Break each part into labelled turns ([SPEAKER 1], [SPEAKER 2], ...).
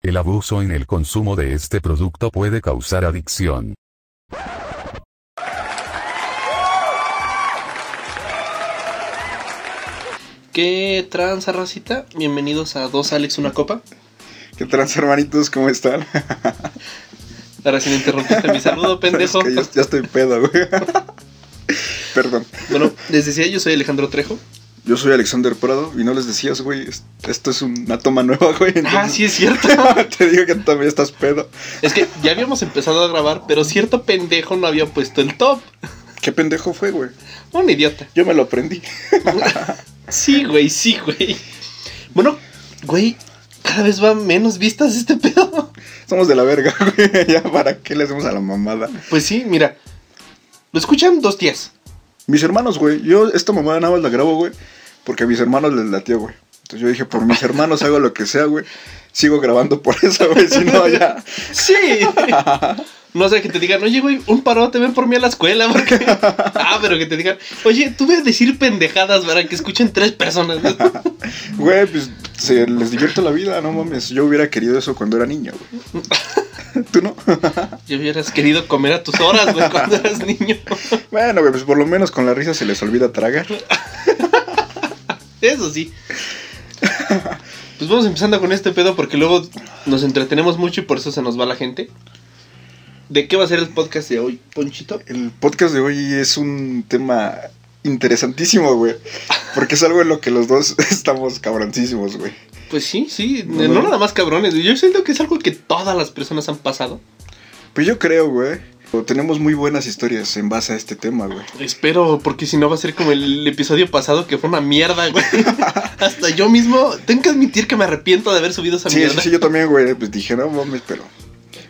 [SPEAKER 1] El abuso en el consumo de este producto puede causar adicción.
[SPEAKER 2] ¿Qué tranza, racita? Bienvenidos a Dos Alex, una copa.
[SPEAKER 3] ¿Qué trans, hermanitos? ¿Cómo están?
[SPEAKER 2] Ahora sí me interrumpiste mi saludo, pendejo.
[SPEAKER 3] Es que yo ya estoy pedo, güey. Perdón.
[SPEAKER 2] Bueno, les decía, yo soy Alejandro Trejo.
[SPEAKER 3] Yo soy Alexander Prado y no les decías, güey, es- esto es una toma nueva, güey.
[SPEAKER 2] Ah,
[SPEAKER 3] entonces-
[SPEAKER 2] sí, es cierto.
[SPEAKER 3] Te digo que tú también estás pedo.
[SPEAKER 2] Es que ya habíamos empezado a grabar, pero cierto pendejo no había puesto el top.
[SPEAKER 3] ¿Qué pendejo fue, güey?
[SPEAKER 2] Un idiota.
[SPEAKER 3] Yo me lo aprendí.
[SPEAKER 2] Sí, güey, sí, güey. Bueno, güey, cada vez va menos vistas este pedo.
[SPEAKER 3] Somos de la verga, güey. Ya, ¿para qué le hacemos a la mamada?
[SPEAKER 2] Pues sí, mira. Lo escuchan dos días.
[SPEAKER 3] Mis hermanos, güey. Yo esta mamada nada más la grabo, güey. Porque a mis hermanos les latió, güey. Entonces yo dije, por mis hermanos hago lo que sea, güey. Sigo grabando por eso, güey. Si no, ya.
[SPEAKER 2] Sí. No sé, que te digan, oye, güey, un paro, te ven por mí a la escuela. Porque... Ah, pero que te digan, oye, tú ves decir pendejadas para que escuchen tres personas. ¿no?
[SPEAKER 3] Güey, pues se les divierte la vida, no mames. Yo hubiera querido eso cuando era niño, güey. ¿Tú no?
[SPEAKER 2] Yo hubieras querido comer a tus horas, güey, cuando eras niño.
[SPEAKER 3] bueno, güey, pues por lo menos con la risa se les olvida tragar.
[SPEAKER 2] Eso sí. Pues vamos empezando con este pedo porque luego nos entretenemos mucho y por eso se nos va la gente. ¿De qué va a ser el podcast de hoy, Ponchito?
[SPEAKER 3] El podcast de hoy es un tema interesantísimo, güey. Porque es algo en lo que los dos estamos cabroncísimos, güey.
[SPEAKER 2] Pues sí, sí,
[SPEAKER 3] No,
[SPEAKER 2] no
[SPEAKER 3] no.
[SPEAKER 2] nada más cabrones. Yo siento que es algo que todas las personas han pasado.
[SPEAKER 3] Pues yo creo, güey. Tenemos muy buenas historias en base a este tema, güey.
[SPEAKER 2] Espero, porque si no va a ser como el episodio pasado que fue una mierda, güey. Hasta yo mismo tengo que admitir que me arrepiento de haber subido esa
[SPEAKER 3] Sí,
[SPEAKER 2] mierda.
[SPEAKER 3] sí, sí, yo también, güey. Pues dije, no mames, pero.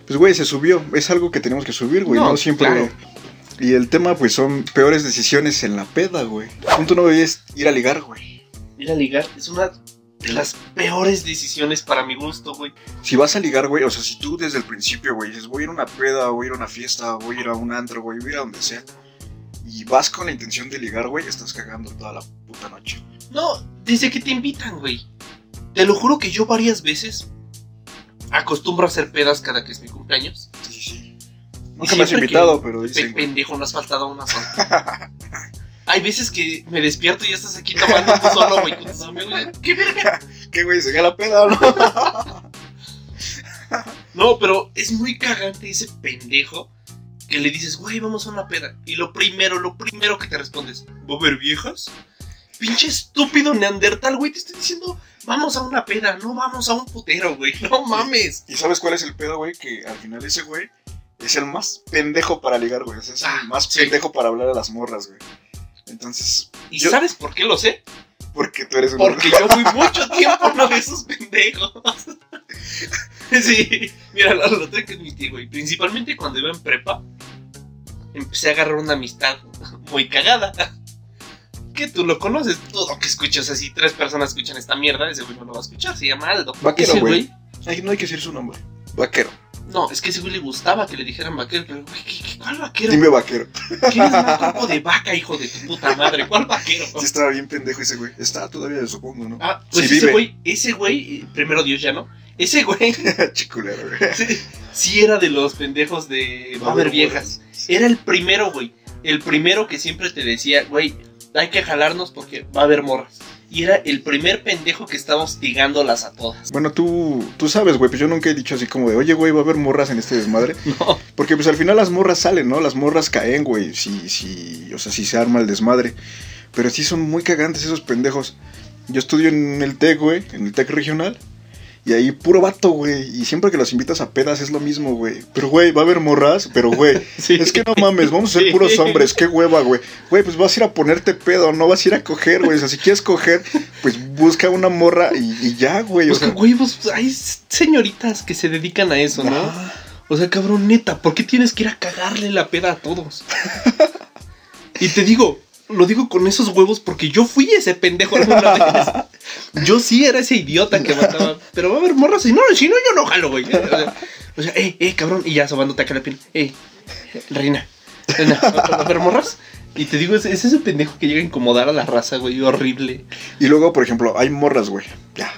[SPEAKER 3] Pues, güey, se subió. Es algo que tenemos que subir, güey.
[SPEAKER 2] No,
[SPEAKER 3] No, siempre.
[SPEAKER 2] claro.
[SPEAKER 3] Y el tema, pues, son peores decisiones en la peda, güey. Punto no es ir a ligar, güey.
[SPEAKER 2] Ir a ligar es una de las peores decisiones para mi gusto, güey.
[SPEAKER 3] Si vas a ligar, güey, o sea, si tú desde el principio, güey, dices, voy a ir a una peda, voy a ir a una fiesta, voy a ir a un antro, güey, voy a ir a donde sea. Y vas con la intención de ligar, güey, estás cagando toda la puta noche.
[SPEAKER 2] No, desde que te invitan, güey. Te lo juro que yo varias veces acostumbro a hacer pedas cada que es mi cumpleaños.
[SPEAKER 3] Sí, sí, sí.
[SPEAKER 2] Y
[SPEAKER 3] Nunca me has
[SPEAKER 2] siempre
[SPEAKER 3] invitado, pero
[SPEAKER 2] Pe-
[SPEAKER 3] dicen, güey,
[SPEAKER 2] pendejo, no has faltado a una sola. Hay veces que me despierto y ya estás aquí tomando tú solo, güey, con tus amigos. ¿Qué verga?
[SPEAKER 3] ¿qué, güey, se cae la peda o no?
[SPEAKER 2] No, pero es muy cagante ese pendejo que le dices, güey, vamos a una peda. Y lo primero, lo primero que te respondes, ¿va a haber viejas? Pinche estúpido neandertal, güey, te estoy diciendo, vamos a una peda, no vamos a un putero, güey, no mames.
[SPEAKER 3] ¿Y sabes cuál es el pedo, güey? Que al final ese güey es el más pendejo para ligar, güey. O sea, Es
[SPEAKER 2] Ah,
[SPEAKER 3] el más
[SPEAKER 2] sí.
[SPEAKER 3] pendejo para hablar a las morras, güey. Entonces,
[SPEAKER 2] ¿Y
[SPEAKER 3] Yo-
[SPEAKER 2] sabes por qué lo sé?
[SPEAKER 3] porque tú eres un...
[SPEAKER 2] Porque yo fui mucho tiempo uno de esos pendejos. sí, mira, lo, lo tengo que admitir, güey. Principalmente cuando iba en prepa, empecé a agarrar una amistad muy cagada. Que tú lo conoces, todo lo que escuchas así, tres personas escuchan esta mierda, ese güey no lo va a escuchar, se llama Aldo.
[SPEAKER 3] Vaquero,
[SPEAKER 2] Ese
[SPEAKER 3] güey. Ay, no hay que decir su nombre. Vaquero.
[SPEAKER 2] No, es que ese güey le gustaba que le dijeran vaquero, pero güey, ¿qué, qué, cuál vaquero?
[SPEAKER 3] Dime vaquero.
[SPEAKER 2] ¿Qué es un cuerpo de vaca, hijo de tu puta madre? ¿Cuál vaquero?
[SPEAKER 3] Sí estaba bien pendejo ese güey. Está todavía, supongo, ¿no?
[SPEAKER 2] Ah, pues
[SPEAKER 3] Sí,
[SPEAKER 2] ese
[SPEAKER 3] vive.
[SPEAKER 2] güey, ese güey, eh, primero Dios ya no, ese güey
[SPEAKER 3] Chiculero, güey.
[SPEAKER 2] Sí, sí era de los pendejos de va a haber viejas. Era el primero, güey. El primero que siempre te decía, güey, hay que jalarnos porque va a haber morras. Y era el primer pendejo que estaba hostigándolas a todas.
[SPEAKER 3] Bueno, tú, tú sabes, güey, pues yo nunca he dicho así como de, oye, güey, va a haber morras en este desmadre.
[SPEAKER 2] No.
[SPEAKER 3] Porque pues al final las morras salen, ¿no? Las morras caen, güey. Si, si, o sea, si se arma el desmadre. Pero sí son muy cagantes esos pendejos. Yo estudio en el TEC, güey, en el TEC regional. Y ahí puro vato, güey. Y siempre que los invitas a pedas es lo mismo, güey. Pero, güey, va a haber morras. Pero, güey,
[SPEAKER 2] Sí.
[SPEAKER 3] es que no mames, vamos a ser
[SPEAKER 2] Sí.
[SPEAKER 3] puros hombres. Qué hueva, güey. Güey, pues vas a ir a ponerte pedo, no vas a ir a coger, güey. O sea, si quieres coger, pues busca una morra y, y ya, güey. O
[SPEAKER 2] Pues que,
[SPEAKER 3] sea,
[SPEAKER 2] güey, pues, hay señoritas que se dedican a eso, ¿no?
[SPEAKER 3] ah,
[SPEAKER 2] O sea, cabrón, neta, ¿por qué tienes que ir a cagarle la peda a todos? y te digo, lo digo con esos huevos porque yo fui ese pendejo alguna vez. Yo sí era ese idiota que mataba. Pero va a haber morras y no, si no, yo no jalo, güey. O sea, o sea, eh, eh, cabrón, y ya sobándote acá la pierna. Eh, reina, reina, ¿va a haber morras? Y te digo, es, es ese pendejo que llega a incomodar a la raza, güey, horrible.
[SPEAKER 3] Y luego, por ejemplo, hay morras, güey. Ya.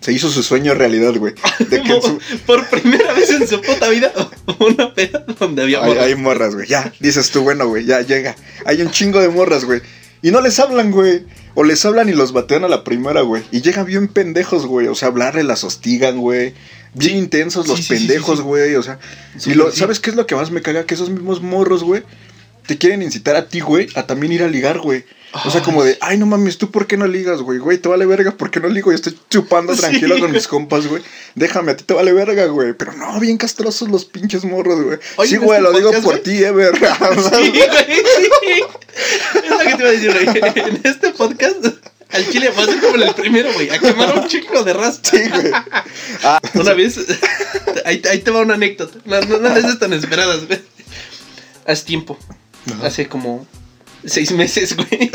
[SPEAKER 3] Se hizo su sueño realidad, güey. De que en su-
[SPEAKER 2] Por primera vez en su puta vida, una peda donde había
[SPEAKER 3] hay,
[SPEAKER 2] morras.
[SPEAKER 3] hay morras, güey. Ya, dices tú, bueno, güey, ya llega. Hay un chingo de morras, güey. Y no les hablan, güey. O les hablan y los batean a la primera, güey. Y llegan bien pendejos, güey. O sea, hablarle las hostigan, güey. Bien
[SPEAKER 2] Sí.
[SPEAKER 3] intensos
[SPEAKER 2] Sí,
[SPEAKER 3] los
[SPEAKER 2] sí, sí, sí,
[SPEAKER 3] pendejos,
[SPEAKER 2] sí.
[SPEAKER 3] güey. O sea, y
[SPEAKER 2] Súper,
[SPEAKER 3] lo,
[SPEAKER 2] sí.
[SPEAKER 3] ¿sabes qué es lo que más me caga? Que esos mismos morros, güey, te quieren incitar a ti, güey, a también ir a ligar, güey. O sea,
[SPEAKER 2] Ay.
[SPEAKER 3] como de, ay, no mames, ¿tú por qué no ligas, güey? Güey, te vale verga, ¿por qué no ligo? Yo estoy chupando
[SPEAKER 2] Sí,
[SPEAKER 3] tranquilo con
[SPEAKER 2] güey.
[SPEAKER 3] mis compas, güey. Déjame, a ti te vale verga, güey. Pero no, bien castrosos los pinches morros, güey.
[SPEAKER 2] Oye,
[SPEAKER 3] sí,
[SPEAKER 2] ¿en
[SPEAKER 3] güey,
[SPEAKER 2] este
[SPEAKER 3] lo digo
[SPEAKER 2] podcast,
[SPEAKER 3] por
[SPEAKER 2] güey?
[SPEAKER 3] ti, eh, Ever.
[SPEAKER 2] Sí, güey, sí. Es lo que te iba a decir, güey. En este podcast, al chile fue así como en el primero, güey. A quemar un chico de rasta.
[SPEAKER 3] Sí, güey. Ah,
[SPEAKER 2] Una vez, ahí, ahí te va una anécdota. No, no, no las tan esperadas, güey. Hace tiempo,
[SPEAKER 3] Ajá.
[SPEAKER 2] hace como seis meses, güey.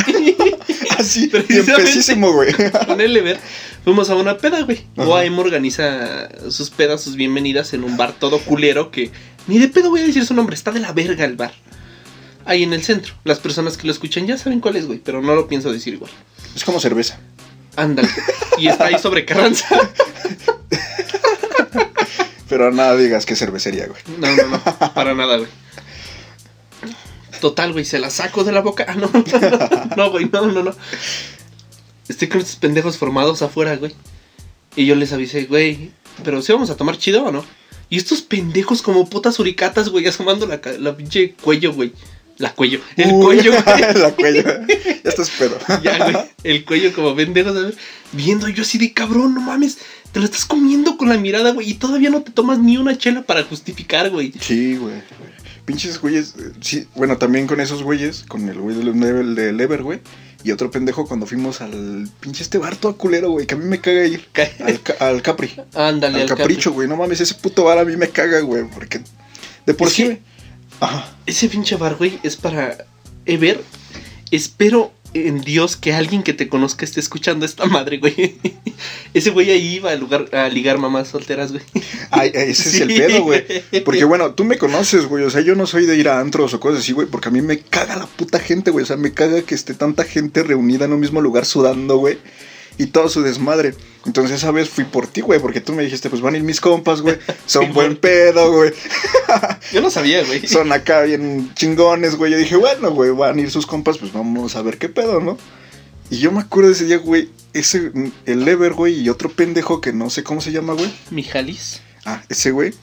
[SPEAKER 3] así,
[SPEAKER 2] Precisamente.
[SPEAKER 3] empecísimo, güey.
[SPEAKER 2] Con el Ever, fuimos a una peda, güey.
[SPEAKER 3] Ajá.
[SPEAKER 2] OAM organiza sus pedas, sus bienvenidas en un bar todo culero que ni de pedo voy a decir su nombre, está de la verga el bar. Ahí en el centro. Las personas que lo escuchan ya saben cuál es, güey, pero no lo pienso decir igual.
[SPEAKER 3] Es como cerveza.
[SPEAKER 2] Ándale. Y está ahí sobre Carranza.
[SPEAKER 3] Pero nada digas que cervecería, güey.
[SPEAKER 2] No, no, no, para nada, güey. Total, güey, se la saco de la boca. Ah, no, no, güey, no, no, no. Estoy con estos pendejos formados afuera, güey. Y yo les avisé, güey, pero si vamos a tomar chido o no. Y estos pendejos como putas uricatas, güey, asomando la, ca- la pinche cuello, güey. La cuello, el
[SPEAKER 3] Uy,
[SPEAKER 2] cuello, güey.
[SPEAKER 3] La cuello. Ya estás pedo.
[SPEAKER 2] Ya, güey, el cuello como pendejo, ¿sabes? Viendo yo así de cabrón, no mames. Te lo estás comiendo con la mirada, güey. Y todavía no te tomas ni una chela para justificar, güey.
[SPEAKER 3] Sí, güey. Pinches güeyes. eh, Sí, bueno, también con esos güeyes, con el güey del Lever, de Lever, güey. Y otro pendejo cuando fuimos al pinche este bar todo culero, güey, que a mí me caga ir.
[SPEAKER 2] Ca-
[SPEAKER 3] Al, ca- al Capri.
[SPEAKER 2] Ándale,
[SPEAKER 3] al
[SPEAKER 2] al
[SPEAKER 3] Capricho, güey. No mames, ese puto bar a mí me caga, güey. Porque de por
[SPEAKER 2] Es
[SPEAKER 3] sí.
[SPEAKER 2] que-
[SPEAKER 3] güey. Ajá.
[SPEAKER 2] Capri. Ese pinche bar, güey, es para Ever. Espero en Dios que alguien que te conozca esté escuchando esta madre, güey. Ese güey ahí iba a, lugar, a ligar mamás solteras, güey.
[SPEAKER 3] Ay, ay, ese es el
[SPEAKER 2] Sí.
[SPEAKER 3] pedo, güey. Porque bueno, tú me conoces, güey. O sea, yo no soy de ir a antros o cosas así, güey. Porque a mí me caga la puta gente, güey. O sea, me caga que esté tanta gente reunida en un mismo lugar sudando, güey. Y todo su desmadre. Entonces, esa vez fui por ti, güey. Porque tú me dijiste, pues van a ir mis compas, güey. Son
[SPEAKER 2] Sí,
[SPEAKER 3] buen
[SPEAKER 2] güey.
[SPEAKER 3] pedo, güey.
[SPEAKER 2] Yo no sabía, güey.
[SPEAKER 3] Son acá bien chingones, güey. Yo dije, bueno, güey, van a ir sus compas, pues vamos a ver qué pedo, ¿no? Y yo me acuerdo de ese día, güey. Ese, el Ever, güey, y otro pendejo que no sé cómo se llama, güey.
[SPEAKER 2] Mijalis.
[SPEAKER 3] Ah, ese güey.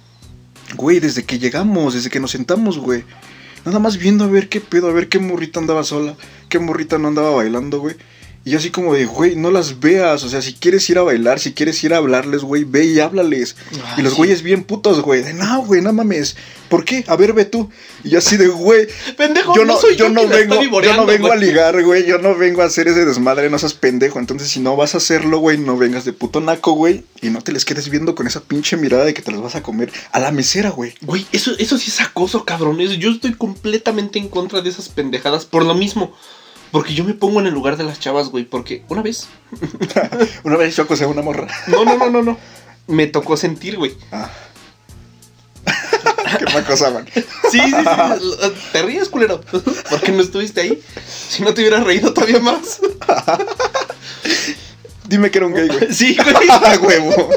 [SPEAKER 3] Güey, desde que llegamos, desde que nos sentamos, güey. Nada más viendo a ver qué pedo, a ver qué morrita andaba sola, qué morrita no andaba bailando, güey. Y yo así como de, güey, no las veas. O sea, si quieres ir a bailar, si quieres ir a hablarles, güey, ve y háblales. Y los güeyes bien putos, güey. De, no, güey, no mames. ¿Por qué? A ver, ve tú. Y yo así de, güey,
[SPEAKER 2] Pendejo,
[SPEAKER 3] yo no,
[SPEAKER 2] soy
[SPEAKER 3] yo no
[SPEAKER 2] quien la está
[SPEAKER 3] vengo, yo
[SPEAKER 2] vivoreando,
[SPEAKER 3] no vengo a
[SPEAKER 2] güey.
[SPEAKER 3] ligar, güey. Yo no vengo a hacer ese desmadre, no seas pendejo. Entonces, si no vas a hacerlo, güey, no vengas de puto naco, güey. Y no te les quedes viendo con esa pinche mirada de que te las vas a comer a la mesera, güey.
[SPEAKER 2] Güey, eso, eso sí es acoso, cabrón. Eso- yo estoy completamente en contra de esas pendejadas por lo mismo. Porque yo me pongo en el lugar de las chavas, güey. Porque una vez.
[SPEAKER 3] Una vez yo acosé a una morra.
[SPEAKER 2] No, no, no, no, no. Me tocó sentir, güey.
[SPEAKER 3] Ah. que me acosaban.
[SPEAKER 2] Sí, sí, sí. Te ríes, culero. Porque no estuviste ahí. Si no te hubieras reído todavía más.
[SPEAKER 3] Dime que era un gay, güey.
[SPEAKER 2] Sí, güey.
[SPEAKER 3] Ah, huevo.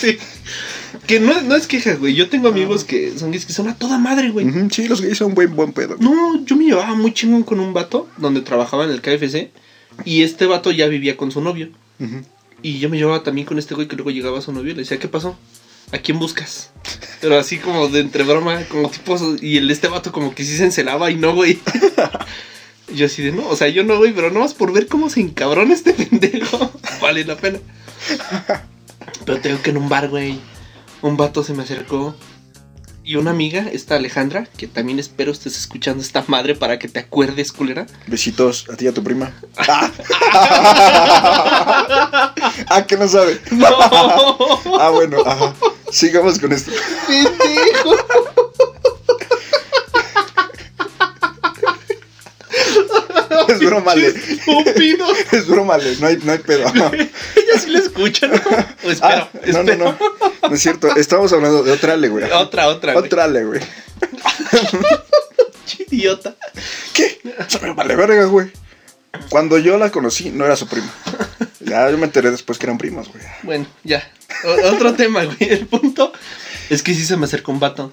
[SPEAKER 2] Sí. Que no, no es queja, güey. Yo tengo amigos que son gays que son a toda madre, güey.
[SPEAKER 3] Ujú, Sí, los gays son buen, buen pedo.
[SPEAKER 2] No, yo me llevaba muy chingón con un vato donde trabajaba en el KFC. Y este vato ya vivía con su novio.
[SPEAKER 3] Ujú.
[SPEAKER 2] Y yo me llevaba también con este güey que luego llegaba a su novio y le decía, ¿qué pasó? ¿A quién buscas? Pero así como de entre broma, como tipo, y el este vato como que sí se encelaba y no, güey. Yo así de no, o sea, yo no, güey, pero nomás por ver cómo se encabrona este pendejo, vale la pena. Pero tengo que en un bar, güey, un vato se me acercó y una amiga, esta Alejandra, que también espero estés escuchando esta madre para que te acuerdes, culera.
[SPEAKER 3] Besitos a ti y a tu prima. Ah, Ah, que no sabe.
[SPEAKER 2] ¡No!
[SPEAKER 3] Ah, bueno, ajá. Sigamos con esto.
[SPEAKER 2] pendejo.
[SPEAKER 3] Es broma, Ale.
[SPEAKER 2] Estúpido.
[SPEAKER 3] Es broma, Ale. No hay, no hay pedo.
[SPEAKER 2] Ella sí la escucha, ¿no? Pues, O espero,
[SPEAKER 3] Ah, no, no,
[SPEAKER 2] espero.
[SPEAKER 3] no. No es cierto. Estábamos hablando de otra Ale, güey.
[SPEAKER 2] Otra, otra, güey.
[SPEAKER 3] Otra Ale, güey.
[SPEAKER 2] Che idiota.
[SPEAKER 3] ¿Qué? Vale, verga, güey. Cuando yo la conocí, no era su prima. Ya, yo me enteré después que eran primas, güey.
[SPEAKER 2] Bueno, ya. O- otro tema, güey. El punto es que sí se me acercó un vato.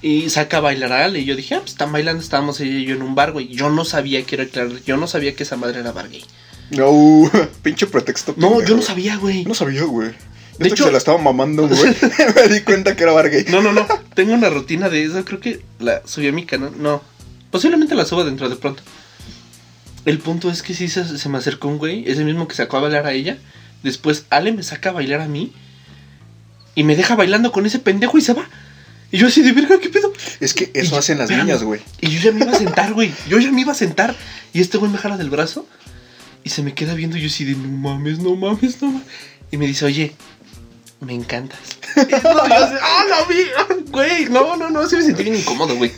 [SPEAKER 2] Y saca a bailar a Ale. Y yo dije, ah, pues están bailando. Estábamos ella y yo en un bar, güey. Yo no sabía, quiero aclarar, yo no sabía que esa madre era bar gay.
[SPEAKER 3] No, pinche pretexto.
[SPEAKER 2] No,
[SPEAKER 3] pendejo.
[SPEAKER 2] yo no sabía, güey.
[SPEAKER 3] No sabía, güey.
[SPEAKER 2] De
[SPEAKER 3] De
[SPEAKER 2] hecho-
[SPEAKER 3] hecho, se la estaba mamando, güey. me di cuenta que era bar gay.
[SPEAKER 2] No, no, no. Tengo una rutina de eso. Creo que la subí a mi canal. No. Posiblemente la suba dentro de pronto. El punto es que sí se, se me acercó un güey. Ese mismo que sacó a bailar a ella. Después Ale me saca a bailar a mí. Y me deja bailando con ese pendejo y se va. Y yo así de verga, ¿qué pedo?
[SPEAKER 3] Es que
[SPEAKER 2] Y yo-
[SPEAKER 3] eso hacen las
[SPEAKER 2] espérame.
[SPEAKER 3] niñas, güey.
[SPEAKER 2] Y yo ya me iba a sentar, güey. Yo ya me iba a sentar. Y este güey me jala del brazo. Y se me queda viendo. Y yo así de no mames, no mames, no mames. Y me dice, oye, me encantas. Y entonces yo así, ¡ah, la vi! Güey, no, no, no. Sí me sentí bien incómodo, güey.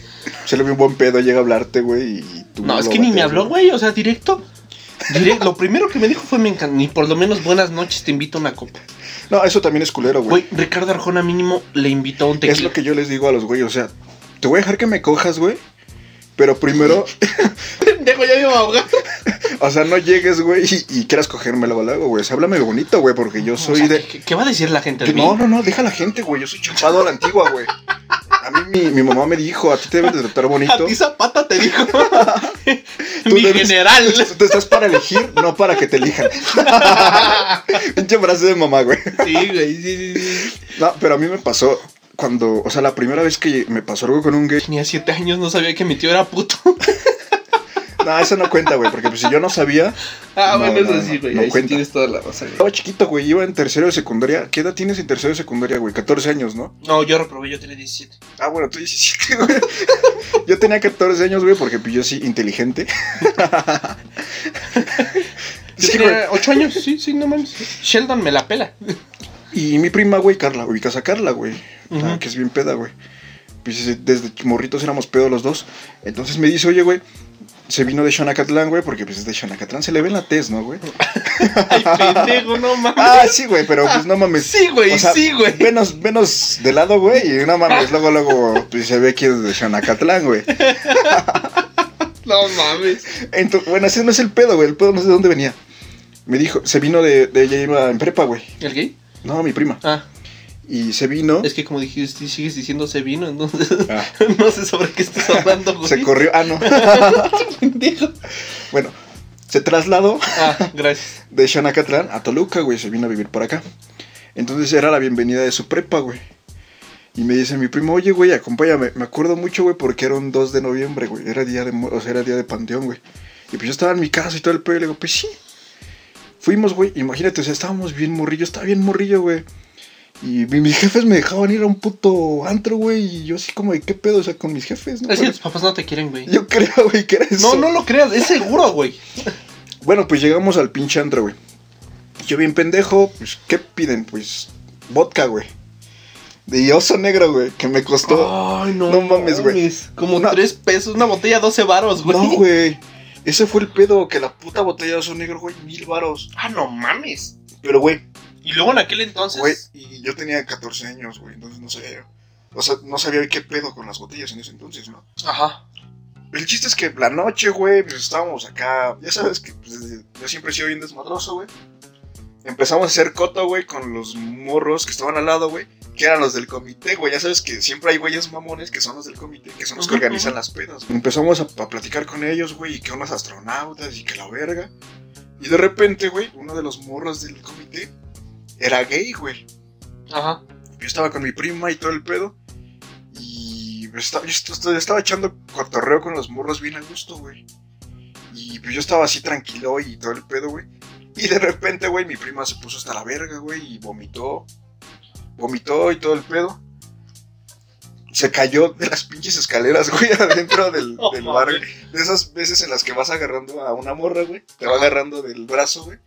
[SPEAKER 3] Se le ve un buen pedo, llega a hablarte, güey, y tú
[SPEAKER 2] No,
[SPEAKER 3] lo
[SPEAKER 2] es que ni me
[SPEAKER 3] bateas,
[SPEAKER 2] habló, güey. O sea, directo. Direct- lo primero que me dijo fue me encanta. Ni por lo menos buenas noches, te invito a una copa.
[SPEAKER 3] No, eso también es culero, güey.
[SPEAKER 2] Güey, Ricardo Arjona mínimo le invitó a un tequila.
[SPEAKER 3] Es lo que yo les digo a los güeyes, o sea, te voy a dejar que me cojas, güey. Pero primero,
[SPEAKER 2] Pendejo, ya me iba a ahogar.
[SPEAKER 3] o sea, no llegues, güey, y, y quieras cogerme luego, luego, güey. O sea, háblame bonito, güey, porque yo soy
[SPEAKER 2] O sea,
[SPEAKER 3] de...
[SPEAKER 2] ¿qué, qué va a decir la gente de mí?
[SPEAKER 3] No, no, no, deja a la gente, güey. Yo soy chupado a la antigua, güey. A mí mi, mi mamá me dijo, a ti te deben de tratar
[SPEAKER 2] A
[SPEAKER 3] bonito.
[SPEAKER 2] ti Zapata te dijo.
[SPEAKER 3] Tú
[SPEAKER 2] Mi
[SPEAKER 3] debes-
[SPEAKER 2] general.
[SPEAKER 3] Tú, tú estás para elegir, no para que te elijan. Pinche frase de mamá, güey.
[SPEAKER 2] Sí, güey, sí, sí, sí.
[SPEAKER 3] No, pero a mí me pasó cuando, o sea, la primera vez que me pasó algo con un gay.
[SPEAKER 2] Tenía siete años, no sabía que mi tío era puto.
[SPEAKER 3] No, eso no cuenta, güey, porque pues, si yo no sabía.
[SPEAKER 2] Ah,
[SPEAKER 3] No,
[SPEAKER 2] bueno, eso
[SPEAKER 3] no,
[SPEAKER 2] sí,
[SPEAKER 3] no,
[SPEAKER 2] güey.
[SPEAKER 3] no
[SPEAKER 2] ahí sí
[SPEAKER 3] cuenta.
[SPEAKER 2] tienes toda la razón. güey.
[SPEAKER 3] Estaba chiquito, güey, iba en tercero de secundaria. ¿Qué edad tienes en tercero de secundaria, güey? 14 años, ¿no?
[SPEAKER 2] No, yo reprobé, yo tenía 17.
[SPEAKER 3] Ah, bueno, tú 17, güey. Yo tenía 14 años, güey, porque pues yo sí, inteligente.
[SPEAKER 2] Yo
[SPEAKER 3] Sí, güey.
[SPEAKER 2] tenía 8 años, sí, sí, no mames. Sheldon me la pela.
[SPEAKER 3] Y mi prima, güey, Carla, ubicas a Carla, güey.
[SPEAKER 2] Ujú.
[SPEAKER 3] Ah, que es bien peda, güey. Pues desde morritos éramos pedos los dos. Entonces me dice, oye, güey, se vino de Xonacatlán, güey, porque pues es de Xonacatlán. Se le ve en la tez, ¿no, güey?
[SPEAKER 2] Ay, pendejo, no mames.
[SPEAKER 3] Ah, sí, güey, pero pues no mames.
[SPEAKER 2] Sí, güey, sí, güey.
[SPEAKER 3] Menos, menos de lado, güey, y no mames. Luego, luego, pues se ve que es de Xonacatlán, güey.
[SPEAKER 2] No mames.
[SPEAKER 3] Entonces, bueno, ese no es el pedo, güey. El pedo no sé de dónde venía. Me dijo, se vino de, de ella iba en prepa, güey.
[SPEAKER 2] ¿El gay?
[SPEAKER 3] No, mi prima.
[SPEAKER 2] Ah,
[SPEAKER 3] Y se vino.
[SPEAKER 2] es que como dijiste, sigues diciendo se vino, entonces.
[SPEAKER 3] Ah.
[SPEAKER 2] No sé sobre qué estás hablando, güey.
[SPEAKER 3] Se corrió. Ah, no.
[SPEAKER 2] Pendejo.
[SPEAKER 3] bueno, se trasladó.
[SPEAKER 2] Ah, gracias.
[SPEAKER 3] de Xanacatlán a Toluca, güey, se vino a vivir por acá. Entonces era la bienvenida de su prepa, güey. Y me dice mi primo, oye, güey, acompáñame. Me acuerdo mucho, güey, porque era un 2 de noviembre, güey. Era día de, mu- o sea, era día de panteón, güey. Y pues yo estaba en mi casa y todo el pedo. Y le digo, pues sí. Fuimos, güey. Imagínate, o sea, estábamos bien morrillo. Estaba bien morrillo, güey. Y mi- mis jefes me dejaban ir a un puto antro, güey. Y yo así como, de, ¿qué pedo? O sea, con mis jefes, ¿no?
[SPEAKER 2] Es que
[SPEAKER 3] güey?
[SPEAKER 2] tus papás no te quieren, güey.
[SPEAKER 3] Yo creo, güey, que era eso.
[SPEAKER 2] No, no lo creas, es seguro, güey.
[SPEAKER 3] Bueno, pues llegamos al pinche antro, güey. Yo bien pendejo, pues, ¿qué piden? Pues, vodka, güey. De oso negro, güey, que me costó...
[SPEAKER 2] Ay,
[SPEAKER 3] no mames, güey.
[SPEAKER 2] Como
[SPEAKER 3] Una-
[SPEAKER 2] tres pesos, una botella, 12 varos, güey.
[SPEAKER 3] no, güey. Ese fue el pedo, que la puta botella de oso negro, güey, mil varos.
[SPEAKER 2] Ah, no mames.
[SPEAKER 3] Pero, güey,
[SPEAKER 2] Y luego en aquel entonces.
[SPEAKER 3] güey, y yo tenía 14 años, güey, entonces no sabía yo. O sea, no sabía qué pedo con las botellas en ese entonces, ¿no?
[SPEAKER 2] Ajá.
[SPEAKER 3] El chiste es que la noche, güey, pues estábamos acá. Ya sabes que pues, desde- yo siempre he sido bien desmadroso, güey. Empezamos a hacer coto, güey, con los morros que estaban al lado, güey, que eran los del comité, güey. Ya sabes que siempre hay güeyes mamones que son los del comité, que son los que
[SPEAKER 2] Ujú,
[SPEAKER 3] organizan
[SPEAKER 2] ujú.
[SPEAKER 3] las pedas. güey. Empezamos a, a platicar con ellos, güey, y que unos astronautas y que la verga. Y de repente, güey, uno de los morros del comité era gay, güey
[SPEAKER 2] Ajá.
[SPEAKER 3] yo estaba con mi prima y todo el pedo. Y me estaba, yo, est- est- estaba echando cotorreo con los morros bien a gusto, güey. Y pues yo estaba así tranquilo y todo el pedo, güey. Y de repente, güey, mi prima se puso hasta la verga, güey, y vomitó. Vomitó y todo el pedo. Se cayó de las pinches escaleras, güey, adentro del,
[SPEAKER 2] No
[SPEAKER 3] del bar.
[SPEAKER 2] mames.
[SPEAKER 3] De esas veces en las que vas agarrando a una morra, güey. Te va agarrando del brazo, güey.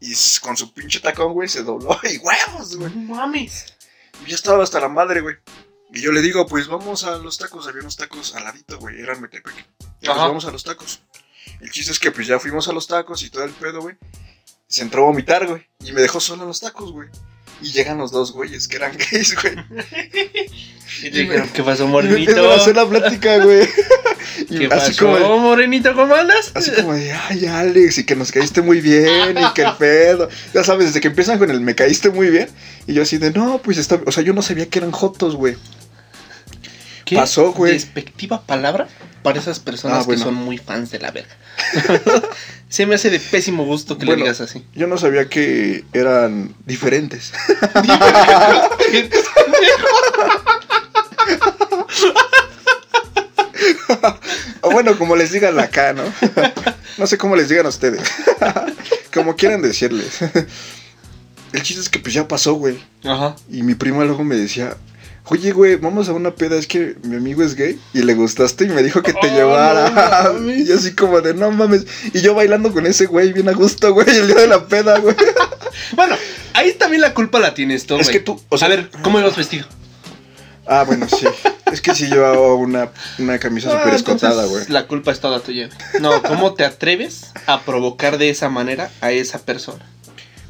[SPEAKER 3] Y s- con su pinche tacón, güey, se dobló. Y huevos, güey.
[SPEAKER 2] No mames.
[SPEAKER 3] Y yo estaba hasta la madre, güey. Y yo le digo, pues vamos a los tacos. Había unos tacos al ladito, güey. Eran Metepec. Y pues
[SPEAKER 2] Ajá.
[SPEAKER 3] vamos a los tacos. El chiste es que pues ya fuimos a los tacos y todo el pedo, güey. Se entró a vomitar, güey. Y me dejó solo en los tacos, güey. Y llegan los dos güeyes que eran gays, güey.
[SPEAKER 2] Y te dijeron, ¿qué pasó,
[SPEAKER 3] Y me
[SPEAKER 2] morenito?
[SPEAKER 3] empiezan a hacer la plática, güey. Y
[SPEAKER 2] ¿Qué
[SPEAKER 3] así
[SPEAKER 2] pasó,
[SPEAKER 3] como de-
[SPEAKER 2] morenito? ¿Cómo andas?
[SPEAKER 3] Así como de, ay, Alex, y que nos caíste muy bien, y que el pedo. Ya sabes, desde que empiezan con el me caíste muy bien. Y yo así de, no, pues está. O sea, yo no sabía que eran jotos, güey.
[SPEAKER 2] ¿Qué
[SPEAKER 3] pasó, güey?
[SPEAKER 2] despectiva palabra para esas personas
[SPEAKER 3] Ah, bueno.
[SPEAKER 2] que son muy fans de la verga. Se me hace de pésimo gusto que
[SPEAKER 3] Bueno.
[SPEAKER 2] le digas así.
[SPEAKER 3] Yo no sabía que eran diferentes. o bueno, como les digan acá, ¿no? no sé cómo les digan a ustedes. como quieran decirles. el chiste es que pues ya pasó, güey.
[SPEAKER 2] Ajá.
[SPEAKER 3] Y mi prima luego me decía, oye, güey, vamos a una peda, es que mi amigo es gay y le gustaste y me dijo que te
[SPEAKER 2] Oh,
[SPEAKER 3] llevara.
[SPEAKER 2] no
[SPEAKER 3] y
[SPEAKER 2] mames.
[SPEAKER 3] yo así como de, no mames. Y yo bailando con ese güey bien a gusto, güey, el día de la peda, güey.
[SPEAKER 2] Bueno, ahí también la culpa la tienes tú,
[SPEAKER 3] Es
[SPEAKER 2] güey.
[SPEAKER 3] que tú, o sea-
[SPEAKER 2] A ver, ¿cómo ibas vestido?
[SPEAKER 3] ah, bueno, sí. Es que sí llevaba una, una camisa
[SPEAKER 2] Ah,
[SPEAKER 3] súper
[SPEAKER 2] entonces,
[SPEAKER 3] escotada, güey.
[SPEAKER 2] La culpa es toda tuya. No, ¿cómo te atreves a provocar de esa manera a esa persona?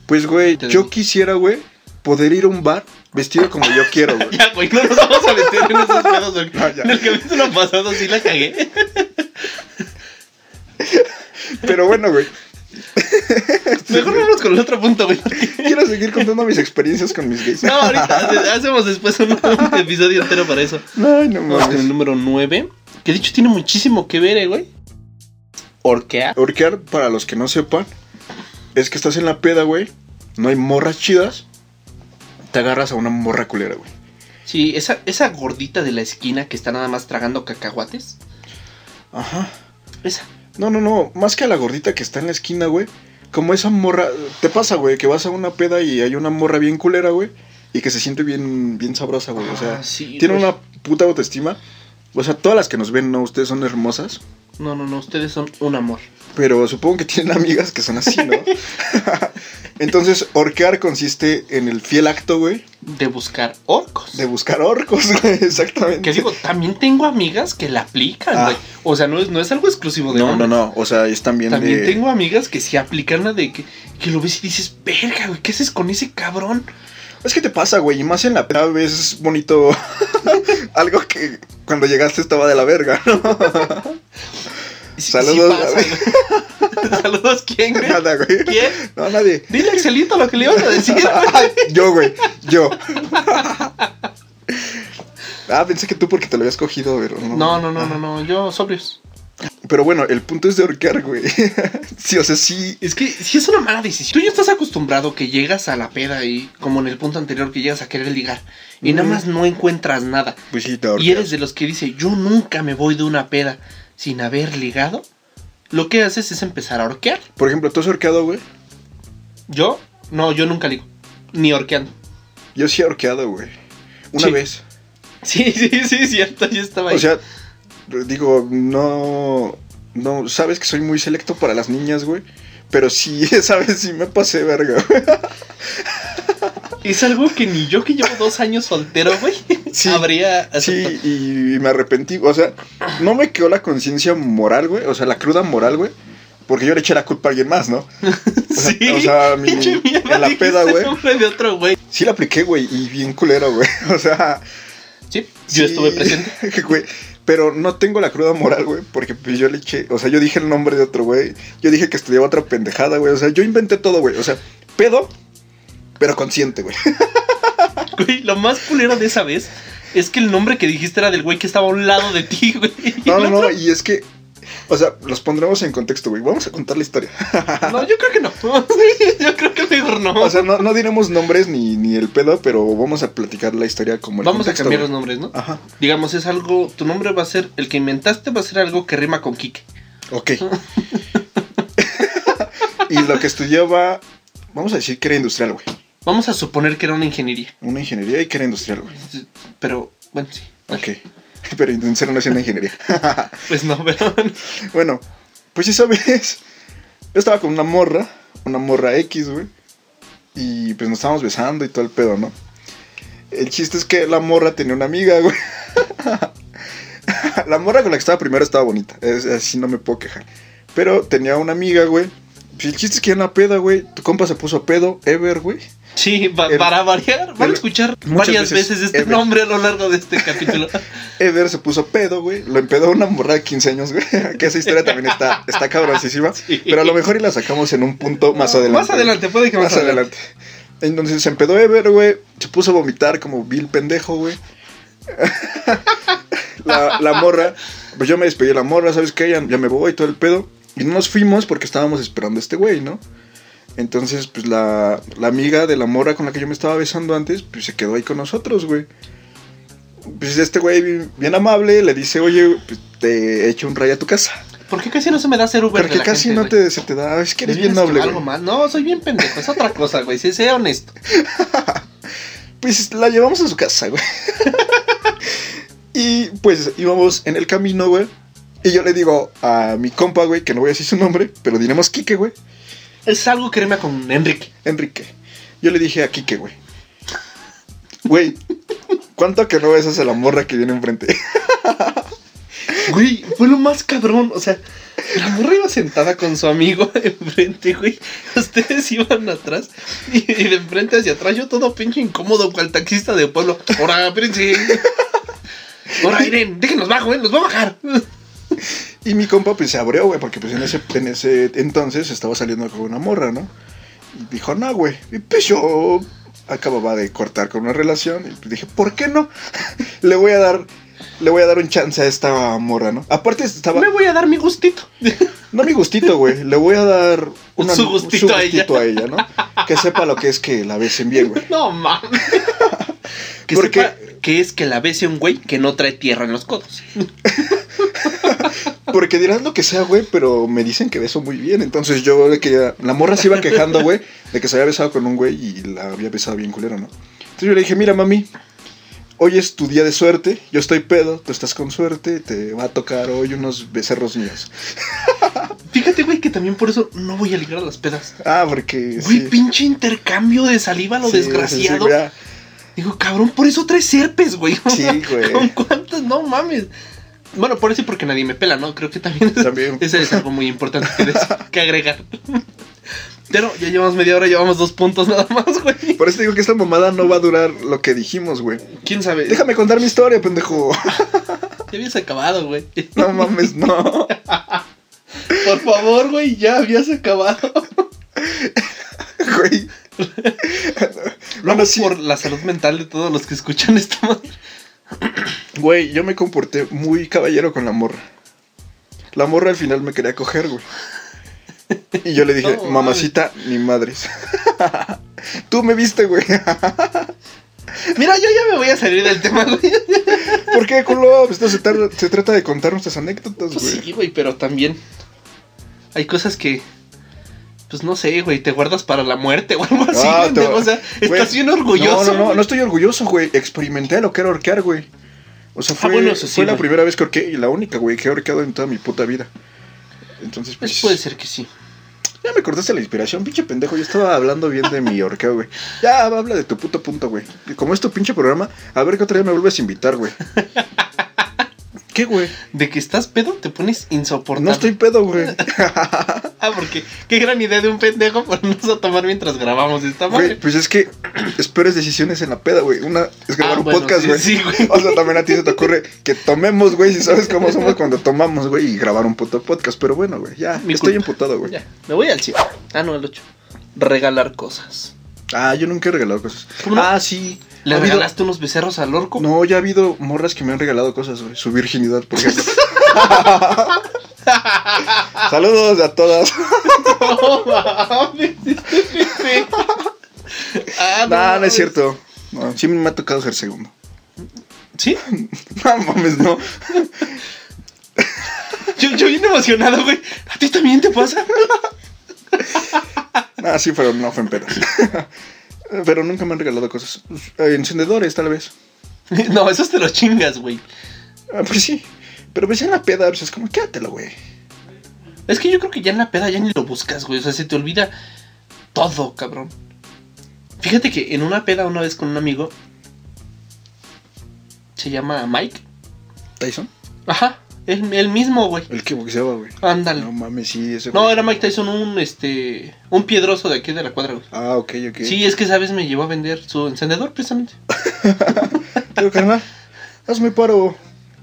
[SPEAKER 3] Pues, güey,
[SPEAKER 2] Te
[SPEAKER 3] yo
[SPEAKER 2] doy.
[SPEAKER 3] quisiera, güey, poder ir a un bar vestido como yo quiero, güey.
[SPEAKER 2] Ya, güey, no nos vamos a meter en esos pedos. güey.
[SPEAKER 3] No, ya.
[SPEAKER 2] en el capítulo pasado sí la cagué.
[SPEAKER 3] Pero bueno, güey,
[SPEAKER 2] Mejor vamos con el otro punto, güey.
[SPEAKER 3] quiero seguir contando mis experiencias con mis gays.
[SPEAKER 2] No, ahorita hace- hacemos después un, un episodio entero para eso.
[SPEAKER 3] Ay, no
[SPEAKER 2] Vamos con el
[SPEAKER 3] mames.
[SPEAKER 2] número 9. Que dicho tiene muchísimo que ver, eh, güey. Orquear.
[SPEAKER 3] Orquear, para los que no sepan, es que estás en la peda, güey. No hay morras chidas. Te agarras a una morra culera, güey.
[SPEAKER 2] Sí, esa, esa gordita de la esquina que está nada más tragando cacahuates.
[SPEAKER 3] Ajá.
[SPEAKER 2] Esa.
[SPEAKER 3] No, no, no. Más que a la gordita que está en la esquina, güey. Como esa morra. Te pasa, güey, que vas a una peda y hay una morra bien culera, güey. Y que se siente bien, bien sabrosa, güey. O sea,
[SPEAKER 2] Ah, sí,
[SPEAKER 3] tiene
[SPEAKER 2] güey.
[SPEAKER 3] una puta autoestima. O sea, todas las que nos ven, no, ustedes son hermosas.
[SPEAKER 2] No, no, no, ustedes son un amor.
[SPEAKER 3] Pero supongo que tienen amigas que son así, ¿no? Entonces, orquear consiste en el fiel acto, güey,
[SPEAKER 2] De buscar orcos.
[SPEAKER 3] de buscar orcos, güey, exactamente.
[SPEAKER 2] Que pues, digo, también tengo amigas que la aplican,
[SPEAKER 3] Ah.
[SPEAKER 2] güey. O sea, no es, no es algo exclusivo de
[SPEAKER 3] No, no,
[SPEAKER 2] hombres.
[SPEAKER 3] no, o sea, es también,
[SPEAKER 2] También
[SPEAKER 3] de...
[SPEAKER 2] tengo amigas que sí aplican la de que, que lo ves y dices, verga, güey, ¿qué haces con ese cabrón?
[SPEAKER 3] Es que te pasa, güey, y más en la peda ves bonito algo que cuando llegaste estaba de la verga, ¿no?
[SPEAKER 2] Sí-
[SPEAKER 3] Saludos,
[SPEAKER 2] sí pasa, güey. Saludos, ¿quién, güey?
[SPEAKER 3] Nada, güey.
[SPEAKER 2] ¿Quién?
[SPEAKER 3] No, nadie.
[SPEAKER 2] Dile a Axelito lo que le ibas a decir.
[SPEAKER 3] Ah.
[SPEAKER 2] güey.
[SPEAKER 3] yo, güey, yo. ah, pensé que tú porque te lo habías cogido, pero no.
[SPEAKER 2] No, no, no, no, no, yo sobrios.
[SPEAKER 3] Pero bueno, el punto es de ahorcar, güey. sí, o sea, sí.
[SPEAKER 2] Es que si es una mala decisión. Tú ya estás acostumbrado que llegas a la peda y, como en el punto anterior, que llegas a querer ligar y nada
[SPEAKER 3] Mm.
[SPEAKER 2] más no encuentras nada.
[SPEAKER 3] Pues sí, te
[SPEAKER 2] y eres de los que dice, yo nunca me voy de una peda sin haber ligado, lo que haces es empezar a orquear.
[SPEAKER 3] Por ejemplo, ¿tú has ahorcado, güey?
[SPEAKER 2] Yo, no, yo nunca ligo, ni orqueando.
[SPEAKER 3] Yo sí he ahorcado, güey. Una
[SPEAKER 2] Sí.
[SPEAKER 3] vez.
[SPEAKER 2] Sí, sí, sí, cierto, yo estaba ahí.
[SPEAKER 3] O sea, digo, no. No, sabes que soy muy selecto para las niñas, güey. Pero sí, sabes, sí me pasé verga, güey.
[SPEAKER 2] es algo que ni yo que llevo dos años soltero, güey,
[SPEAKER 3] Sí.
[SPEAKER 2] habría aceptado.
[SPEAKER 3] Sí, y me arrepentí. O sea, no me quedó la conciencia moral, güey. O sea, la cruda moral, güey. Porque yo le eché la culpa a alguien más, ¿no? O sea,
[SPEAKER 2] Sí,
[SPEAKER 3] o sea, mi-
[SPEAKER 2] pinche mierda,
[SPEAKER 3] en la
[SPEAKER 2] dijiste
[SPEAKER 3] peda, güey.
[SPEAKER 2] nombre de otro güey.
[SPEAKER 3] Sí la apliqué, güey. Y bien culero, güey. O sea,
[SPEAKER 2] Sí, yo
[SPEAKER 3] Sí,
[SPEAKER 2] estuve presente.
[SPEAKER 3] güey, pero no tengo la cruda moral, güey, porque pues yo le eché, o sea, yo dije el nombre de otro güey, yo dije que estudiaba otra pendejada, güey, o sea, yo inventé todo, güey, o sea, pedo, pero consciente, güey.
[SPEAKER 2] Güey, lo más culero de esa vez es que el nombre que dijiste era del güey que estaba a un lado de ti, güey.
[SPEAKER 3] No, no, no, y es que, o sea, los pondremos en contexto, güey, vamos a contar la historia.
[SPEAKER 2] No, yo creo que no. Yo creo que mejor no.
[SPEAKER 3] O sea, no, no diremos nombres ni, ni el pedo, pero vamos a platicar la historia como el
[SPEAKER 2] Vamos
[SPEAKER 3] contexto,
[SPEAKER 2] a cambiar los
[SPEAKER 3] güey.
[SPEAKER 2] nombres, ¿no?
[SPEAKER 3] Ajá,
[SPEAKER 2] Digamos, es algo, tu nombre va a ser, el que inventaste va a ser algo que rima con Kike.
[SPEAKER 3] ok. y lo que estudiaba, vamos a decir que era industrial, güey,
[SPEAKER 2] Vamos a suponer que era una ingeniería.
[SPEAKER 3] una ingeniería y que era industrial, güey.
[SPEAKER 2] Pero, bueno, sí.
[SPEAKER 3] Ok. Pero intentar no es una ingeniería.
[SPEAKER 2] Pues no, pero
[SPEAKER 3] bueno, pues esa vez yo estaba con una morra, una morra X, güey. Y pues nos estábamos besando y todo el pedo, ¿no? El chiste es que la morra tenía una amiga, güey. la morra con la que estaba primero estaba bonita. es- así no me puedo quejar. Pero tenía una amiga, güey. Pues el chiste es que en la peda, güey, tu compa se puso a pedo, Ever, güey.
[SPEAKER 2] Sí, pa-
[SPEAKER 3] El-
[SPEAKER 2] para variar, van
[SPEAKER 3] el-
[SPEAKER 2] a escuchar
[SPEAKER 3] er- muchas
[SPEAKER 2] varias
[SPEAKER 3] veces,
[SPEAKER 2] veces este
[SPEAKER 3] Ever.
[SPEAKER 2] nombre a lo largo de este capítulo.
[SPEAKER 3] Eder se puso pedo, güey. Lo empedó una morra de 15 años, güey. Que esa historia también está, está cabroncísima.
[SPEAKER 2] Sí.
[SPEAKER 3] Pero a lo mejor y la sacamos en un punto más adelante.
[SPEAKER 2] Más adelante, puede que
[SPEAKER 3] más adelante. Entonces se empedó Ever, güey. Se puso a vomitar como vil pendejo, güey. la, la morra. Pues yo me despedí de la morra, ¿sabes qué? Ya, ya me voy, todo el pedo. Y no nos fuimos porque estábamos esperando a este güey, ¿no? Entonces, pues la, la amiga de la morra con la que yo me estaba besando antes, pues se quedó ahí con nosotros, güey. Pues este güey, bien- bien amable, le dice, oye, pues, te echo un rayo a tu casa.
[SPEAKER 2] ¿Por qué casi no se me da hacer Uber? de
[SPEAKER 3] Porque
[SPEAKER 2] la
[SPEAKER 3] casi
[SPEAKER 2] gente,
[SPEAKER 3] no
[SPEAKER 2] güey?
[SPEAKER 3] te, se te da, es que eres
[SPEAKER 2] Debieras
[SPEAKER 3] bien noble,
[SPEAKER 2] algo
[SPEAKER 3] güey.
[SPEAKER 2] más. No, soy bien pendejo, es otra cosa, güey. Sí, sea honesto.
[SPEAKER 3] Pues la llevamos a su casa, güey. y pues íbamos en el camino, güey. Y yo le digo a mi compa, güey, que no voy a decir su nombre, pero diremos Quique, güey.
[SPEAKER 2] Es algo que rima con Enrique.
[SPEAKER 3] Enrique. Yo le dije a Quique, güey. Güey, ¿cuánto que no besas a la morra que viene enfrente?
[SPEAKER 2] Güey, fue lo más cabrón. O sea, la morra iba sentada con su amigo enfrente, güey. Ustedes iban atrás y, y de enfrente hacia atrás. Yo todo pinche incómodo, cual taxista de pueblo. Ahora, espérense. Ahora, miren, déjenos bajo, ¿eh? Nos va a bajar.
[SPEAKER 3] Y mi compa pues se abrió, güey, porque pues en ese, en ese entonces estaba saliendo con una morra, ¿no? Y dijo, no, güey. Y pues yo acababa de cortar con una relación. Y pues dije, ¿por qué no? le voy a dar. Le voy a dar un chance a esta morra, ¿no? Aparte estaba.
[SPEAKER 2] Me voy a dar mi gustito.
[SPEAKER 3] No mi gustito, güey. Le voy a dar
[SPEAKER 2] Su gustito a ella.
[SPEAKER 3] a ella, ¿no? Que sepa lo que es que la besen bien, güey.
[SPEAKER 2] No mames. Que
[SPEAKER 3] Porque-
[SPEAKER 2] sepa que es que la bese un güey que no trae tierra en los codos.
[SPEAKER 3] Porque dirás lo que sea, güey, pero me dicen que beso muy bien. Entonces yo le quería. La morra se iba quejando, güey, de que se había besado con un güey y la había besado bien culero, ¿no? Entonces yo le dije, mira, mami, hoy es tu día de suerte. Yo estoy pedo, tú estás con suerte. Te va a tocar hoy unos becerros míos.
[SPEAKER 2] Fíjate, güey, que también por eso no voy a ligar a las pedas.
[SPEAKER 3] Ah, porque.
[SPEAKER 2] Güey,
[SPEAKER 3] sí,
[SPEAKER 2] pinche intercambio de saliva a lo
[SPEAKER 3] sí, ah,
[SPEAKER 2] desgraciado.
[SPEAKER 3] sí, sí, ya.
[SPEAKER 2] Digo, cabrón, por eso traes herpes, güey.
[SPEAKER 3] Sí, güey.
[SPEAKER 2] ¿Con cuántos? No mames. Bueno, por eso y porque nadie me pela, ¿no? Creo que también, es-
[SPEAKER 3] También.
[SPEAKER 2] ese es algo muy importante que, des- que agregar. Pero ya llevamos media hora, llevamos dos puntos nada más, güey.
[SPEAKER 3] Por eso digo que esta mamada no va a durar lo que dijimos, güey.
[SPEAKER 2] ¿Quién sabe?
[SPEAKER 3] Déjame contar mi historia, pendejo.
[SPEAKER 2] Ya habías acabado, güey.
[SPEAKER 3] No mames, no.
[SPEAKER 2] Por favor, güey, ya habías acabado.
[SPEAKER 3] Güey.
[SPEAKER 2] Lo
[SPEAKER 3] Bueno,
[SPEAKER 2] hago
[SPEAKER 3] sí.
[SPEAKER 2] por la salud mental de todos los que escuchan esta madre.
[SPEAKER 3] Güey, yo me comporté muy caballero con la morra. La morra al final me quería coger, güey. Y yo le dije,
[SPEAKER 2] No,
[SPEAKER 3] mamacita, ni madres. Tú me viste, güey.
[SPEAKER 2] Mira, yo ya me voy a salir del tema, güey.
[SPEAKER 3] ¿Por qué, culo? Pues Esto se, tar- se trata de contar nuestras anécdotas,
[SPEAKER 2] Pues
[SPEAKER 3] güey.
[SPEAKER 2] sí, güey, pero también hay cosas que, pues no sé, güey, te guardas para la muerte o algo así.
[SPEAKER 3] Ah, te-
[SPEAKER 2] pendejo, O sea,
[SPEAKER 3] güey,
[SPEAKER 2] estás bien orgulloso.
[SPEAKER 3] No, no, no,
[SPEAKER 2] güey.
[SPEAKER 3] no estoy orgulloso, güey. Experimenté lo que era orquear, güey. O sea, fue,
[SPEAKER 2] Ah, bueno, eso sí,
[SPEAKER 3] fue la
[SPEAKER 2] güey.
[SPEAKER 3] primera vez que orqué y la única, güey, que he orqueado en toda mi puta vida. Entonces, pues.
[SPEAKER 2] Pues puede ser que sí.
[SPEAKER 3] Ya me cortaste la inspiración, pinche pendejo. Yo estaba hablando bien de mi orca, güey. Ya, habla de tu puto punto, güey. Y Como es tu pinche programa, a ver qué otro día me vuelves a invitar, güey. ¿Qué, güey?
[SPEAKER 2] De que estás pedo, te pones insoportable.
[SPEAKER 3] No estoy pedo, güey.
[SPEAKER 2] Ah, porque qué gran idea de un pendejo ponernos a tomar mientras grabamos esta madre.
[SPEAKER 3] Güey, pues es que es peores decisiones en la peda, güey. Una es grabar
[SPEAKER 2] Ah,
[SPEAKER 3] un
[SPEAKER 2] bueno,
[SPEAKER 3] podcast,
[SPEAKER 2] sí,
[SPEAKER 3] güey.
[SPEAKER 2] sí, güey.
[SPEAKER 3] O sea, también a ti se te ocurre que tomemos, güey, si sabes cómo somos cuando tomamos, güey, y grabar un puto podcast. Pero bueno, güey, ya.
[SPEAKER 2] Mi
[SPEAKER 3] estoy
[SPEAKER 2] culpa.
[SPEAKER 3] imputado, güey.
[SPEAKER 2] Ya, me voy al 100. Ah, no, al 8. Regalar cosas.
[SPEAKER 3] Ah, yo nunca he regalado cosas.
[SPEAKER 2] ¿Tú no?
[SPEAKER 3] Ah, sí.
[SPEAKER 2] ¿Le
[SPEAKER 3] Ha habido-
[SPEAKER 2] regalaste unos becerros al orco?
[SPEAKER 3] No, ya ha habido morras que me han regalado cosas, güey. Su virginidad, por ejemplo. Saludos a todas.
[SPEAKER 2] No mames, este pendejo. Ah,
[SPEAKER 3] No, no es
[SPEAKER 2] mames.
[SPEAKER 3] cierto. No, sí me ha tocado ser segundo.
[SPEAKER 2] ¿Sí?
[SPEAKER 3] No mames, no.
[SPEAKER 2] Yo, yo bien emocionado, güey. ¿A ti también te pasa?
[SPEAKER 3] Ah, sí, pero no fue en pedas. Pero nunca me han regalado cosas. Eh, Encendedores, tal vez.
[SPEAKER 2] No, esos te los chingas, güey.
[SPEAKER 3] Ah, pues sí. Pero pues en la peda, pues es como, quédatelo, güey.
[SPEAKER 2] Es que yo creo que ya en la peda ya ni lo buscas, güey. O sea, se te olvida todo, cabrón. Fíjate que en una peda una vez con un amigo. Se llama Mike.
[SPEAKER 3] ¿Tyson?
[SPEAKER 2] Ajá. El, el mismo, güey.
[SPEAKER 3] El que boxeaba, güey.
[SPEAKER 2] Ándale.
[SPEAKER 3] Ah, No mames, sí, ese
[SPEAKER 2] No,
[SPEAKER 3] güey.
[SPEAKER 2] era Mike Tyson un este un piedroso de aquí de la cuadra, güey.
[SPEAKER 3] Ah, ok, ok.
[SPEAKER 2] Sí, es que esa vez me llevó a vender su encendedor precisamente.
[SPEAKER 3] Pero, carnal, hazme paro.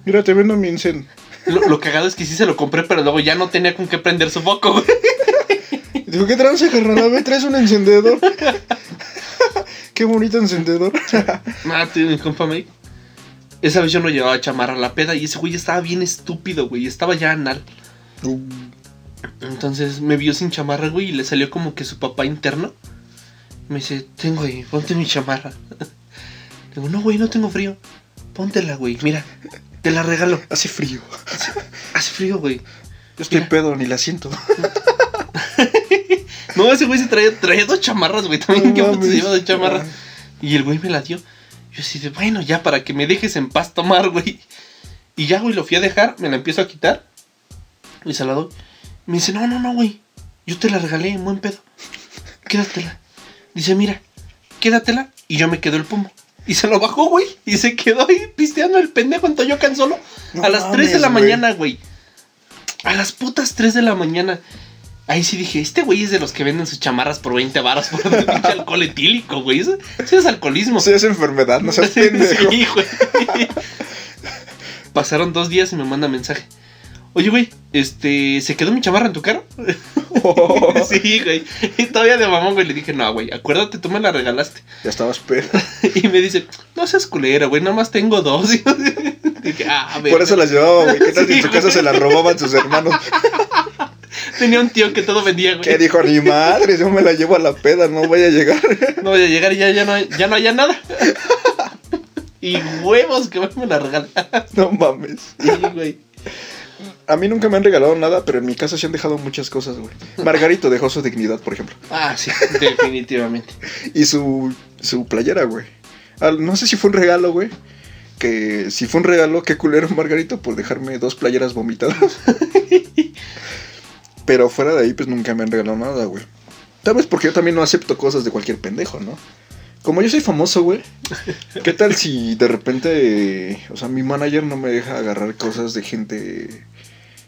[SPEAKER 3] Mira, te vendo mi incen.
[SPEAKER 2] Lo, lo cagado es que sí se lo compré, pero luego ya no tenía con qué prender su foco, güey.
[SPEAKER 3] Digo, ¿qué trance, carnal? A ver, traes un encendedor. Qué bonito encendedor.
[SPEAKER 2] Ah, tío, mi compa Mike. Esa vez yo no llevaba chamarra a la peda y ese güey estaba bien estúpido, güey. Estaba ya anal. Entonces me vio sin chamarra, güey, y le salió como que su papá interno. Me dice, tengo ahí, ponte mi chamarra. Digo, no, güey, no tengo frío. Póntela, güey, mira, te la regalo.
[SPEAKER 3] Hace frío.
[SPEAKER 2] Hace frío, güey.
[SPEAKER 3] Yo estoy
[SPEAKER 2] Mira.
[SPEAKER 3] pedo, ni la siento.
[SPEAKER 2] No, ese güey se traía, traía dos chamarras, güey. También
[SPEAKER 3] No
[SPEAKER 2] que
[SPEAKER 3] mames.
[SPEAKER 2] se lleva dos chamarras.
[SPEAKER 3] Ah.
[SPEAKER 2] Y el güey me la dio. Yo así de, bueno, ya para que me dejes en paz tomar, güey. Y ya, güey, lo fui a dejar, me la empiezo a quitar. Y se la doy. Me dice, no, no, no, güey. Yo te la regalé en buen pedo. Quédatela. Dice, mira, quédatela. Y yo me quedo el pomo. Y se lo bajó, güey. Y se quedó ahí pisteando el pendejo en Toyocan solo.
[SPEAKER 3] No
[SPEAKER 2] a las 3 de
[SPEAKER 3] mames,
[SPEAKER 2] la
[SPEAKER 3] güey.
[SPEAKER 2] mañana, güey. A las putas 3 de la mañana. Ahí sí dije, este güey es de los que venden sus chamarras por 20 varas por el pinche alcohol etílico, güey. Eso, eso es alcoholismo.
[SPEAKER 3] Sí, es enfermedad, no seas pendejo.
[SPEAKER 2] Sí, güey. Pasaron dos días y me manda mensaje. Oye, güey, este, ¿se quedó mi chamarra en tu carro?
[SPEAKER 3] Oh.
[SPEAKER 2] sí, güey. Y todavía de mamón, güey, le dije, no, güey, acuérdate, tú me la regalaste.
[SPEAKER 3] Ya estabas pedo.
[SPEAKER 2] Y me dice, no seas culera, güey, nada más tengo dos. Y dije, ah, a ver.
[SPEAKER 3] Por eso las llevaba, güey. ¿Qué tal si en
[SPEAKER 2] Sí,
[SPEAKER 3] tu casa
[SPEAKER 2] güey.
[SPEAKER 3] se las robaban sus hermanos?
[SPEAKER 2] Tenía un tío que todo vendía, güey.
[SPEAKER 3] ¿Qué dijo? Ni madre, yo me la llevo a la peda, no vaya a llegar.
[SPEAKER 2] No voy a llegar y ya, ya, no, hay- ya no haya nada. y huevos que me la regalaste,
[SPEAKER 3] No mames.
[SPEAKER 2] güey.
[SPEAKER 3] A mí nunca me han regalado nada, pero en mi casa se han dejado muchas cosas, güey. Margarito dejó su dignidad, por ejemplo.
[SPEAKER 2] Ah, sí, definitivamente.
[SPEAKER 3] Y su, su playera, güey. Al- No sé si fue un regalo, güey. Que si fue un regalo, qué culero Margarito por dejarme dos playeras vomitadas. Pero fuera de ahí, pues nunca me han regalado nada, güey. Tal vez porque yo también no acepto cosas de cualquier pendejo, ¿no? Como yo soy famoso, güey. ¿Qué tal si de repente, eh, o sea, mi manager no me deja agarrar cosas de gente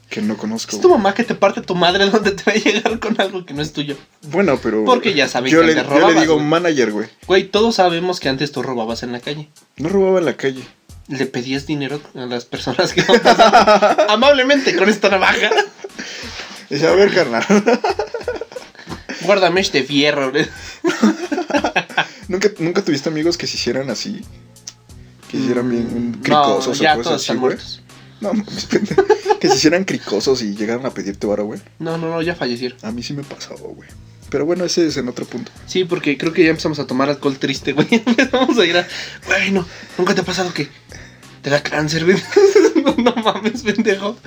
[SPEAKER 3] que no conozco?
[SPEAKER 2] Es tu
[SPEAKER 3] güey?
[SPEAKER 2] mamá que te parte tu madre donde te va a llegar con algo que no es tuyo.
[SPEAKER 3] Bueno, pero.
[SPEAKER 2] Porque ya saben
[SPEAKER 3] yo
[SPEAKER 2] que
[SPEAKER 3] le,
[SPEAKER 2] antes
[SPEAKER 3] yo le
[SPEAKER 2] robabas,
[SPEAKER 3] digo
[SPEAKER 2] güey.
[SPEAKER 3] manager, güey.
[SPEAKER 2] Güey, todos sabemos que antes tú robabas en la calle.
[SPEAKER 3] No robaba en la calle.
[SPEAKER 2] Le pedías dinero a las personas que iban pasando amablemente con esta navaja.
[SPEAKER 3] Dice, a ver, carnal.
[SPEAKER 2] Guárdame este fierro. güey.
[SPEAKER 3] ¿Nunca, ¿Nunca tuviste amigos que se hicieran así? Que se hicieran bien
[SPEAKER 2] Mm, No,
[SPEAKER 3] cricosos
[SPEAKER 2] ya
[SPEAKER 3] o
[SPEAKER 2] todos
[SPEAKER 3] cosas así,
[SPEAKER 2] están
[SPEAKER 3] güey.
[SPEAKER 2] muertos.
[SPEAKER 3] No, mames, pendejo. que se hicieran cricosos y llegaran a pedirte vara, güey.
[SPEAKER 2] No, no, no, ya fallecieron.
[SPEAKER 3] A mí sí me pasaba, güey. Pero bueno, ese es en otro punto.
[SPEAKER 2] Sí, porque creo que ya empezamos a tomar alcohol triste, güey. Empezamos a ir a. Güey, no, nunca te ha pasado que te da cáncer, güey. no, no mames, pendejo.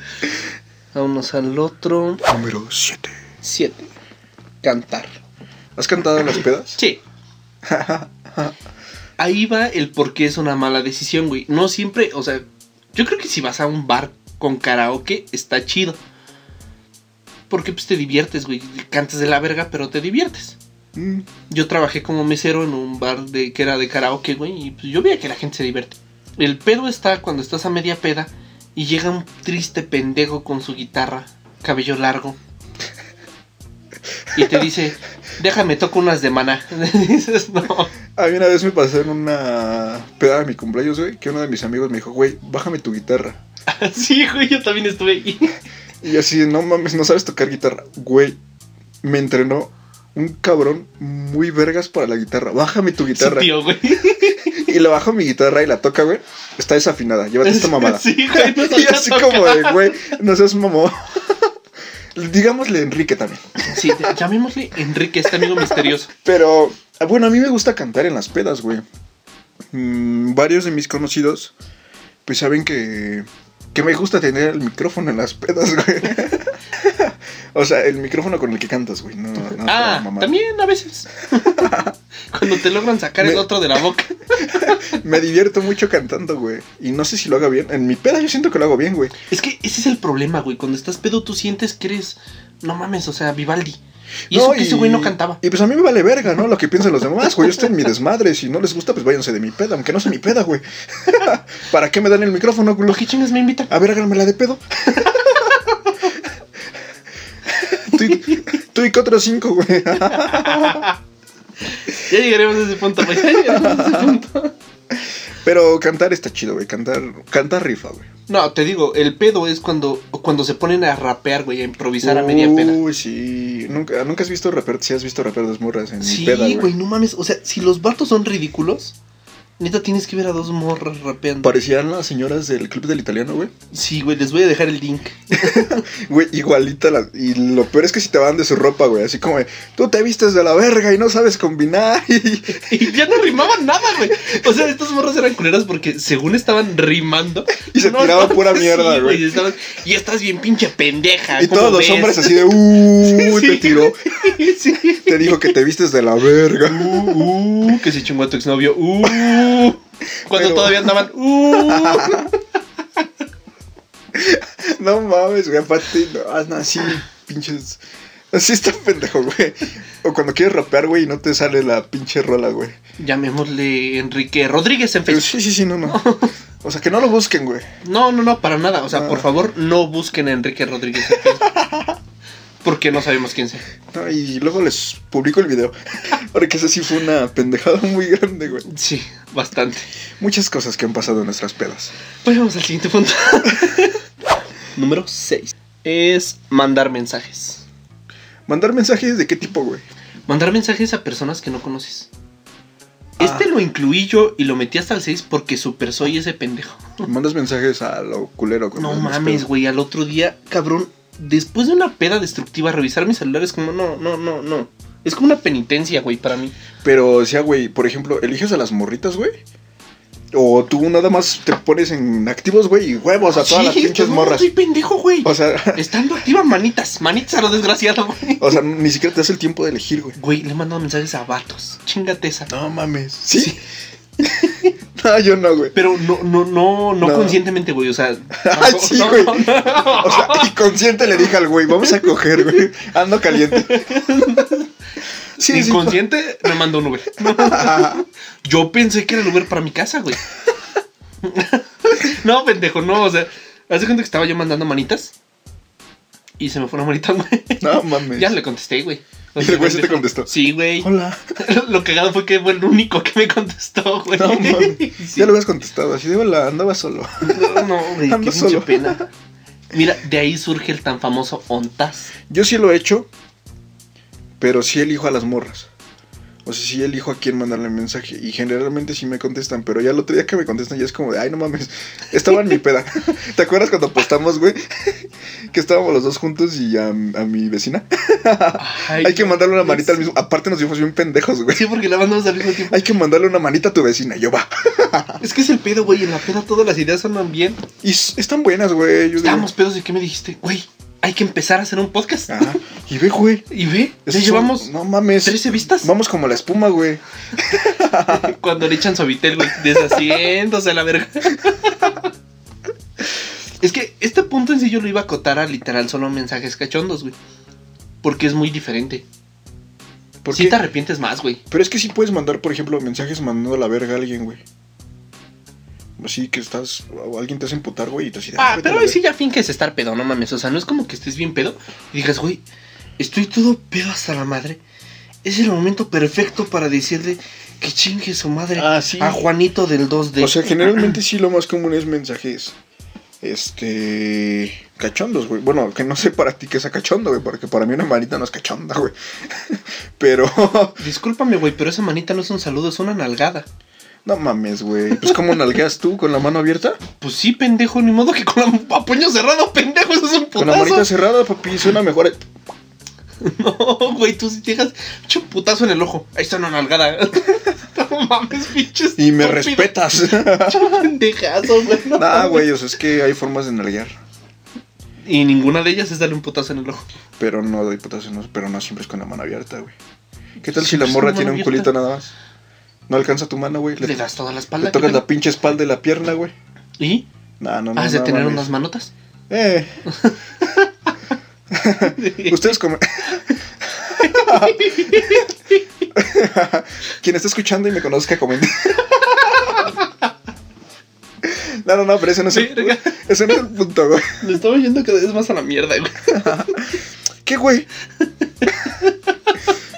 [SPEAKER 2] Vámonos al otro.
[SPEAKER 3] Número 7.
[SPEAKER 2] Siete. Cantar.
[SPEAKER 3] ¿Has cantado en las pedas?
[SPEAKER 2] Sí. Ahí va el por qué es una mala decisión, güey. No siempre, o sea, yo creo que si vas a un bar con karaoke, está chido. Porque pues te diviertes, güey. Cantas de la verga, pero te diviertes.
[SPEAKER 3] Mm,
[SPEAKER 2] Yo trabajé como mesero en un bar de, que era de karaoke, güey, y pues yo veía que la gente se divierte. El pedo está cuando estás a media peda y llega un triste pendejo con su guitarra, cabello largo, y te dice, déjame, toco unas de maná. dices, no.
[SPEAKER 3] A mí una vez me pasó en una peda de mi cumpleaños, güey, que uno de mis amigos me dijo, güey, bájame tu guitarra.
[SPEAKER 2] Sí, güey, yo también estuve ahí.
[SPEAKER 3] Y yo así, no mames, no sabes tocar guitarra. Güey, me entrenó un cabrón muy vergas para la guitarra. Bájame tu
[SPEAKER 2] Su
[SPEAKER 3] guitarra.
[SPEAKER 2] tío, güey.
[SPEAKER 3] Y le bajo mi guitarra y la toca, güey. Está desafinada, llévate esta mamada.
[SPEAKER 2] Sí, güey, no
[SPEAKER 3] y
[SPEAKER 2] sabía
[SPEAKER 3] así
[SPEAKER 2] tocar.
[SPEAKER 3] como de, güey, no seas mamón. Digámosle Enrique también.
[SPEAKER 2] Sí, llamémosle Enrique, este amigo misterioso.
[SPEAKER 3] Pero, ah, bueno, a mí me gusta cantar en las pedas, güey. Mm, varios de mis conocidos, pues saben que, que me gusta tener el micrófono en las pedas, güey. o sea, el micrófono con el que cantas, güey. No, no, otra
[SPEAKER 2] Ah,
[SPEAKER 3] mamada.
[SPEAKER 2] también a veces. Cuando te logran sacar el
[SPEAKER 3] Me-
[SPEAKER 2] otro de la boca.
[SPEAKER 3] Me divierto mucho cantando, güey. Y no sé si lo haga bien. En mi peda yo siento que lo hago bien, güey.
[SPEAKER 2] Es que ese es el problema, güey. Cuando estás pedo, tú sientes que eres. No mames, o sea, Vivaldi. Y eso que ese güey no cantaba.
[SPEAKER 3] Y pues a mí me vale verga, ¿no? Lo que piensan los demás, güey. Yo estoy en mi desmadre. Si no les gusta, pues váyanse de mi peda, aunque no sea mi peda, güey. ¿Para qué me dan el micrófono, culo?
[SPEAKER 2] ¿Por qué chingas me invitan?
[SPEAKER 3] A ver, háganmela de pedo. tú, y- tú y que otros cinco, güey.
[SPEAKER 2] Ya llegaremos a ese punto, güey. Ya llegaremos a ese punto.
[SPEAKER 3] Pero cantar está chido, güey. Cantar, cantar rifa, güey.
[SPEAKER 2] No, te digo, el pedo es cuando, cuando se ponen a rapear, güey, a improvisar a media
[SPEAKER 3] Uy,
[SPEAKER 2] peda.
[SPEAKER 3] sí. Nunca, nunca has visto raper, sí has visto raper dos morras en
[SPEAKER 2] Sí,
[SPEAKER 3] peda,
[SPEAKER 2] güey, no mames. O sea, si los vatos son ridículos, neta tienes que ver a dos morras rapeando.
[SPEAKER 3] Parecían las señoras del club del italiano, güey.
[SPEAKER 2] Sí, güey, les voy a dejar el link.
[SPEAKER 3] Güey, igualita la- Y lo peor es que si te van de su ropa, güey. Así como, de, tú te vistes de la verga y no sabes combinar. y-
[SPEAKER 2] Y ya no rimaban nada, güey. O sea, estas morras eran culeras porque según estaban rimando.
[SPEAKER 3] Y se tiraban pura mierda,
[SPEAKER 2] sí,
[SPEAKER 3] güey.
[SPEAKER 2] estaban- y estás bien pinche pendeja.
[SPEAKER 3] Y
[SPEAKER 2] Ah, ¿cómo
[SPEAKER 3] todos los
[SPEAKER 2] ves?
[SPEAKER 3] hombres así de, uh,
[SPEAKER 2] Sí,
[SPEAKER 3] te tiró.
[SPEAKER 2] sí.
[SPEAKER 3] Te dijo que te vistes de la verga.
[SPEAKER 2] Uh, uh, que se chingó a tu exnovio. Uh, cuando
[SPEAKER 3] Pero-
[SPEAKER 2] todavía andaban. Uh.
[SPEAKER 3] No mames, güey, aparte, no, ah, no, así, pinches. Así está pendejo, güey. O cuando quieres rapear, güey, y no te sale la pinche rola, güey.
[SPEAKER 2] Llamémosle Enrique Rodríguez en
[SPEAKER 3] Pero
[SPEAKER 2] Facebook.
[SPEAKER 3] sí, sí, sí, no, no. O sea, que no lo busquen, güey.
[SPEAKER 2] No, no, no, para nada. O sea,
[SPEAKER 3] No.
[SPEAKER 2] por favor, no busquen a Enrique Rodríguez en Facebook. Porque no sabemos quién sea.
[SPEAKER 3] No, y luego les publico el video. Porque eso sí fue una pendejada muy grande, güey.
[SPEAKER 2] Sí, bastante.
[SPEAKER 3] Muchas cosas que han pasado en nuestras pedas.
[SPEAKER 2] Pues vamos al siguiente punto. Número 6. Es mandar mensajes.
[SPEAKER 3] Mandar mensajes de qué tipo, güey.
[SPEAKER 2] Mandar mensajes a personas que no conoces.
[SPEAKER 3] Ah.
[SPEAKER 2] Este lo incluí yo y lo metí hasta el 6 porque super soy ese pendejo.
[SPEAKER 3] Mandas mensajes a lo culero. cuando
[SPEAKER 2] No
[SPEAKER 3] andas
[SPEAKER 2] mames,
[SPEAKER 3] pedo.
[SPEAKER 2] güey. Al otro día, cabrón, después de una peda destructiva, revisar mi celular es como, no, no, no, no. Es como una penitencia, güey, para mí.
[SPEAKER 3] Pero, o sea, güey, por ejemplo, ¿eliges a las morritas, güey? O tú nada más te pones en activos, güey, y huevos a todas las
[SPEAKER 2] Sí,
[SPEAKER 3] pinches
[SPEAKER 2] no,
[SPEAKER 3] morras.
[SPEAKER 2] soy pendejo, güey.
[SPEAKER 3] O sea,
[SPEAKER 2] Estando activa, manitas. Manitas a lo desgraciado, güey.
[SPEAKER 3] o sea, ni siquiera te das el tiempo de elegir, güey.
[SPEAKER 2] Güey, le he mandado mensajes a vatos. Chingate esa.
[SPEAKER 3] No mames. ¿Sí? no, yo no, güey.
[SPEAKER 2] Pero no, no, no, no,
[SPEAKER 3] No.
[SPEAKER 2] conscientemente, güey. O sea.
[SPEAKER 3] Ah, sí,
[SPEAKER 2] no,
[SPEAKER 3] güey.
[SPEAKER 2] no, no.
[SPEAKER 3] O sea, inconsciente le dije al güey, vamos a coger, güey. Ando caliente. Sí, Ah, sí.
[SPEAKER 2] Inconsciente me mandó un Uber. Yo pensé que era el Uber para mi casa, güey. no, pendejo, no. O sea, hace cuenta que estaba yo mandando manitas. Y se me fue una manita, güey.
[SPEAKER 3] No mames.
[SPEAKER 2] Ya le contesté, güey. O
[SPEAKER 3] ¿Y
[SPEAKER 2] sea,
[SPEAKER 3] el güey sí te
[SPEAKER 2] pendejo.
[SPEAKER 3] contestó?
[SPEAKER 2] Sí, güey.
[SPEAKER 3] Hola.
[SPEAKER 2] Lo cagado fue que fue el único que me contestó, güey.
[SPEAKER 3] No mames.
[SPEAKER 2] Sí.
[SPEAKER 3] Ya lo habías contestado. Así de hola, andaba solo.
[SPEAKER 2] No, no, güey, qué
[SPEAKER 3] Ando
[SPEAKER 2] pinche
[SPEAKER 3] solo.
[SPEAKER 2] pena. Mira, de ahí surge el tan famoso ONTAS.
[SPEAKER 3] Yo sí lo he hecho, pero sí elijo a las morras. O sea, sí elijo a quién mandarle mensaje. Y generalmente sí me contestan, pero ya el otro día que me contestan ya es como de, ay, no mames, estaba en mi peda. ¿Te acuerdas cuando apostamos, güey? que estábamos los dos juntos y a, a mi vecina.
[SPEAKER 2] Ay,
[SPEAKER 3] Hay que mandarle una manita al mismo. Aparte nos dimos bien pendejos, güey.
[SPEAKER 2] Sí, porque la mandamos al mismo tiempo.
[SPEAKER 3] Hay que mandarle una manita a tu vecina, yo va.
[SPEAKER 2] Es que es el pedo, güey. En la peda todas las ideas andan bien.
[SPEAKER 3] Y s- están buenas, güey. Yo digo,
[SPEAKER 2] Estábamos pedos y ¿qué me dijiste? Güey, hay que empezar a hacer un podcast.
[SPEAKER 3] Ajá. "Ah, Y ve, güey.
[SPEAKER 2] Y ve, ya
[SPEAKER 3] esos son-
[SPEAKER 2] llevamos
[SPEAKER 3] No mames.
[SPEAKER 2] 13 vistas.
[SPEAKER 3] Vamos como la espuma, güey.
[SPEAKER 2] Cuando le echan suavitel, güey, deshaciéndose a la verga. es que este punto en sí yo lo iba a acotar a literal solo mensajes cachondos, güey. Porque es muy diferente.
[SPEAKER 3] ¿Por
[SPEAKER 2] Si
[SPEAKER 3] qué?
[SPEAKER 2] te arrepientes más, güey.
[SPEAKER 3] Pero es que sí puedes mandar, por ejemplo, mensajes mandando a la verga a alguien, güey. Así que estás. o alguien te hace emputar, güey, y te así de,
[SPEAKER 2] Ah,
[SPEAKER 3] vete a
[SPEAKER 2] pero
[SPEAKER 3] la
[SPEAKER 2] hoy
[SPEAKER 3] verga.
[SPEAKER 2] sí ya finges estar pedo, no mames. O sea, no es como que estés bien pedo y digas, güey, estoy todo pedo hasta la madre. Es el momento perfecto para decirle que chingue su madre
[SPEAKER 3] Ah, sí.
[SPEAKER 2] a Juanito del 2D.
[SPEAKER 3] O sea, generalmente sí lo más común es mensajes. Este. Cachondos, güey. Bueno, que no sé para ti qué es a cachondo, güey, porque para mí una manita no es cachonda, güey. Pero.
[SPEAKER 2] Discúlpame, güey, pero esa manita no es un saludo, es una nalgada.
[SPEAKER 3] No mames, güey. Pues, ¿cómo nalgas tú con la mano abierta?
[SPEAKER 2] Pues sí, pendejo, ni modo que con la a puño cerrado, pendejo, eso es un
[SPEAKER 3] Con la manita
[SPEAKER 2] putazo.
[SPEAKER 3] cerrada, papi, suena mejor.
[SPEAKER 2] No, güey, tú si te dejas echa un putazo en el ojo. Ahí está una nalgada. no mames, pinches.
[SPEAKER 3] Y me respetas.
[SPEAKER 2] Pendejazo, güey. no
[SPEAKER 3] nah,
[SPEAKER 2] mames.
[SPEAKER 3] güey, o sea, es que hay formas de nalgar.
[SPEAKER 2] Y ninguna de ellas es darle un putazo en el ojo.
[SPEAKER 3] Pero no doy putazo, no- pero no siempre es con la mano abierta, güey. ¿Qué tal si
[SPEAKER 2] Siempre
[SPEAKER 3] la
[SPEAKER 2] es
[SPEAKER 3] morra
[SPEAKER 2] con la
[SPEAKER 3] tiene
[SPEAKER 2] mano
[SPEAKER 3] un
[SPEAKER 2] abierta.
[SPEAKER 3] culito nada más? No alcanza tu mano, güey. Le,
[SPEAKER 2] Le das toda la
[SPEAKER 3] le
[SPEAKER 2] espalda. ¿qué
[SPEAKER 3] tocas
[SPEAKER 2] pedo?
[SPEAKER 3] la pinche espalda y la pierna, güey.
[SPEAKER 2] ¿Y?
[SPEAKER 3] Nah, no, no.
[SPEAKER 2] ¿Has de
[SPEAKER 3] no
[SPEAKER 2] tener
[SPEAKER 3] mames.
[SPEAKER 2] unas manotas?
[SPEAKER 3] Eh, ustedes comen. Quien está escuchando y me conozca, comente. No, no, no, pero ese no es el,
[SPEAKER 2] Verga.
[SPEAKER 3] ese no es el punto, güey.
[SPEAKER 2] Lo estaba yendo cada vez más a la mierda, güey.
[SPEAKER 3] ¿Qué, güey?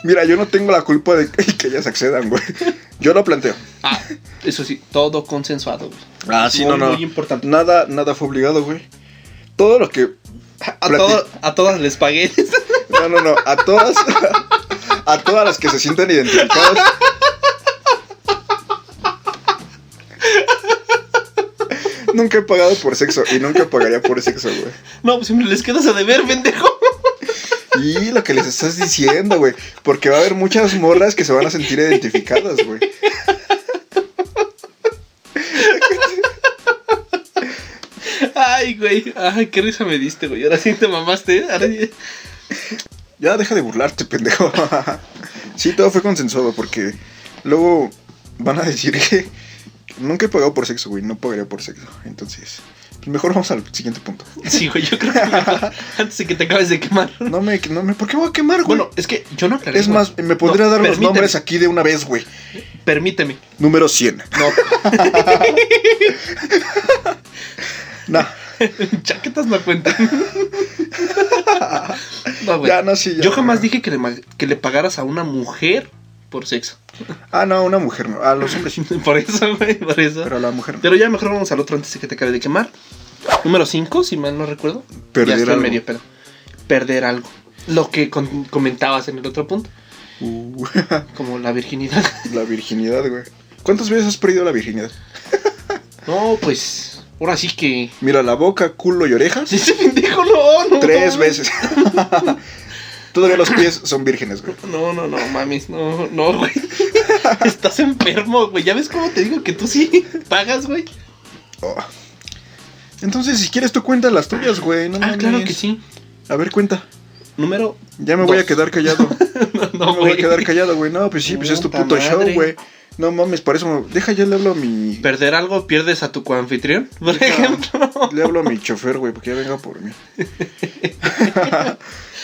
[SPEAKER 3] Mira, yo no tengo la culpa de que que ellas accedan, güey. Yo lo planteo.
[SPEAKER 2] Ah, eso sí, todo consensuado, güey.
[SPEAKER 3] Ah,
[SPEAKER 2] sí, no, no. Muy importante.
[SPEAKER 3] Nada, nada fue obligado, güey. Todo lo que.
[SPEAKER 2] A,
[SPEAKER 3] plati-
[SPEAKER 2] todo- a todas les pagué.
[SPEAKER 3] No, no, no. A todas. A todas las que se sientan identificadas. Nunca he pagado por sexo y nunca pagaría por sexo, güey.
[SPEAKER 2] No, pues siempre les quedas a deber, pendejo.
[SPEAKER 3] Y lo que les estás diciendo, güey. Porque va a haber muchas morras que se van a sentir identificadas, güey.
[SPEAKER 2] Ay, güey. Ay, qué risa me diste, güey. Ahora sí te mamaste. ¿eh? Ahora sí.
[SPEAKER 3] Ya deja de burlarte, pendejo. sí, todo fue consensuado porque luego van a decir que nunca he pagado por sexo, güey. No pagaría por sexo. Entonces, pues mejor vamos al siguiente punto.
[SPEAKER 2] Sí, güey, yo creo que mejor, antes de que te acabes de quemar.
[SPEAKER 3] No me, no me, ¿por qué voy a quemar, güey?
[SPEAKER 2] Bueno, es que yo no aclaré.
[SPEAKER 3] es
[SPEAKER 2] güey.
[SPEAKER 3] más, me podría
[SPEAKER 2] No,
[SPEAKER 3] dar los
[SPEAKER 2] permíteme,
[SPEAKER 3] nombres aquí de una vez, güey.
[SPEAKER 2] Permíteme.
[SPEAKER 3] Número 100.
[SPEAKER 2] No,
[SPEAKER 3] No,
[SPEAKER 2] chaquetas no cuentan. no, güey.
[SPEAKER 3] ya no, sí. ya.
[SPEAKER 2] yo jamás dije que le, ma- que le pagaras a una mujer por sexo.
[SPEAKER 3] Ah, no, una mujer no. A los hombres sí.
[SPEAKER 2] Por eso, güey, por eso.
[SPEAKER 3] Pero a la mujer no.
[SPEAKER 2] Pero ya mejor vamos al otro antes de que te acabe de quemar. Número 5, si mal no recuerdo.
[SPEAKER 3] Perder
[SPEAKER 2] ya estoy en
[SPEAKER 3] algo.
[SPEAKER 2] medio, pero perder algo. Lo que con- comentabas en el otro punto,
[SPEAKER 3] Uh,
[SPEAKER 2] como la virginidad.
[SPEAKER 3] la virginidad, güey. ¿Cuántas veces has perdido la virginidad?
[SPEAKER 2] No, pues ahora sí que.
[SPEAKER 3] Mira, la boca, culo y orejas.
[SPEAKER 2] Sí, ese pendejo no, no.
[SPEAKER 3] Tres
[SPEAKER 2] no,
[SPEAKER 3] veces. Todavía los pies son vírgenes, güey.
[SPEAKER 2] No, no, no, mames, no, no, güey. Estás enfermo, güey. ¿Ya ves cómo te digo que tú sí pagas, güey?
[SPEAKER 3] Oh. Entonces, si quieres, tú cuentas las tuyas, güey. No
[SPEAKER 2] Ah,
[SPEAKER 3] mames.
[SPEAKER 2] claro que sí.
[SPEAKER 3] A ver, cuenta.
[SPEAKER 2] Número.
[SPEAKER 3] Ya me voy a
[SPEAKER 2] Dos.
[SPEAKER 3] quedar callado.
[SPEAKER 2] No,
[SPEAKER 3] No me voy a
[SPEAKER 2] güey.
[SPEAKER 3] quedar callado, güey. No, pues sí, pues es tu
[SPEAKER 2] Puta
[SPEAKER 3] puto
[SPEAKER 2] madre.
[SPEAKER 3] show, güey. No mames, para eso. me- Deja, ya le hablo a mi.
[SPEAKER 2] Perder algo, pierdes a tu coanfitrión, por ejemplo.
[SPEAKER 3] Le hablo a mi chofer, güey, porque ya venga por mí.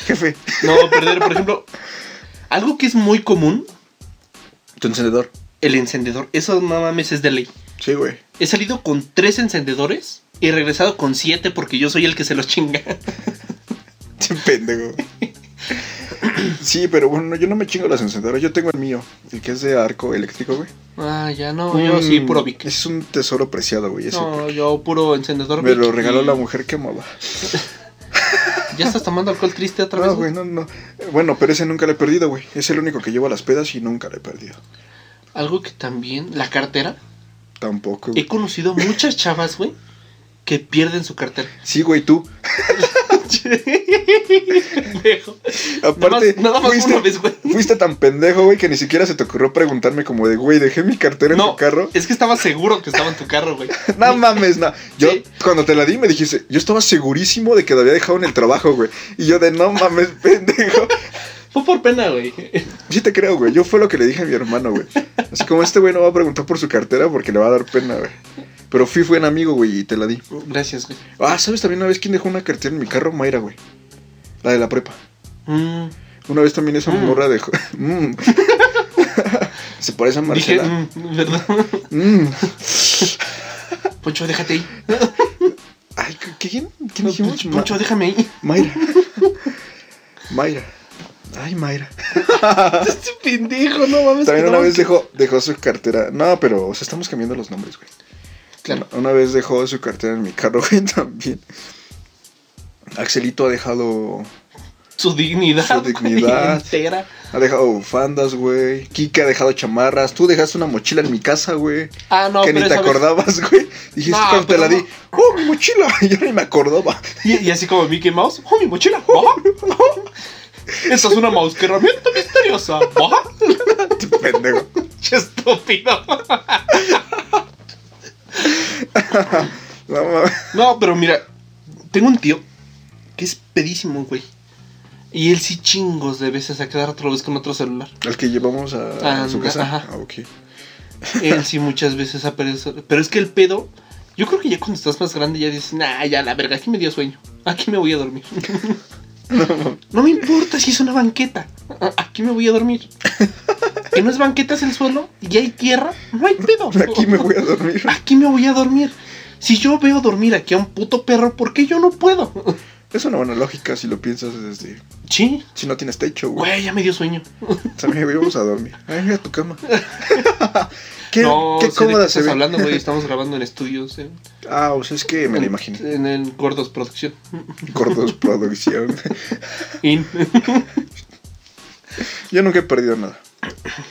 [SPEAKER 3] Jefe,
[SPEAKER 2] No, perder, por ejemplo, algo que es muy común,
[SPEAKER 3] tu encendedor.
[SPEAKER 2] el encendedor. Eso no mames es de ley.
[SPEAKER 3] Sí, güey.
[SPEAKER 2] He salido con tres encendedores y he regresado con siete porque yo soy el que se los chinga.
[SPEAKER 3] Sí, pendejo. Sí, pero bueno, yo no me chingo las encendedoras. Yo tengo el mío, el que es de arco eléctrico, güey.
[SPEAKER 2] Ah, ya no, yo sí,
[SPEAKER 3] Mm,
[SPEAKER 2] puro Vic.
[SPEAKER 3] Es un tesoro preciado, güey. ese.
[SPEAKER 2] No, yo puro encendedor
[SPEAKER 3] me
[SPEAKER 2] Vic
[SPEAKER 3] lo regaló
[SPEAKER 2] y-
[SPEAKER 3] la mujer que amaba.
[SPEAKER 2] ¿Ya estás tomando alcohol triste otra vez?
[SPEAKER 3] No,
[SPEAKER 2] güey?
[SPEAKER 3] güey, no, no. Eh, Bueno, pero ese nunca lo he perdido, güey. Es el único que llevo a las pedas y nunca lo he perdido.
[SPEAKER 2] Algo que también, la cartera.
[SPEAKER 3] Tampoco,
[SPEAKER 2] He
[SPEAKER 3] güey.
[SPEAKER 2] conocido muchas chavas, güey, que pierden su cartera.
[SPEAKER 3] Sí, güey, tú.
[SPEAKER 2] Pendejo.
[SPEAKER 3] Aparte,
[SPEAKER 2] nada más, nada más
[SPEAKER 3] fuiste,
[SPEAKER 2] una vez, güey.
[SPEAKER 3] fuiste tan pendejo, güey, que ni siquiera se te ocurrió preguntarme como de, güey, dejé mi cartera en
[SPEAKER 2] No,
[SPEAKER 3] tu carro.
[SPEAKER 2] es que estaba seguro que estaba en tu carro, güey.
[SPEAKER 3] No mames, no. Yo
[SPEAKER 2] Sí.
[SPEAKER 3] cuando te la di me dijiste, yo estaba segurísimo de que la había dejado en el trabajo, güey. Y yo de, no mames, pendejo.
[SPEAKER 2] Fue por pena, güey.
[SPEAKER 3] Sí te creo, güey. Yo fue lo que le dije a mi hermano, güey. Así como este güey no va a preguntar por su cartera porque le va a dar pena, güey. Pero fui buen amigo, güey, y te la di.
[SPEAKER 2] Gracias, güey.
[SPEAKER 3] Ah, ¿sabes también una vez quién dejó una cartera en mi carro? Mayra, güey. La de la prepa.
[SPEAKER 2] Mm,
[SPEAKER 3] Una vez también esa
[SPEAKER 2] Mm.
[SPEAKER 3] morra dejó... Mm. Se parece a
[SPEAKER 2] dije,
[SPEAKER 3] Marcela.
[SPEAKER 2] mm, ¿verdad?
[SPEAKER 3] Mm.
[SPEAKER 2] Poncho, déjate ahí.
[SPEAKER 3] Ay, ¿qué- ¿quién? ¿Quién
[SPEAKER 2] No, pues,
[SPEAKER 3] dijimos?
[SPEAKER 2] Poncho, Poncho, déjame ahí.
[SPEAKER 3] Ma- Mayra. Mayra. Ay, Mayra.
[SPEAKER 2] Este pendejo, no mames.
[SPEAKER 3] También
[SPEAKER 2] que
[SPEAKER 3] una
[SPEAKER 2] no-
[SPEAKER 3] vez dejó, dejó su cartera. No, pero o sea, estamos cambiando los nombres, güey.
[SPEAKER 2] Claro.
[SPEAKER 3] Una vez dejó su cartera en mi carro, güey, también. Axelito ha dejado.
[SPEAKER 2] Su dignidad.
[SPEAKER 3] Su
[SPEAKER 2] güey,
[SPEAKER 3] dignidad.
[SPEAKER 2] entera.
[SPEAKER 3] Ha dejado bufandas, güey. Kika ha dejado chamarras. Tú dejaste una mochila en mi casa, güey.
[SPEAKER 2] Ah, no,
[SPEAKER 3] que
[SPEAKER 2] pero
[SPEAKER 3] ni te
[SPEAKER 2] esa vez-
[SPEAKER 3] acordabas, güey. Dijiste
[SPEAKER 2] No,
[SPEAKER 3] cuando te
[SPEAKER 2] pero
[SPEAKER 3] la di.
[SPEAKER 2] no.
[SPEAKER 3] ¡Oh, mi mochila! Yo ni me acordaba.
[SPEAKER 2] Y, y así como Mickey Mouse, ¡oh, mi mochila! Esa es una mouse que herramienta misteriosa. ¡Baja!
[SPEAKER 3] Este pendejo.
[SPEAKER 2] ¡Qué estúpido!
[SPEAKER 3] No mames.
[SPEAKER 2] No, pero mira, tengo un tío que es pedísimo, güey. Y él sí chingos de veces a quedar otra vez con otro celular.
[SPEAKER 3] El que llevamos a, a su
[SPEAKER 2] Ah,
[SPEAKER 3] casa.
[SPEAKER 2] ajá.
[SPEAKER 3] Ah, ok.
[SPEAKER 2] Él sí muchas veces ha perdido. Pero es que el pedo, yo creo que ya cuando estás más grande ya dices, nah, ya la verga, aquí me dio sueño. Aquí me voy a dormir. No me importa si es una banqueta. aquí me voy a dormir. Que no es banqueta, es el suelo y hay tierra, no hay pedo.
[SPEAKER 3] Aquí me voy a dormir.
[SPEAKER 2] Aquí me voy a dormir. Si yo veo dormir aquí a un puto perro, ¿por qué yo no puedo?
[SPEAKER 3] Es una buena lógica si lo piensas desde.
[SPEAKER 2] Sí,
[SPEAKER 3] Si no tienes techo, güey.
[SPEAKER 2] güey, ya me dio sueño.
[SPEAKER 3] También, güey, vamos a dormir. Ay, mira tu cama. qué
[SPEAKER 2] no,
[SPEAKER 3] qué
[SPEAKER 2] sé de qué
[SPEAKER 3] cómoda se
[SPEAKER 2] estás
[SPEAKER 3] ve.
[SPEAKER 2] hablando, güey, estamos grabando en estudios. en-
[SPEAKER 3] Ah, o sea, es que me la imaginé.
[SPEAKER 2] En el Gordos Producción.
[SPEAKER 3] Gordos producción.
[SPEAKER 2] In.
[SPEAKER 3] Yo nunca he perdido nada.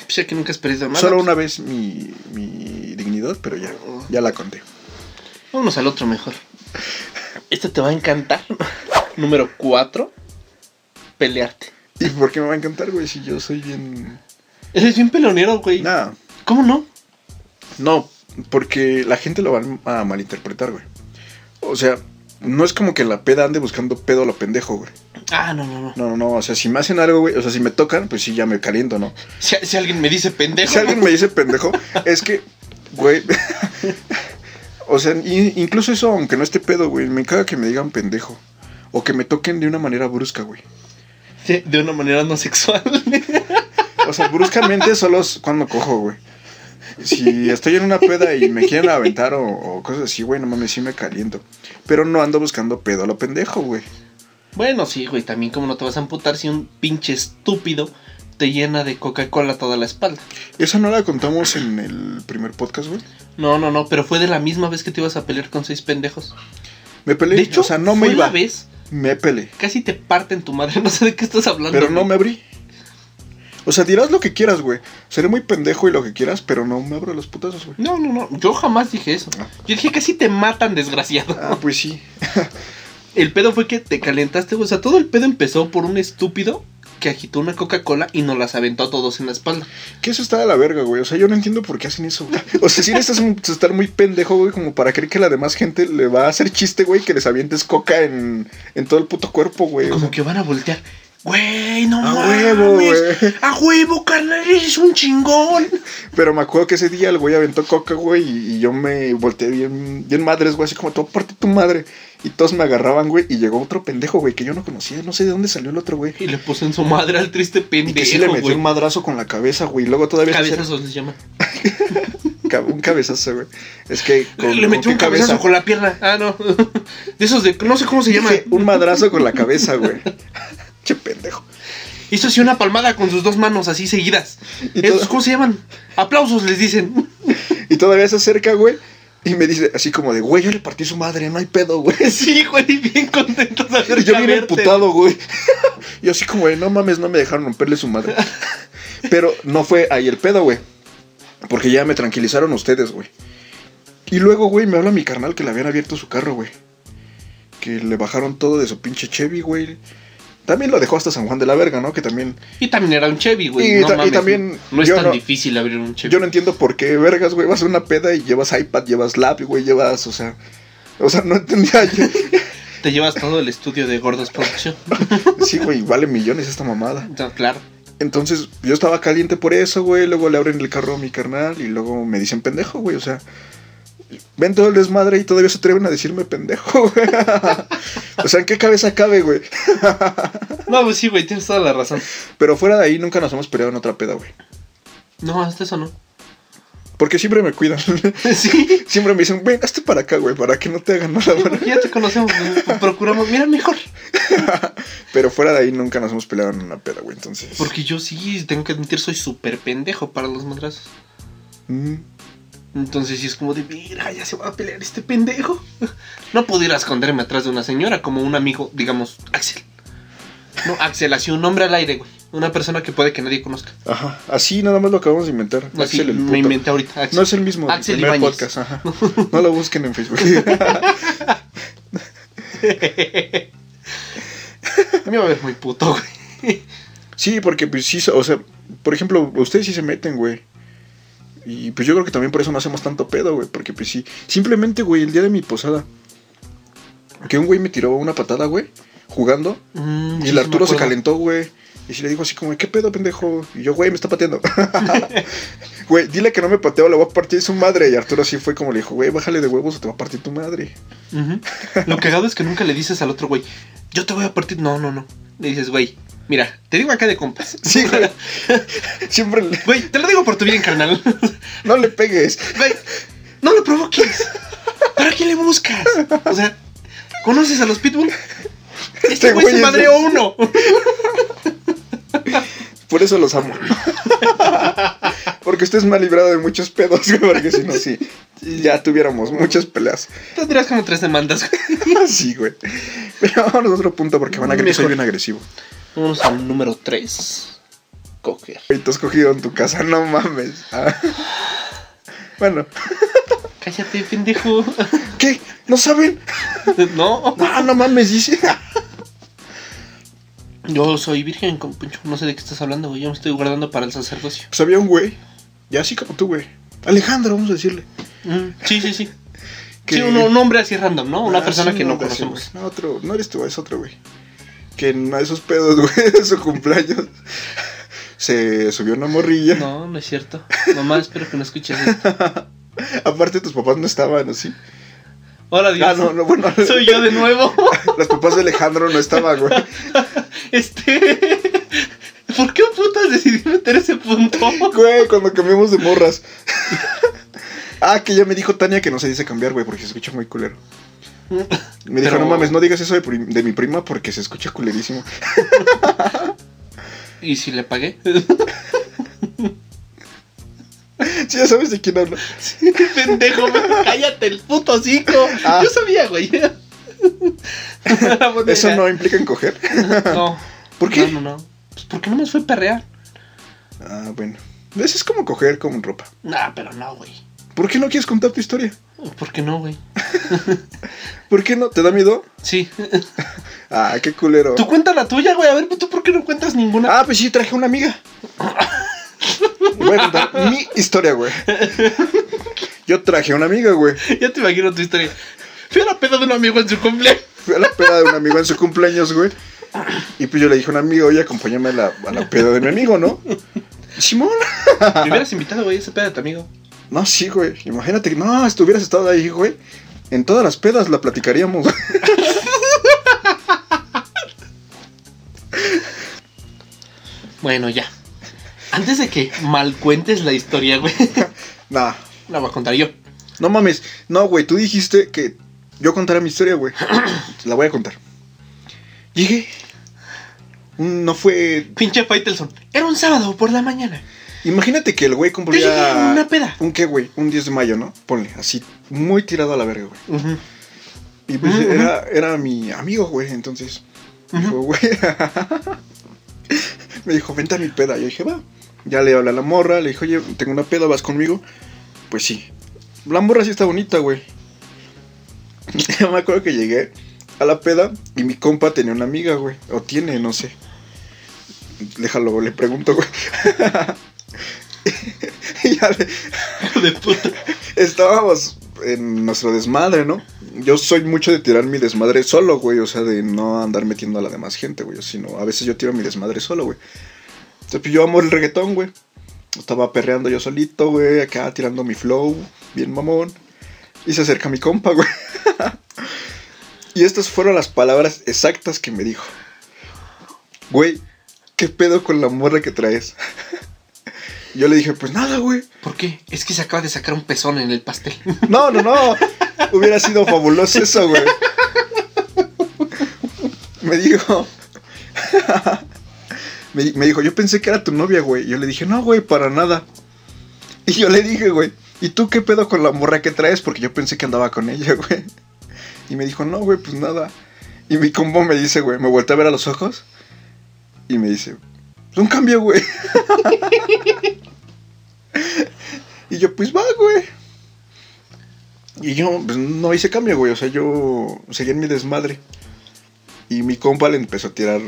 [SPEAKER 2] Sé Pues que nunca has perdido nada.
[SPEAKER 3] Solo una vez mi, mi dignidad, pero ya, ya la conté.
[SPEAKER 2] Vámonos al otro mejor. Este te va a encantar. Número 4. Pelearte.
[SPEAKER 3] ¿Y por qué me va a encantar, güey? Si yo soy bien.
[SPEAKER 2] Eres bien peleonero, güey.
[SPEAKER 3] Nada.
[SPEAKER 2] ¿Cómo no?
[SPEAKER 3] No, porque la gente lo va a malinterpretar, güey. O sea, no es como que la peda ande buscando pedo a lo pendejo, güey.
[SPEAKER 2] Ah, no, no, no.
[SPEAKER 3] No, no, no. O sea, si me hacen algo, güey. O sea, si me tocan, pues sí, ya me caliento, ¿no?
[SPEAKER 2] Si, si alguien me dice pendejo.
[SPEAKER 3] Si alguien me dice pendejo, es que, güey. o sea, i- incluso eso, aunque no esté pedo, güey, me caga que me digan pendejo. O que me toquen de una manera brusca, güey.
[SPEAKER 2] De, de una manera no sexual.
[SPEAKER 3] O sea, bruscamente solo es cuando cojo, güey. Si estoy en una peda y me quieren aventar o, o cosas así, güey, no mames, sí me caliento. Pero no ando buscando pedo a lo pendejo, güey.
[SPEAKER 2] bueno, sí, güey. También, ¿cómo no te vas a amputar si un pinche estúpido te llena de Coca-Cola toda la espalda?
[SPEAKER 3] Eso no la contamos en el primer podcast, güey.
[SPEAKER 2] No, no, no. Pero fue de la misma vez que te ibas a pelear con seis pendejos.
[SPEAKER 3] Me peleé,
[SPEAKER 2] De hecho,
[SPEAKER 3] o sea, no me
[SPEAKER 2] fue
[SPEAKER 3] iba.
[SPEAKER 2] la vez.
[SPEAKER 3] Me peleé.
[SPEAKER 2] Casi te parten tu madre. No sé de qué estás hablando.
[SPEAKER 3] Pero no
[SPEAKER 2] güey.
[SPEAKER 3] me abrí. O sea, dirás lo que quieras, güey. Seré muy pendejo y lo que quieras, pero no me abro a los putazos, güey.
[SPEAKER 2] No, no, no. Yo jamás dije eso. Yo dije casi te matan, desgraciado.
[SPEAKER 3] Ah, pues sí.
[SPEAKER 2] El pedo fue que te calentaste, güey. O sea, todo el pedo empezó por un estúpido que agitó una Coca-Cola y nos las aventó a todos en la espalda.
[SPEAKER 3] Que eso está de la verga, güey. O sea, yo no entiendo por qué hacen eso, güey. O sea, si necesitas un- estar muy pendejo, güey, como para creer que la demás gente le va a hacer chiste, güey, que les avientes coca en, en todo el puto cuerpo, güey. O sea,
[SPEAKER 2] Como que van a voltear. Güey, no
[SPEAKER 3] A
[SPEAKER 2] mames.
[SPEAKER 3] huevo, güey.
[SPEAKER 2] A huevo, carnal, eres un chingón.
[SPEAKER 3] Pero me acuerdo que ese día el güey aventó coca, güey, y, y yo me volteé bien, bien madres, güey, así como todo parte tu madre. Y todos me agarraban, güey, y llegó otro pendejo, güey, que yo no conocía. No sé de dónde salió el otro, güey.
[SPEAKER 2] Y le puso en su madre al triste
[SPEAKER 3] Y que sí le
[SPEAKER 2] pendejo,
[SPEAKER 3] metió
[SPEAKER 2] güey.
[SPEAKER 3] un madrazo con la cabeza, güey. Y luego todavía se hacía-
[SPEAKER 2] Cabezazos se llama.
[SPEAKER 3] Cab- un cabezazo, güey. Es que con,
[SPEAKER 2] le
[SPEAKER 3] con
[SPEAKER 2] metió
[SPEAKER 3] qué
[SPEAKER 2] un cabezazo con la pierna. Ah, no. De esos de. No sé cómo se llama.
[SPEAKER 3] Dije, un madrazo con la cabeza, güey. che pendejo.
[SPEAKER 2] Hizo así una palmada con sus dos manos así seguidas.
[SPEAKER 3] Y
[SPEAKER 2] Esos,
[SPEAKER 3] todo-
[SPEAKER 2] ¿Cómo se llaman? Aplausos les dicen.
[SPEAKER 3] Y todavía se acerca, güey. Y me dice así como de, güey, yo le partí su madre, no hay pedo, güey.
[SPEAKER 2] Sí, güey, bien contentos de haber
[SPEAKER 3] Y yo bien emputado, güey. Y así como de, no mames, no me dejaron romperle su madre. Pero no fue ahí el pedo, güey. Porque ya me tranquilizaron ustedes, güey. Y luego, güey, me habla mi carnal que le habían abierto su carro, güey. Que le bajaron todo de su pinche Chevy, güey. También lo dejó hasta San Juan de la Verga, ¿no? Que también
[SPEAKER 2] Y también era un Chevy, güey.
[SPEAKER 3] Y
[SPEAKER 2] no
[SPEAKER 3] ta- y
[SPEAKER 2] mames,
[SPEAKER 3] también
[SPEAKER 2] No es
[SPEAKER 3] yo
[SPEAKER 2] tan
[SPEAKER 3] no-
[SPEAKER 2] difícil abrir un Chevy.
[SPEAKER 3] Yo no entiendo por qué, vergas, güey, vas a una peda y llevas iPad, llevas lap, güey, llevas, o sea, o sea, no entendía. yo.
[SPEAKER 2] Te llevas todo el estudio de Gordos Producción.
[SPEAKER 3] sí, güey, vale millones esta mamada.
[SPEAKER 2] No, claro.
[SPEAKER 3] Entonces, yo estaba caliente por eso, güey, luego le abren el carro a mi carnal y luego me dicen pendejo, güey, o sea, ven todo el desmadre y todavía se atreven a decirme pendejo, güey. o sea, ¿en qué cabeza cabe, güey?
[SPEAKER 2] No, pues sí, güey, tienes toda la razón.
[SPEAKER 3] Pero fuera de ahí nunca nos hemos peleado en otra peda, güey.
[SPEAKER 2] No, hasta eso no.
[SPEAKER 3] Porque siempre me cuidan.
[SPEAKER 2] Sí.
[SPEAKER 3] siempre me dicen, ven, hazte para acá, güey, para que no te hagan nada, güey.
[SPEAKER 2] porque Ya te conocemos, güey, procuramos. Mira, mejor.
[SPEAKER 3] Pero fuera de ahí nunca nos hemos peleado en una peda, güey, entonces.
[SPEAKER 2] Porque yo sí, tengo que admitir, soy súper pendejo para los madrazos.
[SPEAKER 3] Mm.
[SPEAKER 2] Entonces sí es como de, mira, ya se va a pelear este pendejo. No pudiera esconderme atrás de una señora como un amigo, digamos, Axel. No, Axel, así un hombre al aire, güey. Una persona que puede que nadie conozca.
[SPEAKER 3] Ajá. Así nada más lo acabamos de inventar.
[SPEAKER 2] Así,
[SPEAKER 3] Axel el puto.
[SPEAKER 2] me inventé ahorita. Axel.
[SPEAKER 3] No es el mismo del
[SPEAKER 2] Axel
[SPEAKER 3] primer
[SPEAKER 2] Ibáñez.
[SPEAKER 3] podcast. Ajá. No lo busquen en Facebook.
[SPEAKER 2] A mí me va a ver muy puto, güey.
[SPEAKER 3] sí, porque pues sí, o sea, por ejemplo, ustedes sí se meten, güey. Y pues yo creo que también por eso no hacemos tanto pedo, güey. Porque pues sí. Simplemente, güey, el día de mi posada. Que un güey me tiró una patada, güey. Jugando.
[SPEAKER 2] Mm,
[SPEAKER 3] Y
[SPEAKER 2] sí,
[SPEAKER 3] el
[SPEAKER 2] sí
[SPEAKER 3] Arturo
[SPEAKER 2] me
[SPEAKER 3] se
[SPEAKER 2] acuerdo.
[SPEAKER 3] calentó, güey. Y si le digo así como, ¿qué pedo, pendejo? Y yo, güey, me está pateando. Güey, dile que no me pateo, le voy a partir su madre. Y Arturo así fue como le dijo, güey, bájale de huevos o te va a partir tu madre.
[SPEAKER 2] Ujú. Lo cagado es que nunca le dices al otro güey, yo te voy a partir. No, no, no. Le dices, güey, Mira, te digo acá de compas.
[SPEAKER 3] Sí, güey. Siempre le-
[SPEAKER 2] Güey, te lo digo por tu bien, carnal.
[SPEAKER 3] no le pegues.
[SPEAKER 2] Güey, no lo provoques. ¿Para qué le buscas? O sea, ¿conoces a los Pitbull? Este
[SPEAKER 3] Este
[SPEAKER 2] güey se
[SPEAKER 3] güey es-
[SPEAKER 2] madreó uno.
[SPEAKER 3] Por eso los amo. Porque usted es más librado de muchos pedos, güey. Porque si no, sí. Ya tuviéramos muchas peleas.
[SPEAKER 2] Tendrías como tres demandas. güey.
[SPEAKER 3] Sí, güey. Pero vamos a otro punto porque van a agre-
[SPEAKER 2] Mejor.
[SPEAKER 3] soy bien agresivo.
[SPEAKER 2] Vamos al número tres. Cocker.
[SPEAKER 3] Güey, te has cogido en tu casa, no mames. Ah. Bueno,
[SPEAKER 2] Cállate, pendejo.
[SPEAKER 3] ¿qué? ¿No saben? Ah,
[SPEAKER 2] No.
[SPEAKER 3] No, no mames, dice.
[SPEAKER 2] Yo soy virgen, compuncho. No sé de qué estás hablando, güey. Yo me estoy guardando para el sacerdocio.
[SPEAKER 3] Pues había un güey, ya así como tú, güey. Alejandro, vamos a decirle.
[SPEAKER 2] Mm, Sí, sí, sí.
[SPEAKER 3] Que-
[SPEAKER 2] Sí, uno- un hombre así random, ¿no? Oh, Una
[SPEAKER 3] Ah,
[SPEAKER 2] persona
[SPEAKER 3] sí,
[SPEAKER 2] que no
[SPEAKER 3] te hacemos.
[SPEAKER 2] conocemos.
[SPEAKER 3] No, otro, no eres tú, es otro, güey. Que en uno de esos pedos, güey, de su cumpleaños, se subió una morrilla.
[SPEAKER 2] No, no es cierto. Mamá, espero que no escuches esto.
[SPEAKER 3] Aparte, tus papás no estaban así.
[SPEAKER 2] Hola, Dios.
[SPEAKER 3] Ah, no, no, bueno.
[SPEAKER 2] Soy yo de nuevo.
[SPEAKER 3] Los papás de Alejandro no estaban, güey.
[SPEAKER 2] Este. ¿Por qué putas decidí meter ese punto?
[SPEAKER 3] Güey, cuando cambiamos de morras. ah, que ya me dijo Tania que no se dice cambiar, güey, porque se escucha muy culero. Me dijo,
[SPEAKER 2] Pero-
[SPEAKER 3] no mames, no digas eso de, prim- de mi prima porque se escucha culerísimo.
[SPEAKER 2] ¿Y si le pagué?
[SPEAKER 3] Sí, ya sabes de quién hablo.
[SPEAKER 2] Este Pendejo, cállate el puto hocico.
[SPEAKER 3] Ah.
[SPEAKER 2] Yo sabía, güey. La moneda.
[SPEAKER 3] Eso no implica encoger.
[SPEAKER 2] No.
[SPEAKER 3] ¿Por qué?
[SPEAKER 2] No, no, no. Pues porque no me fue perrear.
[SPEAKER 3] Ah, bueno. Eso es como coger con ropa.
[SPEAKER 2] Nah, pero no, güey.
[SPEAKER 3] ¿Por qué no quieres contar tu historia?
[SPEAKER 2] ¿Por qué no, güey?
[SPEAKER 3] ¿Por qué no? ¿Te da miedo?
[SPEAKER 2] Sí.
[SPEAKER 3] Ah, qué culero.
[SPEAKER 2] Tú cuenta la tuya, güey. A ver, ¿tú por qué no cuentas ninguna?
[SPEAKER 3] Ah, pues sí, traje una amiga. Voy a contar mi historia, güey. Yo traje una amiga, güey.
[SPEAKER 2] Ya te imagino tu historia. Fui a la peda de un amigo en su cumpleaños.
[SPEAKER 3] Fui a la peda de un amigo en su cumpleaños, güey. Y pues yo le dije a un amigo, oye, acompáñame a la, a la peda de mi amigo, ¿no? Simón.
[SPEAKER 2] Me hubieras invitado, güey, a esa peda de tu amigo.
[SPEAKER 3] No, sí, güey. Imagínate que no, estuvieras estado ahí, güey. En todas las pedas la platicaríamos.
[SPEAKER 2] Bueno, ya. Antes de que mal cuentes la historia, güey,
[SPEAKER 3] nah.
[SPEAKER 2] la voy a contar yo.
[SPEAKER 3] No mames. No, güey. Tú dijiste que yo contara mi historia, güey. la voy a contar. Llegué. Mm, No fue.
[SPEAKER 2] Pinche Faitelson. Era un sábado por la mañana.
[SPEAKER 3] Imagínate que el güey cumplía.
[SPEAKER 2] Yo llegué en una peda.
[SPEAKER 3] ¿Un qué, güey? Un 10 de mayo, ¿no? Ponle, así. Muy tirado a la verga, güey.
[SPEAKER 2] Ujú,
[SPEAKER 3] Y pues,
[SPEAKER 2] Ujú, ujú.
[SPEAKER 3] era, era mi amigo, güey, entonces. Me dijo, güey. me dijo, vente a mi peda. Yo dije, va. Ya le hablé a la morra, le dije, oye, tengo una peda, ¿vas conmigo? Pues sí. La morra sí está bonita, güey. Yo me acuerdo que llegué a la peda y mi compa tenía una amiga, güey. O tiene, no sé. Déjalo, le pregunto, güey. y ya le,
[SPEAKER 2] hijo de puta.
[SPEAKER 3] estábamos en nuestro desmadre, ¿no? Yo soy mucho de tirar mi desmadre solo, güey. O sea, de no andar metiendo a la demás gente, güey. Sino a veces yo tiro mi desmadre solo, güey. Entonces, pues, yo amo el reggaetón, güey. Estaba perreando yo solito, güey. Acá tirando mi flow, bien mamón. Y se acerca mi compa, güey. y estas fueron las palabras exactas que me dijo. Güey, ¿qué pedo con la morra que traes? yo le dije, pues nada, güey.
[SPEAKER 2] ¿Por qué? Es que se acaba de sacar un pezón en el pastel.
[SPEAKER 3] No, no, no. Hubiera sido fabuloso eso, güey. Me dijo. Me, di- me dijo, yo pensé que era tu novia, güey. Yo le dije, no, güey, para nada. Y yo le dije, güey, ¿y tú qué pedo con la morra que traes? Porque yo pensé que andaba con ella, güey. Y me dijo, no, güey, pues nada. Y mi combo me dice, güey, me volteé a ver a los ojos. Y me dice, es un cambio, güey. y yo, pues va, güey. Y yo pues, no hice cambio, güey. O sea, yo seguí en mi desmadre. Y mi compa le empezó a tirar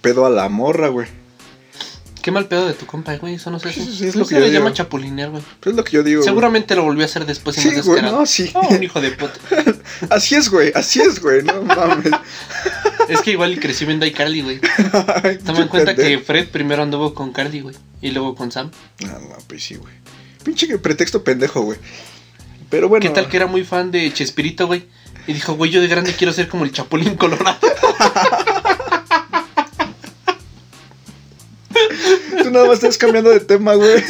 [SPEAKER 3] pedo a la morra, güey.
[SPEAKER 2] Qué mal pedo de tu compa, güey. Eso no se hace.
[SPEAKER 3] Sí, sí, es
[SPEAKER 2] Eso
[SPEAKER 3] lo que
[SPEAKER 2] se
[SPEAKER 3] yo
[SPEAKER 2] le llama
[SPEAKER 3] digo.
[SPEAKER 2] chapulinear, güey.
[SPEAKER 3] Pues es lo que yo digo. güey.
[SPEAKER 2] Seguramente lo volvió a hacer después y
[SPEAKER 3] Sí,
[SPEAKER 2] más
[SPEAKER 3] güey,
[SPEAKER 2] descarado.
[SPEAKER 3] no, sí.
[SPEAKER 2] Oh, un hijo de puta.
[SPEAKER 3] Así es, güey. Así es, güey. No mames.
[SPEAKER 2] Es que igual crecí viendo a Carly, güey. Toma en cuenta que Fred primero anduvo con Carly, güey. Y luego con Sam.
[SPEAKER 3] No, no, pues sí, güey. Pinche que pretexto pendejo, güey. Pero bueno.
[SPEAKER 2] ¿Qué tal que era muy fan de Chespirito, güey? Y dijo, güey, yo de grande quiero ser como el Chapulín Colorado.
[SPEAKER 3] tú nada más estás cambiando de tema, güey.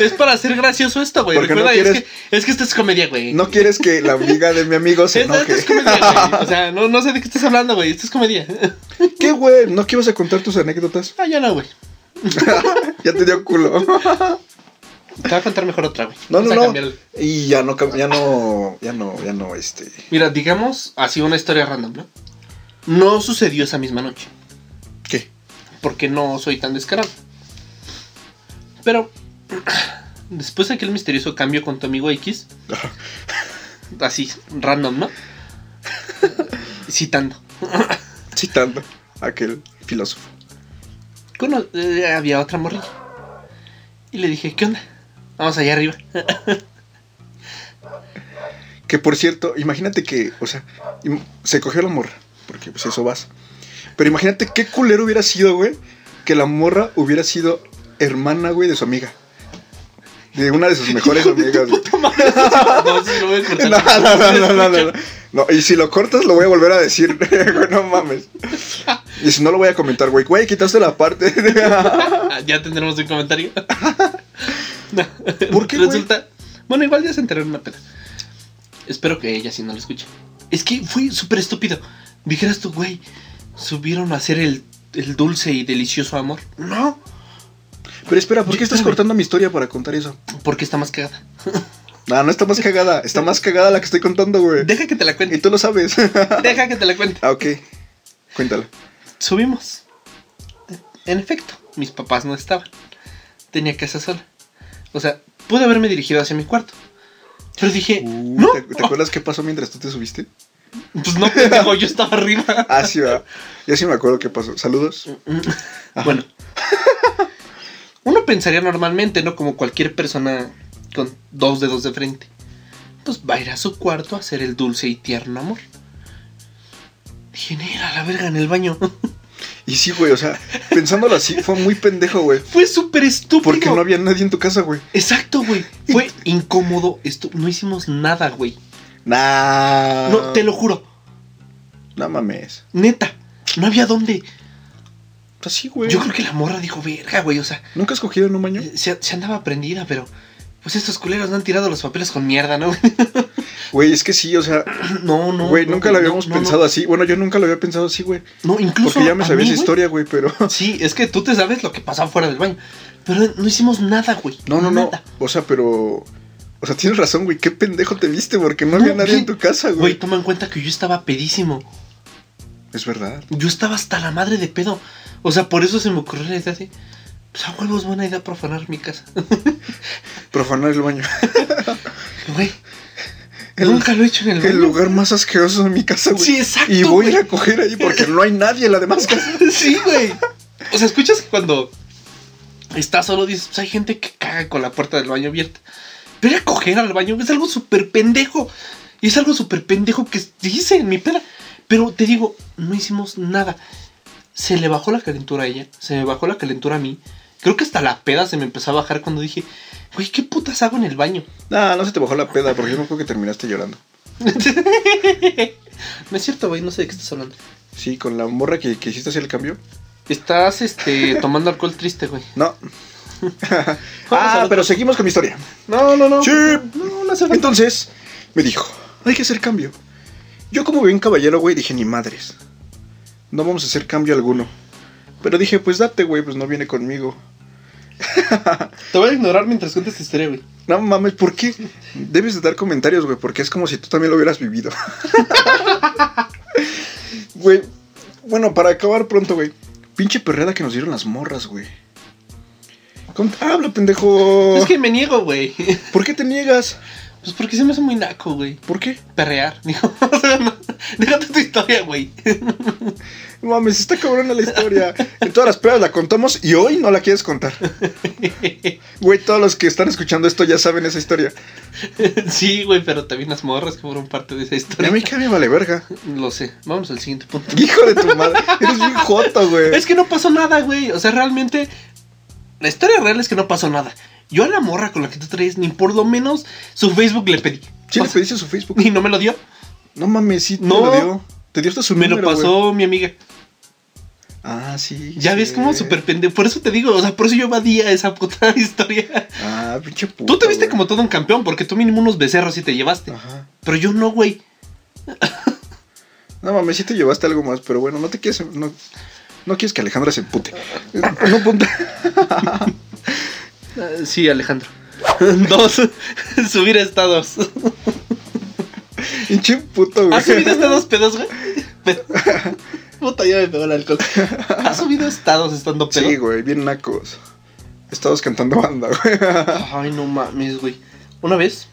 [SPEAKER 2] Es para hacer gracioso esto, güey.
[SPEAKER 3] Porque no
[SPEAKER 2] Recuerda, es,
[SPEAKER 3] quieres-
[SPEAKER 2] que, es que esto es comedia, güey.
[SPEAKER 3] No quieres que la amiga de mi amigo se
[SPEAKER 2] Esto, esto
[SPEAKER 3] enoje.
[SPEAKER 2] es comedia, güey. O sea, no, no sé de qué estás hablando, güey. Esto es comedia.
[SPEAKER 3] ¿Qué, güey? ¿No que ibas a contar tus anécdotas?
[SPEAKER 2] Ah, ya no, güey.
[SPEAKER 3] ya te dio culo.
[SPEAKER 2] Te voy a contar mejor otra, güey.
[SPEAKER 3] No, no,
[SPEAKER 2] Vamos a
[SPEAKER 3] no.
[SPEAKER 2] cambiar el-
[SPEAKER 3] Y ya no, cam- ya no, ya no, ya no, este.
[SPEAKER 2] Mira, digamos así una historia random, ¿no? No sucedió esa misma noche.
[SPEAKER 3] ¿Qué?
[SPEAKER 2] porque no soy tan descarado. Pero después de aquel misterioso cambio con tu amigo X, así, random, ¿no? Citando.
[SPEAKER 3] Citando a aquel filósofo.
[SPEAKER 2] Cono- eh, había otra morrilla. Y le dije, ¿qué onda? Vamos allá arriba.
[SPEAKER 3] Que por cierto, imagínate que, o sea, im- se cogió la morra, porque pues eso vas. Pero imagínate qué culero hubiera sido, güey, que la morra hubiera sido hermana, güey, de su amiga. De una de sus mejores amigas, güey.
[SPEAKER 2] no, sí, lo voy a cortar.
[SPEAKER 3] No, no, no, no, no, no, no. No, y si lo cortas, lo voy a volver a decir. Güey, no mames. Y si no, lo voy a comentar, güey. Güey, quitaste la parte.
[SPEAKER 2] Ah, Ya tendremos un comentario.
[SPEAKER 3] ¿Por qué, güey?
[SPEAKER 2] Resulta. Bueno, igual ya se enteró en una peda. Espero que ella sí no lo escuche. Es que fui súper estúpido. Dijeras tú, güey, subieron a hacer el, el dulce y delicioso amor. No,
[SPEAKER 3] Pero espera, ¿por qué estás cortando mi historia para contar eso?
[SPEAKER 2] porque está más cagada.
[SPEAKER 3] No, no está más cagada. Está más cagada la que estoy contando, güey.
[SPEAKER 2] Deja que te la
[SPEAKER 3] Y
[SPEAKER 2] cuente.
[SPEAKER 3] tú lo sabes.
[SPEAKER 2] Deja que te la cuente.
[SPEAKER 3] ah, ok. Cuéntala.
[SPEAKER 2] Subimos. En efecto, mis papás no estaban. Tenía casa sola. O sea, pude haberme dirigido hacia mi cuarto. Pero dije,
[SPEAKER 3] Uh,
[SPEAKER 2] no, ah,
[SPEAKER 3] ¿te, te acuerdas qué pasó mientras tú te subiste?
[SPEAKER 2] pues no, pendejo, yo estaba arriba.
[SPEAKER 3] Ah, sí, va. Yo sí me acuerdo qué pasó. Saludos.
[SPEAKER 2] Bueno. Uno pensaría normalmente, ¿no? Como cualquier persona con dos dedos de frente. Pues va a ir a su cuarto a hacer el dulce y tierno amor. Dije, "Nel, a la verga en el baño.
[SPEAKER 3] Y sí, güey, o sea, pensándolo así, fue muy pendejo, güey.
[SPEAKER 2] Fue súper estúpido.
[SPEAKER 3] Porque no había nadie en tu casa, güey.
[SPEAKER 2] Exacto, güey. Fue incómodo. Esto, no hicimos nada, güey.
[SPEAKER 3] Nah.
[SPEAKER 2] No, te lo juro.
[SPEAKER 3] No mames.
[SPEAKER 2] Neta. No había dónde.
[SPEAKER 3] Así, güey. ¿Mm?
[SPEAKER 2] Yo creo que la morra dijo, verga, güey. O sea,
[SPEAKER 3] ¿Nunca has cogido en un baño?
[SPEAKER 2] se, se andaba prendida, pero... Pues estos culeros no han tirado los papeles con mierda, ¿no?
[SPEAKER 3] Güey, es que sí, o sea,
[SPEAKER 2] No, no.
[SPEAKER 3] güey,
[SPEAKER 2] no,
[SPEAKER 3] nunca
[SPEAKER 2] no,
[SPEAKER 3] lo habíamos
[SPEAKER 2] no, no.
[SPEAKER 3] pensado así. Bueno, yo nunca lo había pensado así, güey.
[SPEAKER 2] No, incluso.
[SPEAKER 3] Porque ya me
[SPEAKER 2] a
[SPEAKER 3] sabía
[SPEAKER 2] mí,
[SPEAKER 3] esa
[SPEAKER 2] güey.
[SPEAKER 3] historia, güey, pero.
[SPEAKER 2] Sí, es que tú te sabes lo que pasaba fuera del baño. Pero no hicimos nada, güey.
[SPEAKER 3] No, no, no.
[SPEAKER 2] Nada.
[SPEAKER 3] O sea, pero. O sea, tienes razón, güey. Qué pendejo te viste porque no había
[SPEAKER 2] No,
[SPEAKER 3] nadie
[SPEAKER 2] bien.
[SPEAKER 3] en tu casa,
[SPEAKER 2] Güey,
[SPEAKER 3] güey.
[SPEAKER 2] toma en cuenta que yo estaba pedísimo.
[SPEAKER 3] Es verdad.
[SPEAKER 2] Yo estaba hasta la madre de pedo. O sea, por eso se me ocurrió la idea de. Pues a huevos, buena idea profanar mi casa.
[SPEAKER 3] Profanar el baño.
[SPEAKER 2] Güey,
[SPEAKER 3] El-
[SPEAKER 2] nunca lo he hecho en el baño.
[SPEAKER 3] El lugar más asqueroso de mi casa, güey.
[SPEAKER 2] Sí, exacto,
[SPEAKER 3] Y voy a ir
[SPEAKER 2] güey.
[SPEAKER 3] a coger ahí porque no hay nadie en la demás casa.
[SPEAKER 2] sí, güey. O sea, escuchas que cuando estás solo dices, pues hay gente que caga con la puerta del baño abierta. Pero ir a coger al baño es algo súper pendejo. Y es algo súper pendejo que hice en mi peda. Pero te digo, no hicimos nada. Se le bajó la calentura a ella, se me bajó la calentura a mí. Creo que hasta la peda se me empezó a bajar cuando dije, güey, ¿qué putas hago en el baño?
[SPEAKER 3] No, no se te bajó la peda porque yo me acuerdo que terminaste llorando.
[SPEAKER 2] no es cierto, güey, no sé de qué estás hablando.
[SPEAKER 3] Sí, con la morra que, que hiciste hacer el cambio.
[SPEAKER 2] Estás, este, tomando alcohol triste, güey.
[SPEAKER 3] No.
[SPEAKER 2] al
[SPEAKER 3] ah,
[SPEAKER 2] otro.
[SPEAKER 3] pero seguimos con mi historia.
[SPEAKER 2] No, no, no.
[SPEAKER 3] Sí.
[SPEAKER 2] No, no hace falta.
[SPEAKER 3] Entonces, me dijo, hay que hacer cambio. Yo como buen caballero, güey, dije, ni madres. No vamos a hacer cambio alguno. Pero dije, pues date, güey, pues no viene conmigo.
[SPEAKER 2] Te voy a ignorar mientras cuentes tu historia, güey.
[SPEAKER 3] No mames, ¿por qué? Debes de dar comentarios, güey, porque es como si tú también lo hubieras vivido. Güey, bueno, para acabar pronto, güey. Pinche perrera que nos dieron las morras, güey. Cont- Habla, pendejo.
[SPEAKER 2] Es que me niego, güey.
[SPEAKER 3] ¿Por qué te niegas?
[SPEAKER 2] Pues porque se me hace muy naco, güey.
[SPEAKER 3] ¿Por qué?
[SPEAKER 2] Perrear, digo. O sea, no, déjate tu historia, güey.
[SPEAKER 3] No Mames, está cabrona la historia. En todas las pruebas la contamos y hoy no la quieres contar. Güey, todos los que están escuchando esto ya saben esa historia.
[SPEAKER 2] Sí, güey, pero también las morras que fueron parte de esa
[SPEAKER 3] Y a
[SPEAKER 2] historia.
[SPEAKER 3] mí que me vale verga.
[SPEAKER 2] Lo sé. Vamos al siguiente punto.
[SPEAKER 3] Hijo de tu madre. Eres bien joto, güey.
[SPEAKER 2] Es que no pasó nada, güey. O sea, realmente. La historia real es que no pasó nada. Yo a la morra con la que tú traes, ni por lo menos su Facebook le pedí.
[SPEAKER 3] Sí,
[SPEAKER 2] O
[SPEAKER 3] le
[SPEAKER 2] sea,
[SPEAKER 3] pediste su Facebook.
[SPEAKER 2] y no me lo dio.
[SPEAKER 3] No mames, sí, te
[SPEAKER 2] No.
[SPEAKER 3] lo dio. Te dio hasta su
[SPEAKER 2] Me lo
[SPEAKER 3] número, güey.
[SPEAKER 2] pasó mi amiga.
[SPEAKER 3] Ah, sí.
[SPEAKER 2] Ya ves como
[SPEAKER 3] super
[SPEAKER 2] súper pendejo. Por eso te digo, o sea, por eso yo evadía esa puta historia.
[SPEAKER 3] Ah, pinche puta.
[SPEAKER 2] tú te viste
[SPEAKER 3] güey.
[SPEAKER 2] como todo un campeón, porque tú mínimo unos becerros sí te llevaste.
[SPEAKER 3] Ajá.
[SPEAKER 2] Pero yo no, güey.
[SPEAKER 3] No mames, sí te llevaste algo más, pero bueno, no te quieres. No, no quieres que Alejandra se empute. No ponte.
[SPEAKER 2] Eh, Sí, Alejandro. Dos. Subir estados.
[SPEAKER 3] Pinche puto, güey.
[SPEAKER 2] ¿Has subido este estados pedos, güey? Pero- Puta, ya me pegó el alcohol. ¿Has subido estados estando pedo?
[SPEAKER 3] Sí, güey, bien nacos. Estabas cantando banda, güey.
[SPEAKER 2] Ay, no mames, güey. Una vez,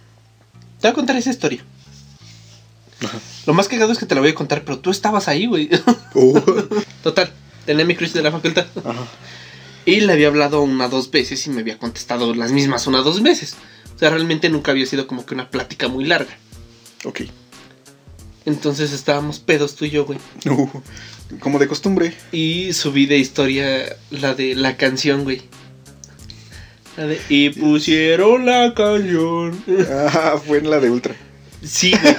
[SPEAKER 2] te voy a contar esa historia.
[SPEAKER 3] Ajá.
[SPEAKER 2] Lo más cagado es que te la voy a contar, pero tú estabas ahí, güey.
[SPEAKER 3] Uh.
[SPEAKER 2] Total, tenía mi crush de la facultad.
[SPEAKER 3] Ajá.
[SPEAKER 2] Y le había hablado una dos veces y me había contestado las mismas una dos veces. O sea, realmente nunca había sido como que una plática muy larga.
[SPEAKER 3] Ok.
[SPEAKER 2] Entonces estábamos pedos tú y yo, güey.
[SPEAKER 3] Uh. Como de costumbre.
[SPEAKER 2] Y subí de historia la de la canción, güey. La de, y pusieron la canción.
[SPEAKER 3] Ah, fue en la de Ultra.
[SPEAKER 2] Sí, güey.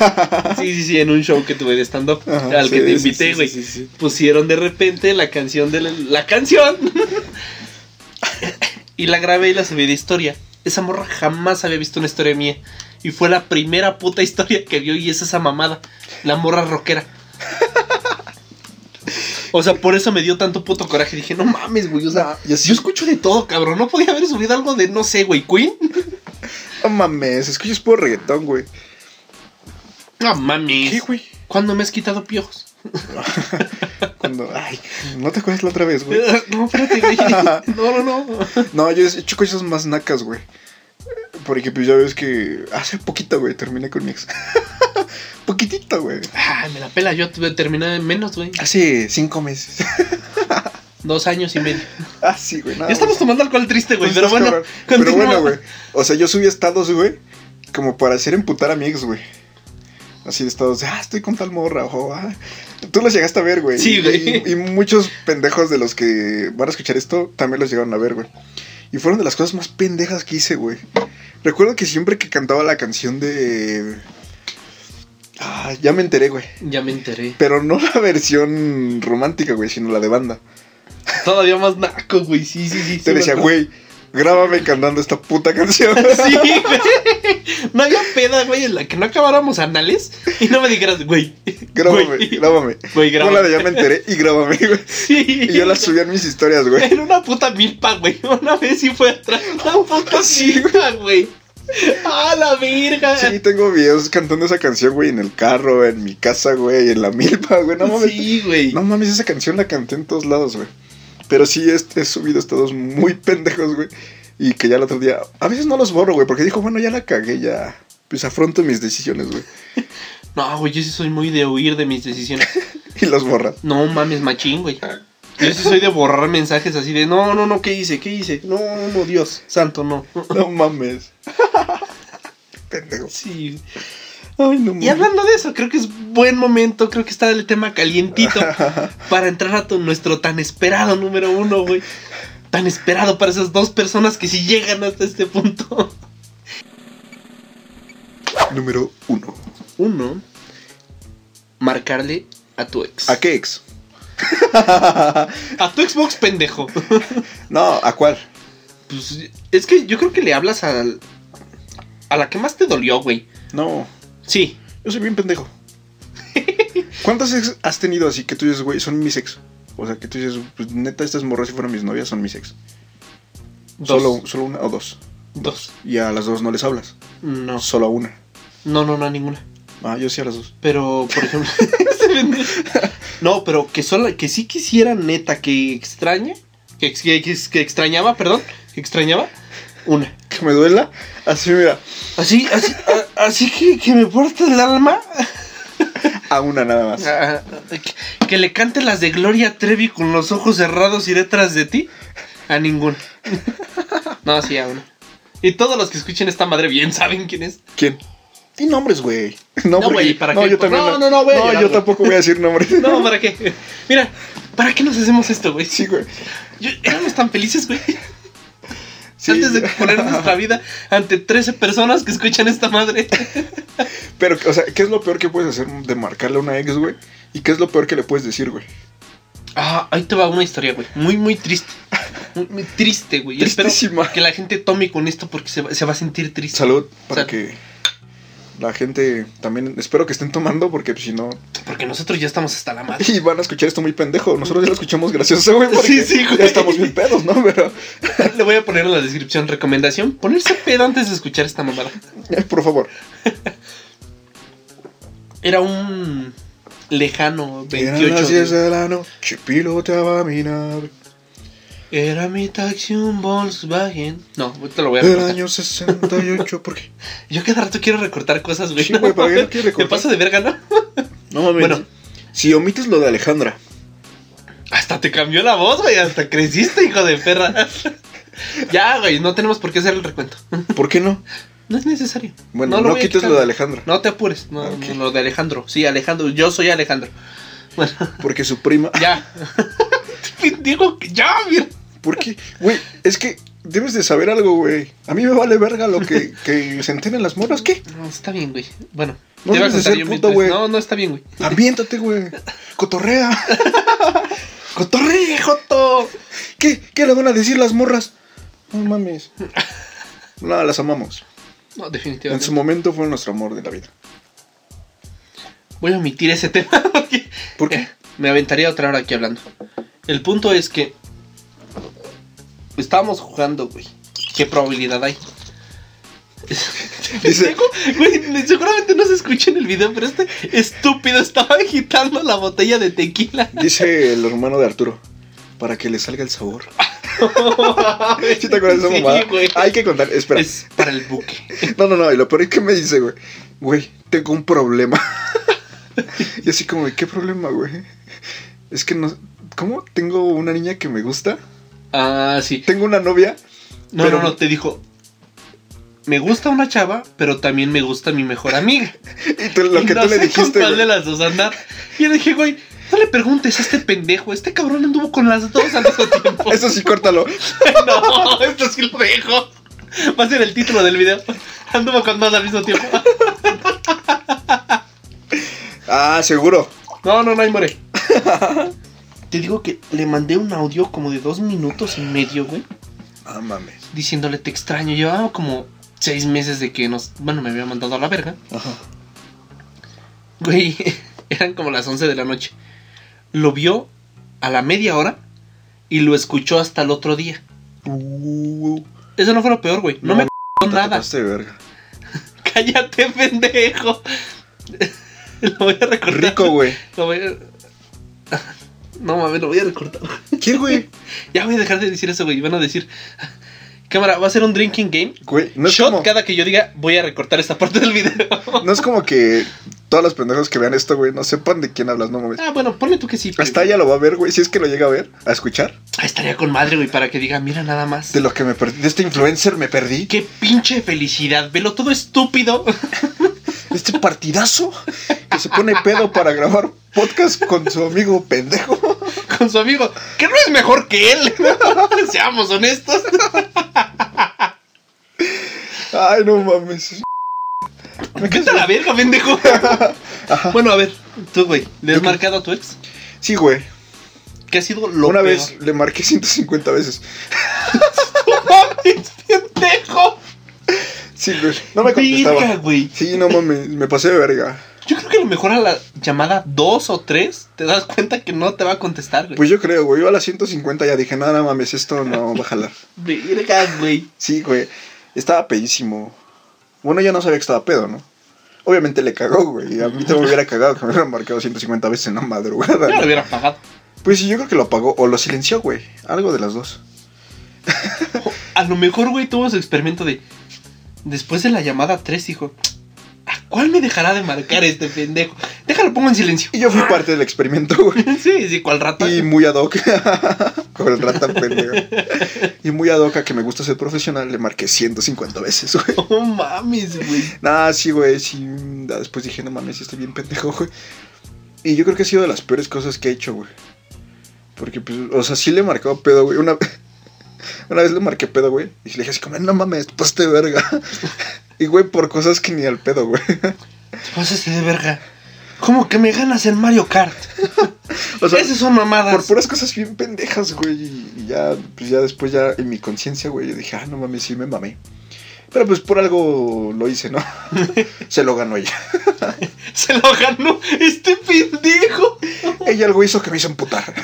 [SPEAKER 2] Sí, sí, sí, en un show que tuve de stand-up
[SPEAKER 3] Ajá,
[SPEAKER 2] al
[SPEAKER 3] sí,
[SPEAKER 2] que te
[SPEAKER 3] sí,
[SPEAKER 2] invité,
[SPEAKER 3] sí,
[SPEAKER 2] güey.
[SPEAKER 3] sí, sí, sí.
[SPEAKER 2] Pusieron de repente la canción de la, la canción. y la grabé y la subí de historia. Esa morra jamás había visto una historia mía. Y fue la primera puta historia que vio y es esa mamada. La morra rockera. O sea, por eso me dio tanto puto coraje. Dije, no mames, güey. O sea,
[SPEAKER 3] No, yo sí.
[SPEAKER 2] yo escucho de todo, cabrón. No podía haber subido algo de, no sé, güey, Queen.
[SPEAKER 3] No mames, escuchas puro reggaetón, güey.
[SPEAKER 2] No mames.
[SPEAKER 3] ¿Qué, güey?
[SPEAKER 2] ¿Cuándo me has quitado piojos?
[SPEAKER 3] Cuando. Ay, no te acuerdas la otra vez, güey.
[SPEAKER 2] No, espérate, güey. No, no, no.
[SPEAKER 3] No, yo he hecho cosas más nacas, güey. Porque pues ya ves que hace poquito, güey, terminé con mi ex. Poquitito, güey.
[SPEAKER 2] Ay, Ah, me la pela, yo tuve- terminé en menos, güey.
[SPEAKER 3] Hace cinco meses.
[SPEAKER 2] Dos años y medio.
[SPEAKER 3] ah, sí, güey. Pues
[SPEAKER 2] ya estamos tomando alcohol triste, güey, pero bueno.
[SPEAKER 3] Pero
[SPEAKER 2] continúa.
[SPEAKER 3] bueno, güey. O sea, yo subí estados, güey, como para hacer emputar a mi ex, güey. Así de estados, de, ah, estoy con tal morra, ojo, ah. Tú los llegaste a ver, güey.
[SPEAKER 2] Sí,
[SPEAKER 3] Y-
[SPEAKER 2] güey.
[SPEAKER 3] Y, muchos pendejos de los que van a escuchar esto también los llegaron a ver, güey. Y fueron de las cosas más pendejas que hice, güey. Recuerdo que siempre que cantaba la canción de. Ah, ya me enteré, güey.
[SPEAKER 2] Ya me enteré.
[SPEAKER 3] Pero no la versión romántica, güey, sino la de banda.
[SPEAKER 2] Todavía más naco, güey. Sí, sí, sí.
[SPEAKER 3] Te decía, güey, grábame cantando esta puta canción.
[SPEAKER 2] Sí, güey. No había peda, güey, en la que no acabáramos anales y no me dijeras, güey.
[SPEAKER 3] Grábame,
[SPEAKER 2] güey,
[SPEAKER 3] grábame.
[SPEAKER 2] Güey,
[SPEAKER 3] Pon
[SPEAKER 2] grábame.
[SPEAKER 3] la de ya me enteré y grábame, güey.
[SPEAKER 2] Sí.
[SPEAKER 3] Y yo la subí en mis historias, güey. Ah,
[SPEAKER 2] Era una puta milpa, güey. Una vez sí fue atrás. Una puta
[SPEAKER 3] sí,
[SPEAKER 2] milpa, güey. ¡Ah, la verga!
[SPEAKER 3] Sí, tengo videos cantando esa canción, güey, en el carro, en mi casa, güey, en la milpa, güey. No mames.
[SPEAKER 2] Sí, güey.
[SPEAKER 3] No mames, esa canción la canté en todos lados, güey. Pero sí, este, he subido estados muy pendejos, güey. Y que ya el otro día. A veces no los borro, güey, porque dijo, bueno, ya la cagué, ya. Pues afronto mis decisiones, güey.
[SPEAKER 2] No, güey, yo sí soy muy de huir de mis decisiones.
[SPEAKER 3] Y los borra.
[SPEAKER 2] No mames, machín, güey.
[SPEAKER 3] Ah.
[SPEAKER 2] Yo sí soy de borrar mensajes así de, no, no, no, ¿qué hice? ¿Qué hice? No, no, Dios, santo, no.
[SPEAKER 3] No mames. Pendejo.
[SPEAKER 2] Sí.
[SPEAKER 3] Ay, no
[SPEAKER 2] Y hablando de eso, creo que es buen momento, creo que está el tema calientito para entrar a tu- nuestro tan esperado número uno, güey. Tan esperado para esas dos personas que si llegan hasta este punto.
[SPEAKER 3] Número uno.
[SPEAKER 2] Uno, marcarle a tu ex.
[SPEAKER 3] ¿A qué ex?
[SPEAKER 2] A tu Xbox, pendejo.
[SPEAKER 3] No, ¿a cuál?
[SPEAKER 2] Pues es que yo creo que le hablas al, a la que más te dolió, güey.
[SPEAKER 3] No,
[SPEAKER 2] Sí,
[SPEAKER 3] yo soy bien pendejo. ¿Cuántas ex has tenido así que tú dices, güey, son mis ex? O sea, que tú dices, pues neta, estas morras si fueron mis novias son mis ex.
[SPEAKER 2] dos.
[SPEAKER 3] Solo, solo una o dos.
[SPEAKER 2] Dos.
[SPEAKER 3] Y a las dos no les hablas.
[SPEAKER 2] No,
[SPEAKER 3] Solo a una.
[SPEAKER 2] no, no, no, ninguna.
[SPEAKER 3] Ah, yo sí a las dos.
[SPEAKER 2] Pero, por ejemplo. se vende. no, pero que solo, que sí quisiera neta que extrañe. Que, ex- que ex- que extrañaba, perdón. Que extrañaba. Una.
[SPEAKER 3] Que me duela. Así, mira,
[SPEAKER 2] Así, así, a- así que, que me porte el alma.
[SPEAKER 3] a una nada más.
[SPEAKER 2] Ah, que, que le cante las de Gloria Trevi con los ojos cerrados y detrás de ti. A ninguna. No, sí, a una. Y todos los que escuchen esta madre bien saben quién es.
[SPEAKER 3] ¿Quién? Di nombres, güey.
[SPEAKER 2] No,
[SPEAKER 3] porque-
[SPEAKER 2] güey, ¿para
[SPEAKER 3] no,
[SPEAKER 2] qué?
[SPEAKER 3] Yo también
[SPEAKER 2] No, no, no, voy a
[SPEAKER 3] No,
[SPEAKER 2] llorar,
[SPEAKER 3] yo
[SPEAKER 2] güey.
[SPEAKER 3] tampoco voy a decir nombres.
[SPEAKER 2] No, ¿para qué? Mira, ¿para qué nos hacemos esto, güey?
[SPEAKER 3] Sí, güey.
[SPEAKER 2] Yo- éramos tan felices, güey.
[SPEAKER 3] Sí.
[SPEAKER 2] Antes de poner nuestra vida ante 13 personas que escuchan esta madre.
[SPEAKER 3] Pero, o sea, ¿qué es lo peor que puedes hacer de marcarle a una ex, güey? ¿Y qué es lo peor que le puedes decir, güey?
[SPEAKER 2] Ah, ahí te va una historia, güey. Muy, muy triste. Muy, muy triste, güey. Y Espero
[SPEAKER 3] Tristísima.
[SPEAKER 2] que la gente tome con esto porque se va, se va a sentir triste.
[SPEAKER 3] Salud para
[SPEAKER 2] Salud.
[SPEAKER 3] que la gente también espero que estén tomando porque pues, si no
[SPEAKER 2] Porque nosotros ya estamos hasta la madre.
[SPEAKER 3] y van a escuchar esto muy pendejo. Nosotros ya lo escuchamos gracioso, güey, porque
[SPEAKER 2] Sí, sí, güey.
[SPEAKER 3] ya estamos bien pedos, ¿no? Pero
[SPEAKER 2] Le voy a poner en la descripción recomendación. Ponerse pedo antes de escuchar esta mamada.
[SPEAKER 3] eh, por favor,
[SPEAKER 2] Era un lejano
[SPEAKER 3] Eran las
[SPEAKER 2] 28.
[SPEAKER 3] 10
[SPEAKER 2] de-
[SPEAKER 3] de la noche, piloteaba mi nave.
[SPEAKER 2] Era mi taxi un Volkswagen. No, te lo voy a
[SPEAKER 3] Del
[SPEAKER 2] recortar.
[SPEAKER 3] año 68, ¿por qué?
[SPEAKER 2] Yo cada rato quiero recortar cosas, güey.
[SPEAKER 3] Sí, güey, ¿para qué no quieres
[SPEAKER 2] Me
[SPEAKER 3] recortar?
[SPEAKER 2] paso de verga, ¿no?
[SPEAKER 3] No mames.
[SPEAKER 2] Bueno.
[SPEAKER 3] si omites lo de Alejandra,
[SPEAKER 2] Hasta te cambió la voz, güey. Hasta creciste, hijo de perra. ya, güey, no tenemos por qué hacer el recuento.
[SPEAKER 3] ¿por qué no?
[SPEAKER 2] No es necesario.
[SPEAKER 3] Bueno,
[SPEAKER 2] lo
[SPEAKER 3] no,
[SPEAKER 2] voy a
[SPEAKER 3] quites
[SPEAKER 2] quitar.
[SPEAKER 3] lo de Alejandra,
[SPEAKER 2] No te apures. No,
[SPEAKER 3] Ah, ok.
[SPEAKER 2] no, lo de Alejandro. Sí, Alejandro. Yo soy Alejandro. Bueno,
[SPEAKER 3] porque su prima.
[SPEAKER 2] ya. Digo que ya, mira.
[SPEAKER 3] ¿Por qué? Güey, es que debes de saber algo, güey. A mí me vale verga lo que, que se enteren las morras, ¿qué?
[SPEAKER 2] No, está bien, güey. Bueno,
[SPEAKER 3] No
[SPEAKER 2] te iba a
[SPEAKER 3] debes de
[SPEAKER 2] contar
[SPEAKER 3] ser
[SPEAKER 2] yo mi
[SPEAKER 3] puto,
[SPEAKER 2] twist.
[SPEAKER 3] güey.
[SPEAKER 2] No, no está bien, güey.
[SPEAKER 3] Ambiéntate, güey. Cotorrea. Cotorrea, Joto. ¿Qué? ¿Qué le van a decir las morras? No mames. No, las amamos.
[SPEAKER 2] No,
[SPEAKER 3] En
[SPEAKER 2] definitivamente.
[SPEAKER 3] su momento fue nuestro amor de la vida.
[SPEAKER 2] Voy a omitir ese tema porque
[SPEAKER 3] ¿Por qué?
[SPEAKER 2] eh, me aventaría otra hora aquí hablando. El punto es que estábamos jugando, güey. ¿Qué probabilidad hay?
[SPEAKER 3] Dice-
[SPEAKER 2] Güey, seguramente no se escucha en el video, pero este estúpido estaba agitando la botella de tequila.
[SPEAKER 3] Dice el hermano de Arturo. Para que le salga el sabor. Ah, ¿Sí te acuerdas de esa
[SPEAKER 2] Sí,
[SPEAKER 3] mamada?
[SPEAKER 2] güey.
[SPEAKER 3] Hay que contar. Espera.
[SPEAKER 2] Es para el buque.
[SPEAKER 3] No, no, no. Y lo peor es que me dice, güey. Güey, tengo un problema. y así como, ¿qué problema, güey? Es que no... ¿Cómo? Tengo una niña que me gusta.
[SPEAKER 2] Ah, sí.
[SPEAKER 3] Tengo una novia.
[SPEAKER 2] No,
[SPEAKER 3] Pero-
[SPEAKER 2] no, no, te dijo. Me gusta una chava, pero también me gusta mi mejor amiga.
[SPEAKER 3] Y tú- lo
[SPEAKER 2] Y
[SPEAKER 3] que
[SPEAKER 2] no
[SPEAKER 3] tú
[SPEAKER 2] sé
[SPEAKER 3] le
[SPEAKER 2] con
[SPEAKER 3] dijiste,
[SPEAKER 2] cuál de
[SPEAKER 3] güey.
[SPEAKER 2] las dos andar. Y yo le dije, güey, no le preguntes a este pendejo. Este cabrón anduvo con las dos al mismo tiempo.
[SPEAKER 3] Eso sí, córtalo.
[SPEAKER 2] no, esto sí lo dejo. Va a ser el título del video. Anduvo con más al mismo tiempo.
[SPEAKER 3] Ah, seguro.
[SPEAKER 2] No, no, no, ahí moré. Te digo que le mandé un audio como de dos minutos y medio, güey.
[SPEAKER 3] Ah, mames.
[SPEAKER 2] Diciéndole, te extraño. Llevaba como seis meses de que nos... Bueno, me había mandado a la verga.
[SPEAKER 3] Ajá.
[SPEAKER 2] Güey, eran como las 11 de la noche. Lo vio a la media hora y lo escuchó hasta el otro día.
[SPEAKER 3] Uh,
[SPEAKER 2] Eso no fue lo peor, güey. No,
[SPEAKER 3] No,
[SPEAKER 2] me c***ó
[SPEAKER 3] te
[SPEAKER 2] nada.
[SPEAKER 3] pasaste de verga.
[SPEAKER 2] Cállate, pendejo. lo voy a recortar.
[SPEAKER 3] Rico, güey.
[SPEAKER 2] Lo voy a... No mames, lo voy a recortar.
[SPEAKER 3] ¿Quién, güey?
[SPEAKER 2] Ya voy a dejar de decir eso, güey. Van a decir. Cámara, va a ser un drinking game.
[SPEAKER 3] Güey, no es
[SPEAKER 2] Shot
[SPEAKER 3] como...
[SPEAKER 2] cada que yo diga, voy a recortar esta parte del video.
[SPEAKER 3] No es como que todos los pendejos que vean esto, güey, no sepan de quién hablas, no mames.
[SPEAKER 2] ah, bueno, ponme tú que sí.
[SPEAKER 3] Hasta ella lo va a ver, güey, si es que lo llega a ver, a escuchar.
[SPEAKER 2] Ah, Estaría con madre, güey, para que diga, mira nada más.
[SPEAKER 3] De lo que me perdí, de este influencer me perdí.
[SPEAKER 2] Qué pinche felicidad, velo todo estúpido.
[SPEAKER 3] Este partidazo que se pone pedo para grabar podcast con su amigo pendejo.
[SPEAKER 2] Con su amigo, que no es mejor que él. Seamos honestos.
[SPEAKER 3] Ay, no mames.
[SPEAKER 2] Vete a la verga, pendejo. Bueno, a ver, tú, güey, ¿le has
[SPEAKER 3] Yo-
[SPEAKER 2] marcado a tu ex?
[SPEAKER 3] Sí, güey.
[SPEAKER 2] ¿Qué ha sido lo
[SPEAKER 3] Una
[SPEAKER 2] peor?
[SPEAKER 3] vez le marqué 150 veces.
[SPEAKER 2] ¡No mames, pendejo!
[SPEAKER 3] Sí, güey. No me
[SPEAKER 2] Verga,
[SPEAKER 3] contestaba.
[SPEAKER 2] güey.
[SPEAKER 3] Sí, no mames, me pasé de verga.
[SPEAKER 2] Yo creo que a lo mejor a la llamada 2 o 3 te das cuenta que no te va a contestar, güey.
[SPEAKER 3] Pues yo creo, güey. Yo a las 150 ya dije, nada, no mames, esto no va a jalar.
[SPEAKER 2] Verga, güey.
[SPEAKER 3] Sí, güey. Estaba pedísimo. Bueno, ya no sabía que estaba pedo, ¿no? Obviamente le cagó, güey. A mí te me hubiera cagado que me hubieran marcado 150 veces en la madrugada.
[SPEAKER 2] Yo
[SPEAKER 3] ¿no?
[SPEAKER 2] lo hubiera pagado.
[SPEAKER 3] Pues sí, yo creo que lo apagó o lo silenció, güey. Algo de las dos.
[SPEAKER 2] A lo mejor, güey, tuvo su experimento de. Después de la llamada 3, hijo. ¿A cuál me dejará de marcar este pendejo? Déjalo, pongo en silencio.
[SPEAKER 3] Y yo fui parte del experimento, güey.
[SPEAKER 2] sí, sí, cual rata.
[SPEAKER 3] Y muy ad hoc. Con el rata pendejo. Y muy ad hoc a que me gusta ser profesional, le marqué 150 veces, güey.
[SPEAKER 2] No mames, güey.
[SPEAKER 3] Nah, sí, güey. Sí. nah, Después dije, no mames, sí estoy bien pendejo, güey. Y yo creo que ha sido de las peores cosas que he hecho, güey. Porque, pues, o sea, sí le he marcado pedo, güey. Una, una vez le marqué pedo, güey. Y le dije así como, no mames, paste de verga. Y, güey, por cosas que ni al pedo, güey.
[SPEAKER 2] Pues Te pasaste de verga. ¿Cómo que me ganas el Mario Kart?
[SPEAKER 3] O sea,
[SPEAKER 2] Esas son mamadas.
[SPEAKER 3] por puras cosas bien pendejas, güey. Y y ya, pues ya después ya en mi conciencia, güey, yo dije, ah, no mames, sí me mamé. Pero pues por algo lo hice, ¿no? Se lo ganó ella.
[SPEAKER 2] Se lo ganó este pendejo.
[SPEAKER 3] Ella algo hizo que me hizo emputar.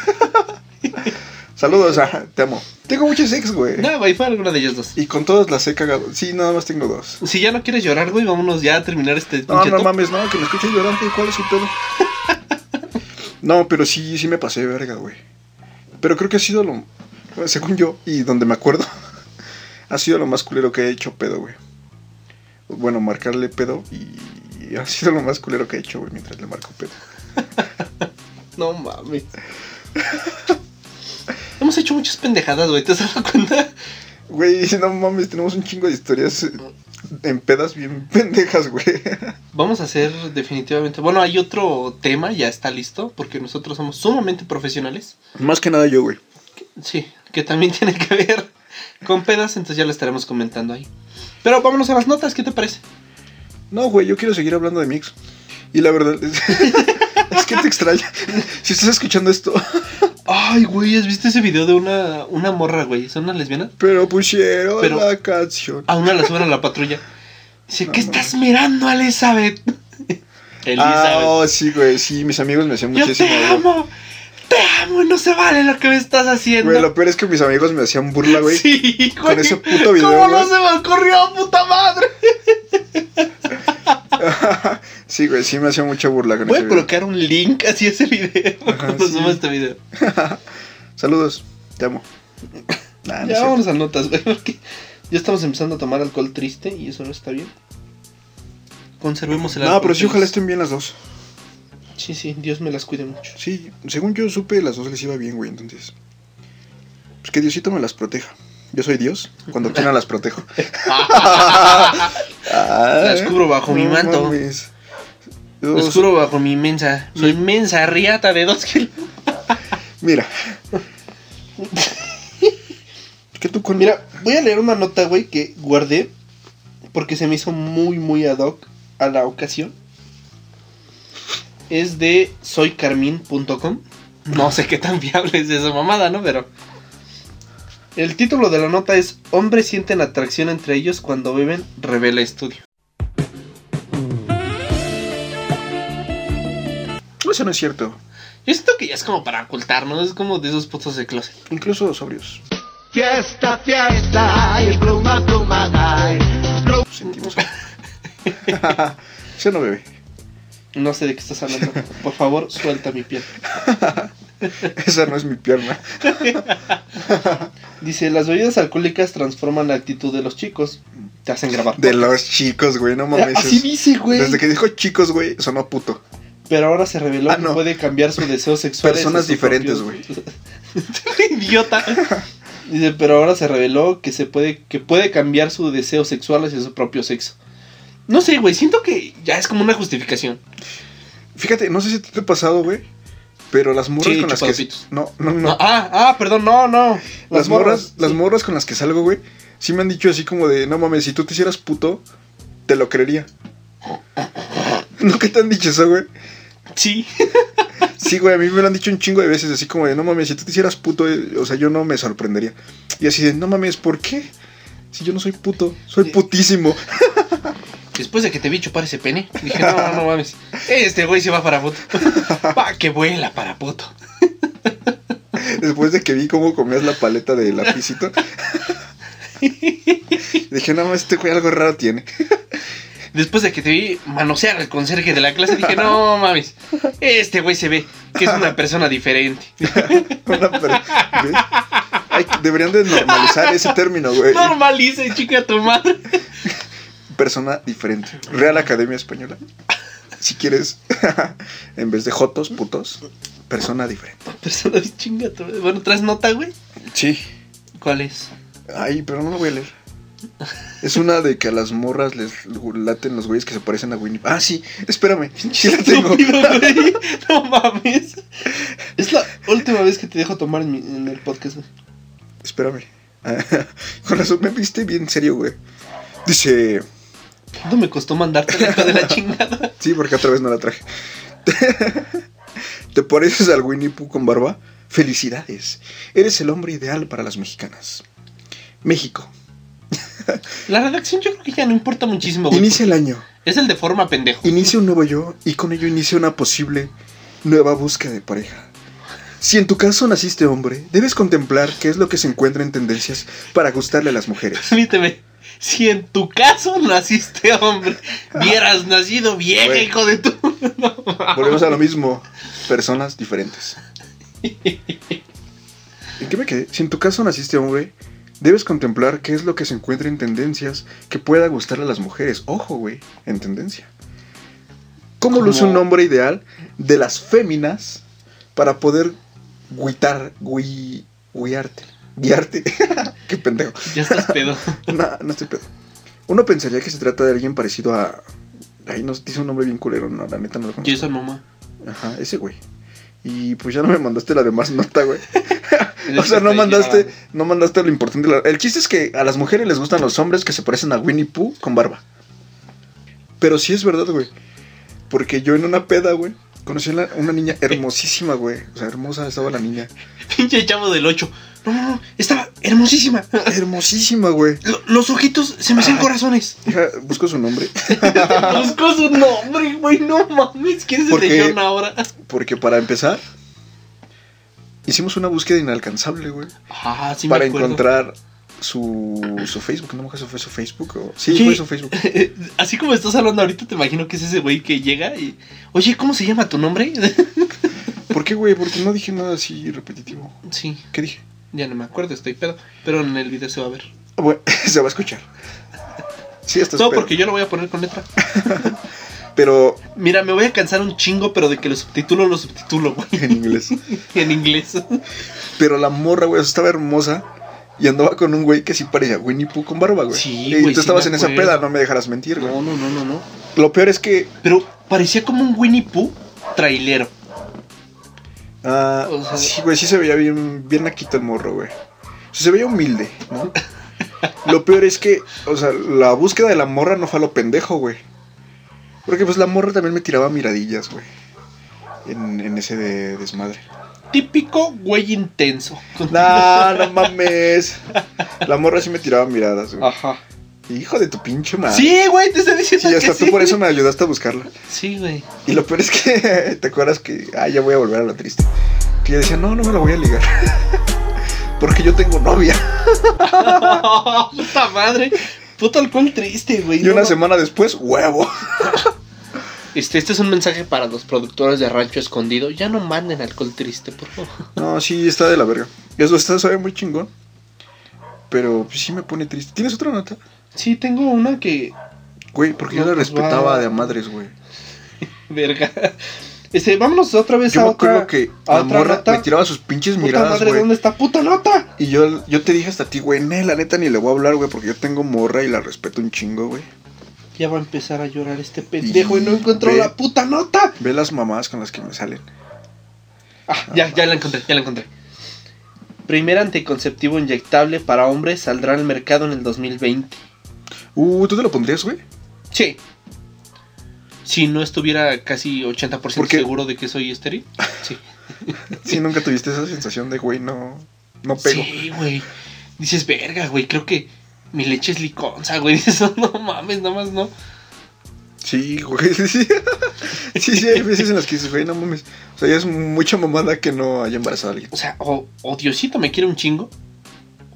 [SPEAKER 3] Saludos, ajá, te amo. Tengo muchas ex, güey.
[SPEAKER 2] Nada, güey, fue alguna de ellos dos.
[SPEAKER 3] Y con todas las he cagado. Sí, nada más tengo dos.
[SPEAKER 2] Si ya no quieres llorar, güey, vámonos ya a terminar este
[SPEAKER 3] No,
[SPEAKER 2] pinche
[SPEAKER 3] Ah, no
[SPEAKER 2] top.
[SPEAKER 3] mames, no, que me escuche llorar, güey, ¿cuál es su pedo? No, pero sí, sí me pasé de verga, güey. Pero creo que ha sido lo, según yo, y donde me acuerdo, ha sido lo más culero que he hecho pedo, güey. Bueno, marcarle pedo y ha sido lo más culero que he hecho, güey, mientras le marco pedo.
[SPEAKER 2] No mames. Hemos hecho muchas pendejadas, güey, ¿te has dado cuenta?
[SPEAKER 3] Güey, no mames, tenemos un chingo de historias eh, en pedas bien pendejas, güey.
[SPEAKER 2] Vamos a hacer definitivamente. Bueno, hay otro tema, ya está listo, porque nosotros somos sumamente profesionales.
[SPEAKER 3] Más que nada yo, güey.
[SPEAKER 2] Sí, que también tiene que ver con pedas, entonces ya lo estaremos comentando ahí. Pero vámonos a las notas, ¿qué te parece?
[SPEAKER 3] No, güey, yo quiero seguir hablando de Mix. Y la verdad es, es que te extraña. Si estás escuchando esto,
[SPEAKER 2] Ay, güey, ¿has visto ese video de una, una morra, güey? ¿Son una lesbiana?
[SPEAKER 3] pero pusieron
[SPEAKER 2] Pero-
[SPEAKER 3] la canción.
[SPEAKER 2] A una la suben a la patrulla. Dice,
[SPEAKER 3] No
[SPEAKER 2] ¿qué
[SPEAKER 3] mames.
[SPEAKER 2] estás mirando, Elizabeth? Elizabeth.
[SPEAKER 3] Ah, oh, sí, güey, sí, mis amigos me hacían
[SPEAKER 2] Yo
[SPEAKER 3] muchísimo.
[SPEAKER 2] te
[SPEAKER 3] güey.
[SPEAKER 2] amo. Te amo y no se vale lo que me estás haciendo.
[SPEAKER 3] Güey, lo peor es que mis amigos me hacían burla, güey.
[SPEAKER 2] Sí, güey.
[SPEAKER 3] Con ese puto video,
[SPEAKER 2] ¿Cómo no
[SPEAKER 3] güey.
[SPEAKER 2] se me ocurrió, puta madre?
[SPEAKER 3] Sí, güey, sí me hacían mucha burla con
[SPEAKER 2] Voy
[SPEAKER 3] ese
[SPEAKER 2] a
[SPEAKER 3] video.
[SPEAKER 2] colocar un link hacia ese video
[SPEAKER 3] Ajá,
[SPEAKER 2] cuando
[SPEAKER 3] sí.
[SPEAKER 2] suba este video.
[SPEAKER 3] Saludos, te amo. Nah, Ah, no es
[SPEAKER 2] ya
[SPEAKER 3] cierto.
[SPEAKER 2] vámonos a notas, güey, porque ya estamos empezando a tomar alcohol triste y eso no está bien. Conservemos el alcohol.
[SPEAKER 3] No, pero sí,
[SPEAKER 2] feliz.
[SPEAKER 3] ojalá estén bien las dos.
[SPEAKER 2] Sí, sí, Dios me las cuide mucho.
[SPEAKER 3] Sí, según yo supe, las dos les iba bien, güey, entonces. Pues que Diosito me las proteja. Yo soy Dios, cuando quiera las protejo.
[SPEAKER 2] Las cubro bajo mi manto.
[SPEAKER 3] Ah, mames.
[SPEAKER 2] Lo
[SPEAKER 3] Dos-
[SPEAKER 2] oscuro bajo mi inmensa, mi inmensa riata de dos kilos.
[SPEAKER 3] Mira. ¿Qué tú con
[SPEAKER 2] Mira, voy a leer una nota, güey, que guardé porque se me hizo muy, muy ad hoc a la ocasión. Es de soycarmin.com. No sé qué tan viable es esa mamada, ¿no? Pero... El título de la nota es Hombres sienten atracción entre ellos cuando beben, revela estudio.
[SPEAKER 3] Eso no es cierto.
[SPEAKER 2] Yo siento que ya es como para ocultar, ¿no? Es como de esos putos de closet.
[SPEAKER 3] Incluso sobrios.
[SPEAKER 4] Fiesta, fiesta, y pluma, pluma, dai.
[SPEAKER 3] Sentimos. ¿Sí o no, bebé?
[SPEAKER 2] No sé de qué estás hablando. Por favor, suelta mi piel.
[SPEAKER 3] Esa no es mi pierna.
[SPEAKER 2] Dice, las bebidas alcohólicas transforman la actitud de los chicos. Te hacen grabar.
[SPEAKER 3] De los chicos, güey, no mames.
[SPEAKER 2] Ah, Así
[SPEAKER 3] es-
[SPEAKER 2] dice, güey.
[SPEAKER 3] Desde que dijo chicos, güey, sonó puto.
[SPEAKER 2] Pero ahora se reveló
[SPEAKER 3] Ah,
[SPEAKER 2] que
[SPEAKER 3] no.
[SPEAKER 2] puede cambiar su deseo sexual.
[SPEAKER 3] Personas
[SPEAKER 2] desde su
[SPEAKER 3] diferentes,
[SPEAKER 2] propio- Idiota. Dice, pero ahora se reveló que se puede, que puede cambiar su deseo sexual hacia su propio sexo. No sé, güey, siento que ya es como una justificación.
[SPEAKER 3] Fíjate, no sé si a ti te ha pasado, güey, pero las morras
[SPEAKER 2] Sí,
[SPEAKER 3] con las que...
[SPEAKER 2] chupapitos.
[SPEAKER 3] No, no,
[SPEAKER 2] No,
[SPEAKER 3] no.
[SPEAKER 2] ah, ah, perdón, no, no.
[SPEAKER 3] Las morras, las
[SPEAKER 2] sí.
[SPEAKER 3] morras con las que salgo, güey, sí me han dicho así como de, no mames, si tú te hicieras puto, te lo creería. ¿No que te han dicho eso, güey?
[SPEAKER 2] Sí.
[SPEAKER 3] Sí, güey, a mí me lo han dicho un chingo de veces, así como de, no mames, si tú te hicieras puto, eh, o sea, yo no me sorprendería. Y así de, no mames, ¿por qué? Si yo no soy puto, soy putísimo.
[SPEAKER 2] Después de que te vi chupar ese pene, dije, no, no, no mames. Este güey se va para foto. Va que vuela para foto.
[SPEAKER 3] Después de que vi cómo comías la paleta de lapicito, dije, no mames, este güey algo raro tiene.
[SPEAKER 2] Después de que te vi manosear al conserje de la clase, dije, no mames, este güey se ve que es una persona diferente.
[SPEAKER 3] Una per- ¿Ves? Ay, deberían de normalizar ese término, güey.
[SPEAKER 2] Normalice, chica, tu madre.
[SPEAKER 3] Persona diferente. Real Academia Española. Si quieres, en vez de jotos, putos, persona diferente.
[SPEAKER 2] Persona de chinga, tu madre. Bueno, ¿traes nota, güey?
[SPEAKER 3] Sí.
[SPEAKER 2] ¿Cuál es?
[SPEAKER 3] Ay, pero no lo voy a leer. Es una de que a las morras les laten los güeyes que se parecen a Winnie. Ah, sí, espérame. Sí la tengo.
[SPEAKER 2] Estúpido, güey. No mames. Es la última vez que te dejo tomar en, mi- en el podcast, güey.
[SPEAKER 3] Espérame. Ah, Con razón me viste bien serio, güey. Dice.
[SPEAKER 2] ¿Cuánto me costó mandarte la hija de la chingada?
[SPEAKER 3] Sí, porque otra vez no la traje. ¿Te pareces al Winnie Pooh con barba? Felicidades. Eres el hombre ideal para las mexicanas. México.
[SPEAKER 2] La redacción yo creo que ya no importa muchísimo, güey.
[SPEAKER 3] Inicia el año.
[SPEAKER 2] Es el de forma pendejo.
[SPEAKER 3] Inicia un nuevo yo y con ello inicia una posible nueva búsqueda de pareja. Si en tu caso naciste hombre, debes contemplar qué es lo que se encuentra en tendencias para gustarle a las mujeres.
[SPEAKER 2] Permíteme. Si en tu caso naciste hombre, hubieras nacido viejo,
[SPEAKER 3] Güey.
[SPEAKER 2] hijo de tu. No,
[SPEAKER 3] Volvemos a lo mismo, personas diferentes. ¿En qué me quedé? Si en tu caso naciste hombre, debes contemplar qué es lo que se encuentra en tendencias que pueda gustarle a las mujeres. Ojo, güey, en tendencia. ¿Cómo
[SPEAKER 2] Como-
[SPEAKER 3] luce un hombre ideal de las féminas para poder guitar, gui, guiarte? Guiarte. qué pendejo.
[SPEAKER 2] ya estás pedo.
[SPEAKER 3] No, no estoy pedo. Uno pensaría que se trata de alguien parecido a. Ahí nos dice un nombre bien culero, no, la neta no lo conozco.
[SPEAKER 2] Yo soy mamá.
[SPEAKER 3] Ajá, ese güey. Y pues ya no me mandaste la demás nota, güey. o sea, no
[SPEAKER 2] Estoy
[SPEAKER 3] mandaste,
[SPEAKER 2] llorando.
[SPEAKER 3] no mandaste lo importante. La- El chiste es que a las mujeres les gustan los hombres que se parecen a Winnie Pooh con barba. Pero sí es verdad, güey. Porque yo en una peda, güey, conocí a la- una niña hermosísima, güey. O sea, hermosa estaba la niña.
[SPEAKER 2] Pinche chavo del 8. No, no, no. Estaba hermosísima.
[SPEAKER 3] Hermosísima, güey.
[SPEAKER 2] Lo- los ojitos se me hacían
[SPEAKER 3] Ah.
[SPEAKER 2] corazones.
[SPEAKER 3] Deja, Busco su nombre.
[SPEAKER 2] Busco su nombre, güey. No mames. ¿Quién se
[SPEAKER 3] Porque-
[SPEAKER 2] le llama ahora?
[SPEAKER 3] Porque para empezar, hicimos una búsqueda inalcanzable, güey.
[SPEAKER 2] Ah, sí, me
[SPEAKER 3] para
[SPEAKER 2] acuerdo.
[SPEAKER 3] encontrar su, su Facebook. No me acuerdo si fue su Facebook o... Sí,
[SPEAKER 2] Sí.
[SPEAKER 3] fue su Facebook.
[SPEAKER 2] Así como estás hablando ahorita, te imagino que es ese güey que llega y. Oye, ¿cómo se llama tu nombre?
[SPEAKER 3] ¿Por qué, güey? Porque no dije nada así repetitivo.
[SPEAKER 2] sí,
[SPEAKER 3] ¿Qué dije?
[SPEAKER 2] ya no me acuerdo, estoy pedo. Pero en el video se va a ver.
[SPEAKER 3] Ah, Bueno, se va a escuchar. Sí, hasta
[SPEAKER 2] No,
[SPEAKER 3] espero.
[SPEAKER 2] porque yo lo voy a poner con letra.
[SPEAKER 3] Pero
[SPEAKER 2] Mira, me voy a cansar un chingo, pero de que lo subtitulo, lo subtitulo, güey.
[SPEAKER 3] en inglés.
[SPEAKER 2] En inglés.
[SPEAKER 3] Pero la morra, güey, o sea, estaba hermosa. Y andaba con un güey que sí parecía Winnie Pooh con barba, güey.
[SPEAKER 2] Sí,
[SPEAKER 3] y
[SPEAKER 2] güey, sí
[SPEAKER 3] tú estabas
[SPEAKER 2] me
[SPEAKER 3] en esa
[SPEAKER 2] acuerdo.
[SPEAKER 3] peda, no me dejarás mentir, güey.
[SPEAKER 2] no, no, no, no.
[SPEAKER 3] Lo peor es que.
[SPEAKER 2] Pero parecía como un Winnie Pooh trailero.
[SPEAKER 3] ah,
[SPEAKER 2] O sea-
[SPEAKER 3] sí, güey, sí se veía bien, bien naquito el morro, güey. O sea, se veía humilde, ¿no? lo peor es que, o sea, la búsqueda de la morra no fue a lo pendejo, güey. Porque pues la morra también me tiraba miradillas, güey. En, en ese de- desmadre.
[SPEAKER 2] Típico güey intenso.
[SPEAKER 3] No, no mames. La morra sí me tiraba miradas, güey.
[SPEAKER 2] Ajá.
[SPEAKER 3] Hijo de tu pinche madre.
[SPEAKER 2] Ah. Sí, güey, te estoy diciendo.
[SPEAKER 3] Sí,
[SPEAKER 2] que
[SPEAKER 3] hasta tú
[SPEAKER 2] Ah. sí.
[SPEAKER 3] por eso me ayudaste a buscarla.
[SPEAKER 2] Sí, güey.
[SPEAKER 3] Y lo peor es que te acuerdas que, ah, ya voy a volver a lo triste. Que yo decía, no, no me la voy a ligar. Porque yo tengo novia.
[SPEAKER 2] puta madre. Puto alcohol triste, güey.
[SPEAKER 3] Y una
[SPEAKER 2] No,
[SPEAKER 3] semana después, huevo.
[SPEAKER 2] Este, este es un mensaje para los productores de Rancho Escondido. Ya no manden alcohol triste, por favor.
[SPEAKER 3] No, sí, está de la verga. Eso está, sabe muy chingón. Pero pues, sí me pone triste. ¿Tienes otra nota?
[SPEAKER 2] Sí, tengo una que.
[SPEAKER 3] Güey, porque yo
[SPEAKER 2] No,
[SPEAKER 3] la
[SPEAKER 2] pues,
[SPEAKER 3] respetaba
[SPEAKER 2] va.
[SPEAKER 3] de a madres, güey.
[SPEAKER 2] Verga. Este, vámonos otra vez
[SPEAKER 3] Yo
[SPEAKER 2] a
[SPEAKER 3] me
[SPEAKER 2] otra.
[SPEAKER 3] acuerdo que
[SPEAKER 2] a
[SPEAKER 3] la
[SPEAKER 2] otra
[SPEAKER 3] morra
[SPEAKER 2] nota.
[SPEAKER 3] me tiraba sus pinches
[SPEAKER 2] Puta
[SPEAKER 3] miradas,
[SPEAKER 2] madre,
[SPEAKER 3] güey.
[SPEAKER 2] ¿dónde está puta nota?
[SPEAKER 3] Y yo, yo te dije hasta a ti, güey, "Ne, la neta ni le voy a hablar, güey, porque yo tengo morra y la respeto un chingo, güey.
[SPEAKER 2] Ya va a empezar a llorar este pendejo y no
[SPEAKER 3] Y
[SPEAKER 2] encontró
[SPEAKER 3] ve.
[SPEAKER 2] la puta nota.
[SPEAKER 3] Ve las mamás con las que me salen.
[SPEAKER 2] Ah, ya, ya la encontré, ya la encontré. Primer anticonceptivo inyectable para hombres saldrá al mercado en el 2020.
[SPEAKER 3] Uh, ¿tú te lo pondrías, güey?
[SPEAKER 2] Sí. Si no estuviera casi 80%
[SPEAKER 3] ¿Por qué?
[SPEAKER 2] seguro de que soy estéril. Sí.
[SPEAKER 3] Sí, nunca tuviste esa sensación de, güey, no, no pego.
[SPEAKER 2] Sí, güey. Dices, verga, güey, creo que mi leche es liconza, güey. Dices, no mames, nada más no.
[SPEAKER 3] Sí, güey, sí, sí. sí, sí, hay veces en las que dices, güey, no mames. O sea, ya es mucha mamada que no haya embarazado a alguien.
[SPEAKER 2] O sea, o, o Diosito me quiere un chingo.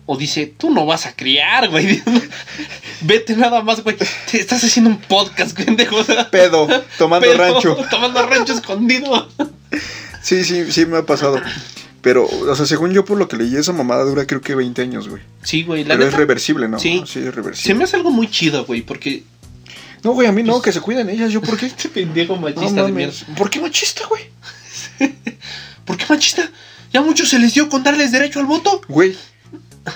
[SPEAKER 2] O dice, tú no vas a criar, güey. Vete nada más, güey. Te estás haciendo un podcast, pendejo. o sea,
[SPEAKER 3] Pedo, tomando
[SPEAKER 2] pero-
[SPEAKER 3] rancho.
[SPEAKER 2] Tomando rancho escondido.
[SPEAKER 3] Sí, sí, sí, me ha pasado. Pero, o sea, según yo, por lo que leí, esa mamada dura creo que 20 años, güey.
[SPEAKER 2] Sí, güey. La
[SPEAKER 3] Pero es
[SPEAKER 2] neta,
[SPEAKER 3] reversible, ¿no?
[SPEAKER 2] Sí. pues,
[SPEAKER 3] sí es
[SPEAKER 2] se
[SPEAKER 3] reversible.
[SPEAKER 2] me hace algo muy chido, güey, porque
[SPEAKER 3] No, güey, a mí no, que se cuiden ellas, ¿yo por qué?
[SPEAKER 2] este pendejo machista de mierda.
[SPEAKER 3] mames. ¿Por qué machista, güey?
[SPEAKER 2] ¿Por qué machista? Ya a muchos se les dio con darles derecho al voto.
[SPEAKER 3] Güey,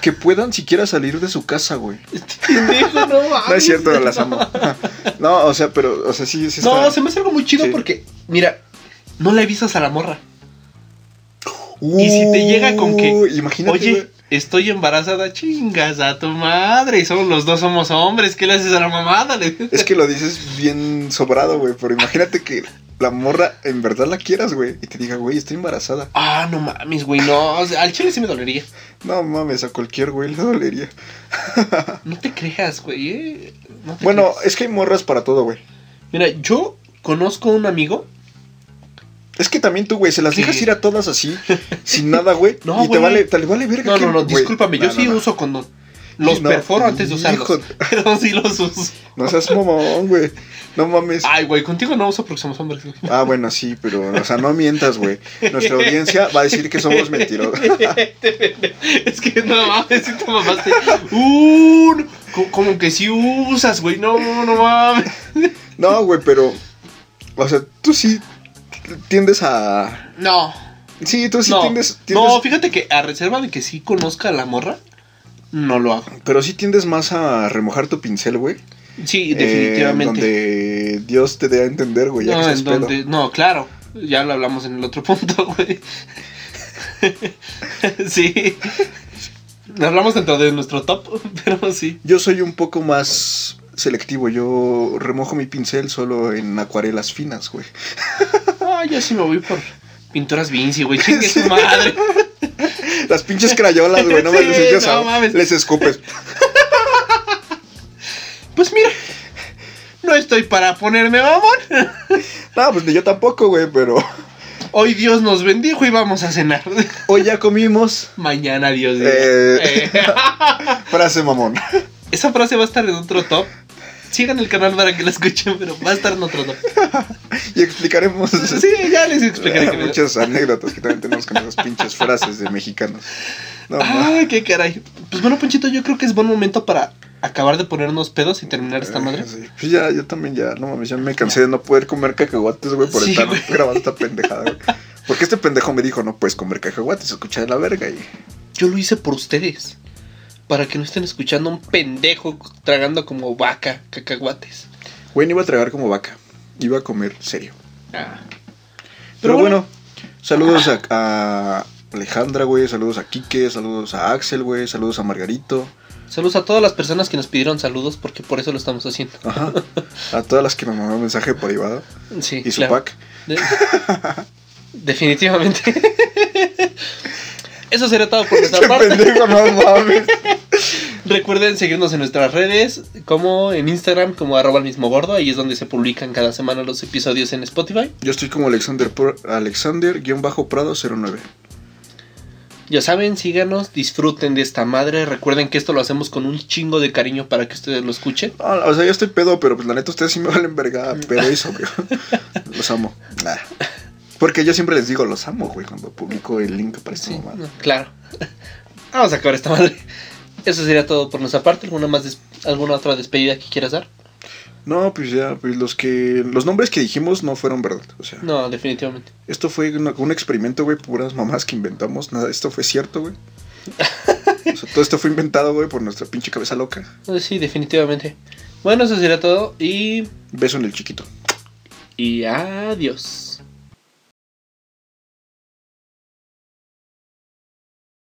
[SPEAKER 3] que puedan siquiera salir de su casa, güey.
[SPEAKER 2] Este pendejo, no mames.
[SPEAKER 3] No es cierto, las amo. No, o sea, pero, o sea, sí, sí está.
[SPEAKER 2] No, se me hace algo muy chido
[SPEAKER 3] Sí.
[SPEAKER 2] porque, mira, no le avisas a la morra.
[SPEAKER 3] Uy,
[SPEAKER 2] y si te llega con que,
[SPEAKER 3] Imagínate,
[SPEAKER 2] Oye,
[SPEAKER 3] güey.
[SPEAKER 2] estoy embarazada, chingas a tu madre. Y somos los dos somos hombres. ¿Qué le haces a la mamada? Le-
[SPEAKER 3] Es que lo dices bien sobrado, güey, pero imagínate que la morra en verdad la quieras, güey, y te diga, güey, estoy embarazada.
[SPEAKER 2] Ah, no mames, güey, no. o sea, al chile sí me dolería.
[SPEAKER 3] No mames, a cualquier güey le dolería.
[SPEAKER 2] No te creas, güey. eh, no te
[SPEAKER 3] Bueno,
[SPEAKER 2] creas.
[SPEAKER 3] es que hay morras para todo, güey.
[SPEAKER 2] Mira, yo conozco a un amigo.
[SPEAKER 3] Es que también tú, güey, se las
[SPEAKER 2] Sí.
[SPEAKER 3] dejas ir a todas así, sin nada, güey.
[SPEAKER 2] No,
[SPEAKER 3] y te
[SPEAKER 2] güey.
[SPEAKER 3] vale, te le vale verga.
[SPEAKER 2] No,
[SPEAKER 3] que-
[SPEAKER 2] no, no,
[SPEAKER 3] güey.
[SPEAKER 2] discúlpame, yo
[SPEAKER 3] No,
[SPEAKER 2] sí
[SPEAKER 3] no, no.
[SPEAKER 2] uso condón. Los
[SPEAKER 3] No,
[SPEAKER 2] perforo antes de usarlos.
[SPEAKER 3] hijo.
[SPEAKER 2] Pero sí los uso.
[SPEAKER 3] No seas mamón, güey. No mames.
[SPEAKER 2] Ay, güey, contigo no uso porque somos hombres. güey.
[SPEAKER 3] Ah, bueno, sí, pero, o sea, no mientas, güey. Nuestra audiencia va a decir que somos mentirosos.
[SPEAKER 2] es que no mames, si te mamaste. Uh, no, co- como que sí usas, güey. No, no mames.
[SPEAKER 3] No, güey, pero, o sea, tú sí tiendes a...
[SPEAKER 2] No.
[SPEAKER 3] Sí, tú sí
[SPEAKER 2] no.
[SPEAKER 3] tiendes... tiendes-
[SPEAKER 2] no, fíjate que a reserva de que sí conozca a la morra, no lo hago.
[SPEAKER 3] Pero sí tiendes más a remojar tu pincel, güey.
[SPEAKER 2] Sí,
[SPEAKER 3] Eh,
[SPEAKER 2] definitivamente.
[SPEAKER 3] donde Dios te dé a entender, güey, ya que
[SPEAKER 2] no,
[SPEAKER 3] seas
[SPEAKER 2] en
[SPEAKER 3] pedo.
[SPEAKER 2] donde, no, claro. Ya lo hablamos en el otro punto, güey. sí. Hablamos dentro de nuestro top, pero sí.
[SPEAKER 3] Yo soy un poco más selectivo. Yo remojo mi pincel solo en acuarelas finas, güey.
[SPEAKER 2] Ah, yo sí me voy por pinturas Vinci, güey. Chingue su madre.
[SPEAKER 3] Las pinches crayolas, güey, no
[SPEAKER 2] Sí,
[SPEAKER 3] me les echas
[SPEAKER 2] no
[SPEAKER 3] a-
[SPEAKER 2] mames.
[SPEAKER 3] Les escupes.
[SPEAKER 2] Pues mira, no estoy para ponerme mamón.
[SPEAKER 3] No, pues ni yo tampoco, güey, pero...
[SPEAKER 2] Hoy Dios nos bendijo y vamos a cenar.
[SPEAKER 3] Hoy ya comimos...
[SPEAKER 2] Mañana Dios dirá.
[SPEAKER 3] Eh.
[SPEAKER 2] Eh,
[SPEAKER 3] Frase mamón.
[SPEAKER 2] Esa frase va a estar en otro top. Sigan el canal para que la escuchen, pero va a estar en otro top.
[SPEAKER 3] Y explicaremos este,
[SPEAKER 2] Sí, ya les explicaré. que me-
[SPEAKER 3] muchas anécdotas que también tenemos con esas pinches frases de mexicanos. No, ma-
[SPEAKER 2] Ay, qué caray. Pues bueno, Ponchito, yo creo que es buen momento para acabar de ponernos pedos y terminar esta madre.
[SPEAKER 3] Sí, pues ya, yo también ya, no mames, ya me cansé de no poder comer cacahuates, güey, por
[SPEAKER 2] Sí,
[SPEAKER 3] estar
[SPEAKER 2] güey.
[SPEAKER 3] grabando esta pendejada, güey. Porque este pendejo me dijo, no puedes comer cacahuates, escucha de la verga. Y
[SPEAKER 2] Yo lo hice por ustedes. Para que no estén escuchando a un pendejo tragando como vaca cacahuates.
[SPEAKER 3] Güey, no iba a tragar como vaca. Iba a comer serio.
[SPEAKER 2] Ah.
[SPEAKER 3] Pero, bueno, saludos a, a Alejandra, güey. Saludos a Quique. Saludos a Axel, güey. Saludos a Margarito.
[SPEAKER 2] Saludos a todas las personas que nos pidieron saludos porque por eso lo estamos haciendo.
[SPEAKER 3] Ajá. A todas las que me mandaron mensaje privado.
[SPEAKER 2] Sí,
[SPEAKER 3] Y su
[SPEAKER 2] claro.
[SPEAKER 3] pack.
[SPEAKER 2] De- Definitivamente. Eso será todo por nuestra
[SPEAKER 3] Qué
[SPEAKER 2] parte.
[SPEAKER 3] pendejo, no mames.
[SPEAKER 2] Recuerden seguirnos en nuestras redes, como en Instagram, como arroba el mismo gordo. Ahí es donde se publican cada semana los episodios en Spotify.
[SPEAKER 3] Yo estoy como Alexander Pro- Alexander-Prado09.
[SPEAKER 2] Ya saben, síganos, disfruten de esta madre. Recuerden que esto lo hacemos con un chingo de cariño para que ustedes lo escuchen.
[SPEAKER 3] Ah, o sea, yo estoy pedo, pero pues la neta ustedes sí me valen verga,
[SPEAKER 2] Mm.
[SPEAKER 3] pero eso, güey. Los amo. Ah. Porque yo siempre les digo, los amo, güey, cuando publico el link para esta
[SPEAKER 2] Sí,
[SPEAKER 3] mamada.
[SPEAKER 2] no, claro. Vamos a acabar esta madre. Eso sería todo por nuestra parte. ¿Alguna, más des- ¿Alguna otra despedida que quieras dar?
[SPEAKER 3] No, pues ya, pues los que. Los nombres que dijimos no fueron verdad. O sea,
[SPEAKER 2] No, definitivamente.
[SPEAKER 3] esto fue una- un experimento, güey, puras mamás que inventamos. Nada, esto fue cierto, güey. O sea, todo esto fue inventado, güey, por nuestra pinche cabeza loca.
[SPEAKER 2] Eh, Sí, definitivamente. Bueno, eso sería todo y,
[SPEAKER 3] Beso en el chiquito.
[SPEAKER 2] y adiós.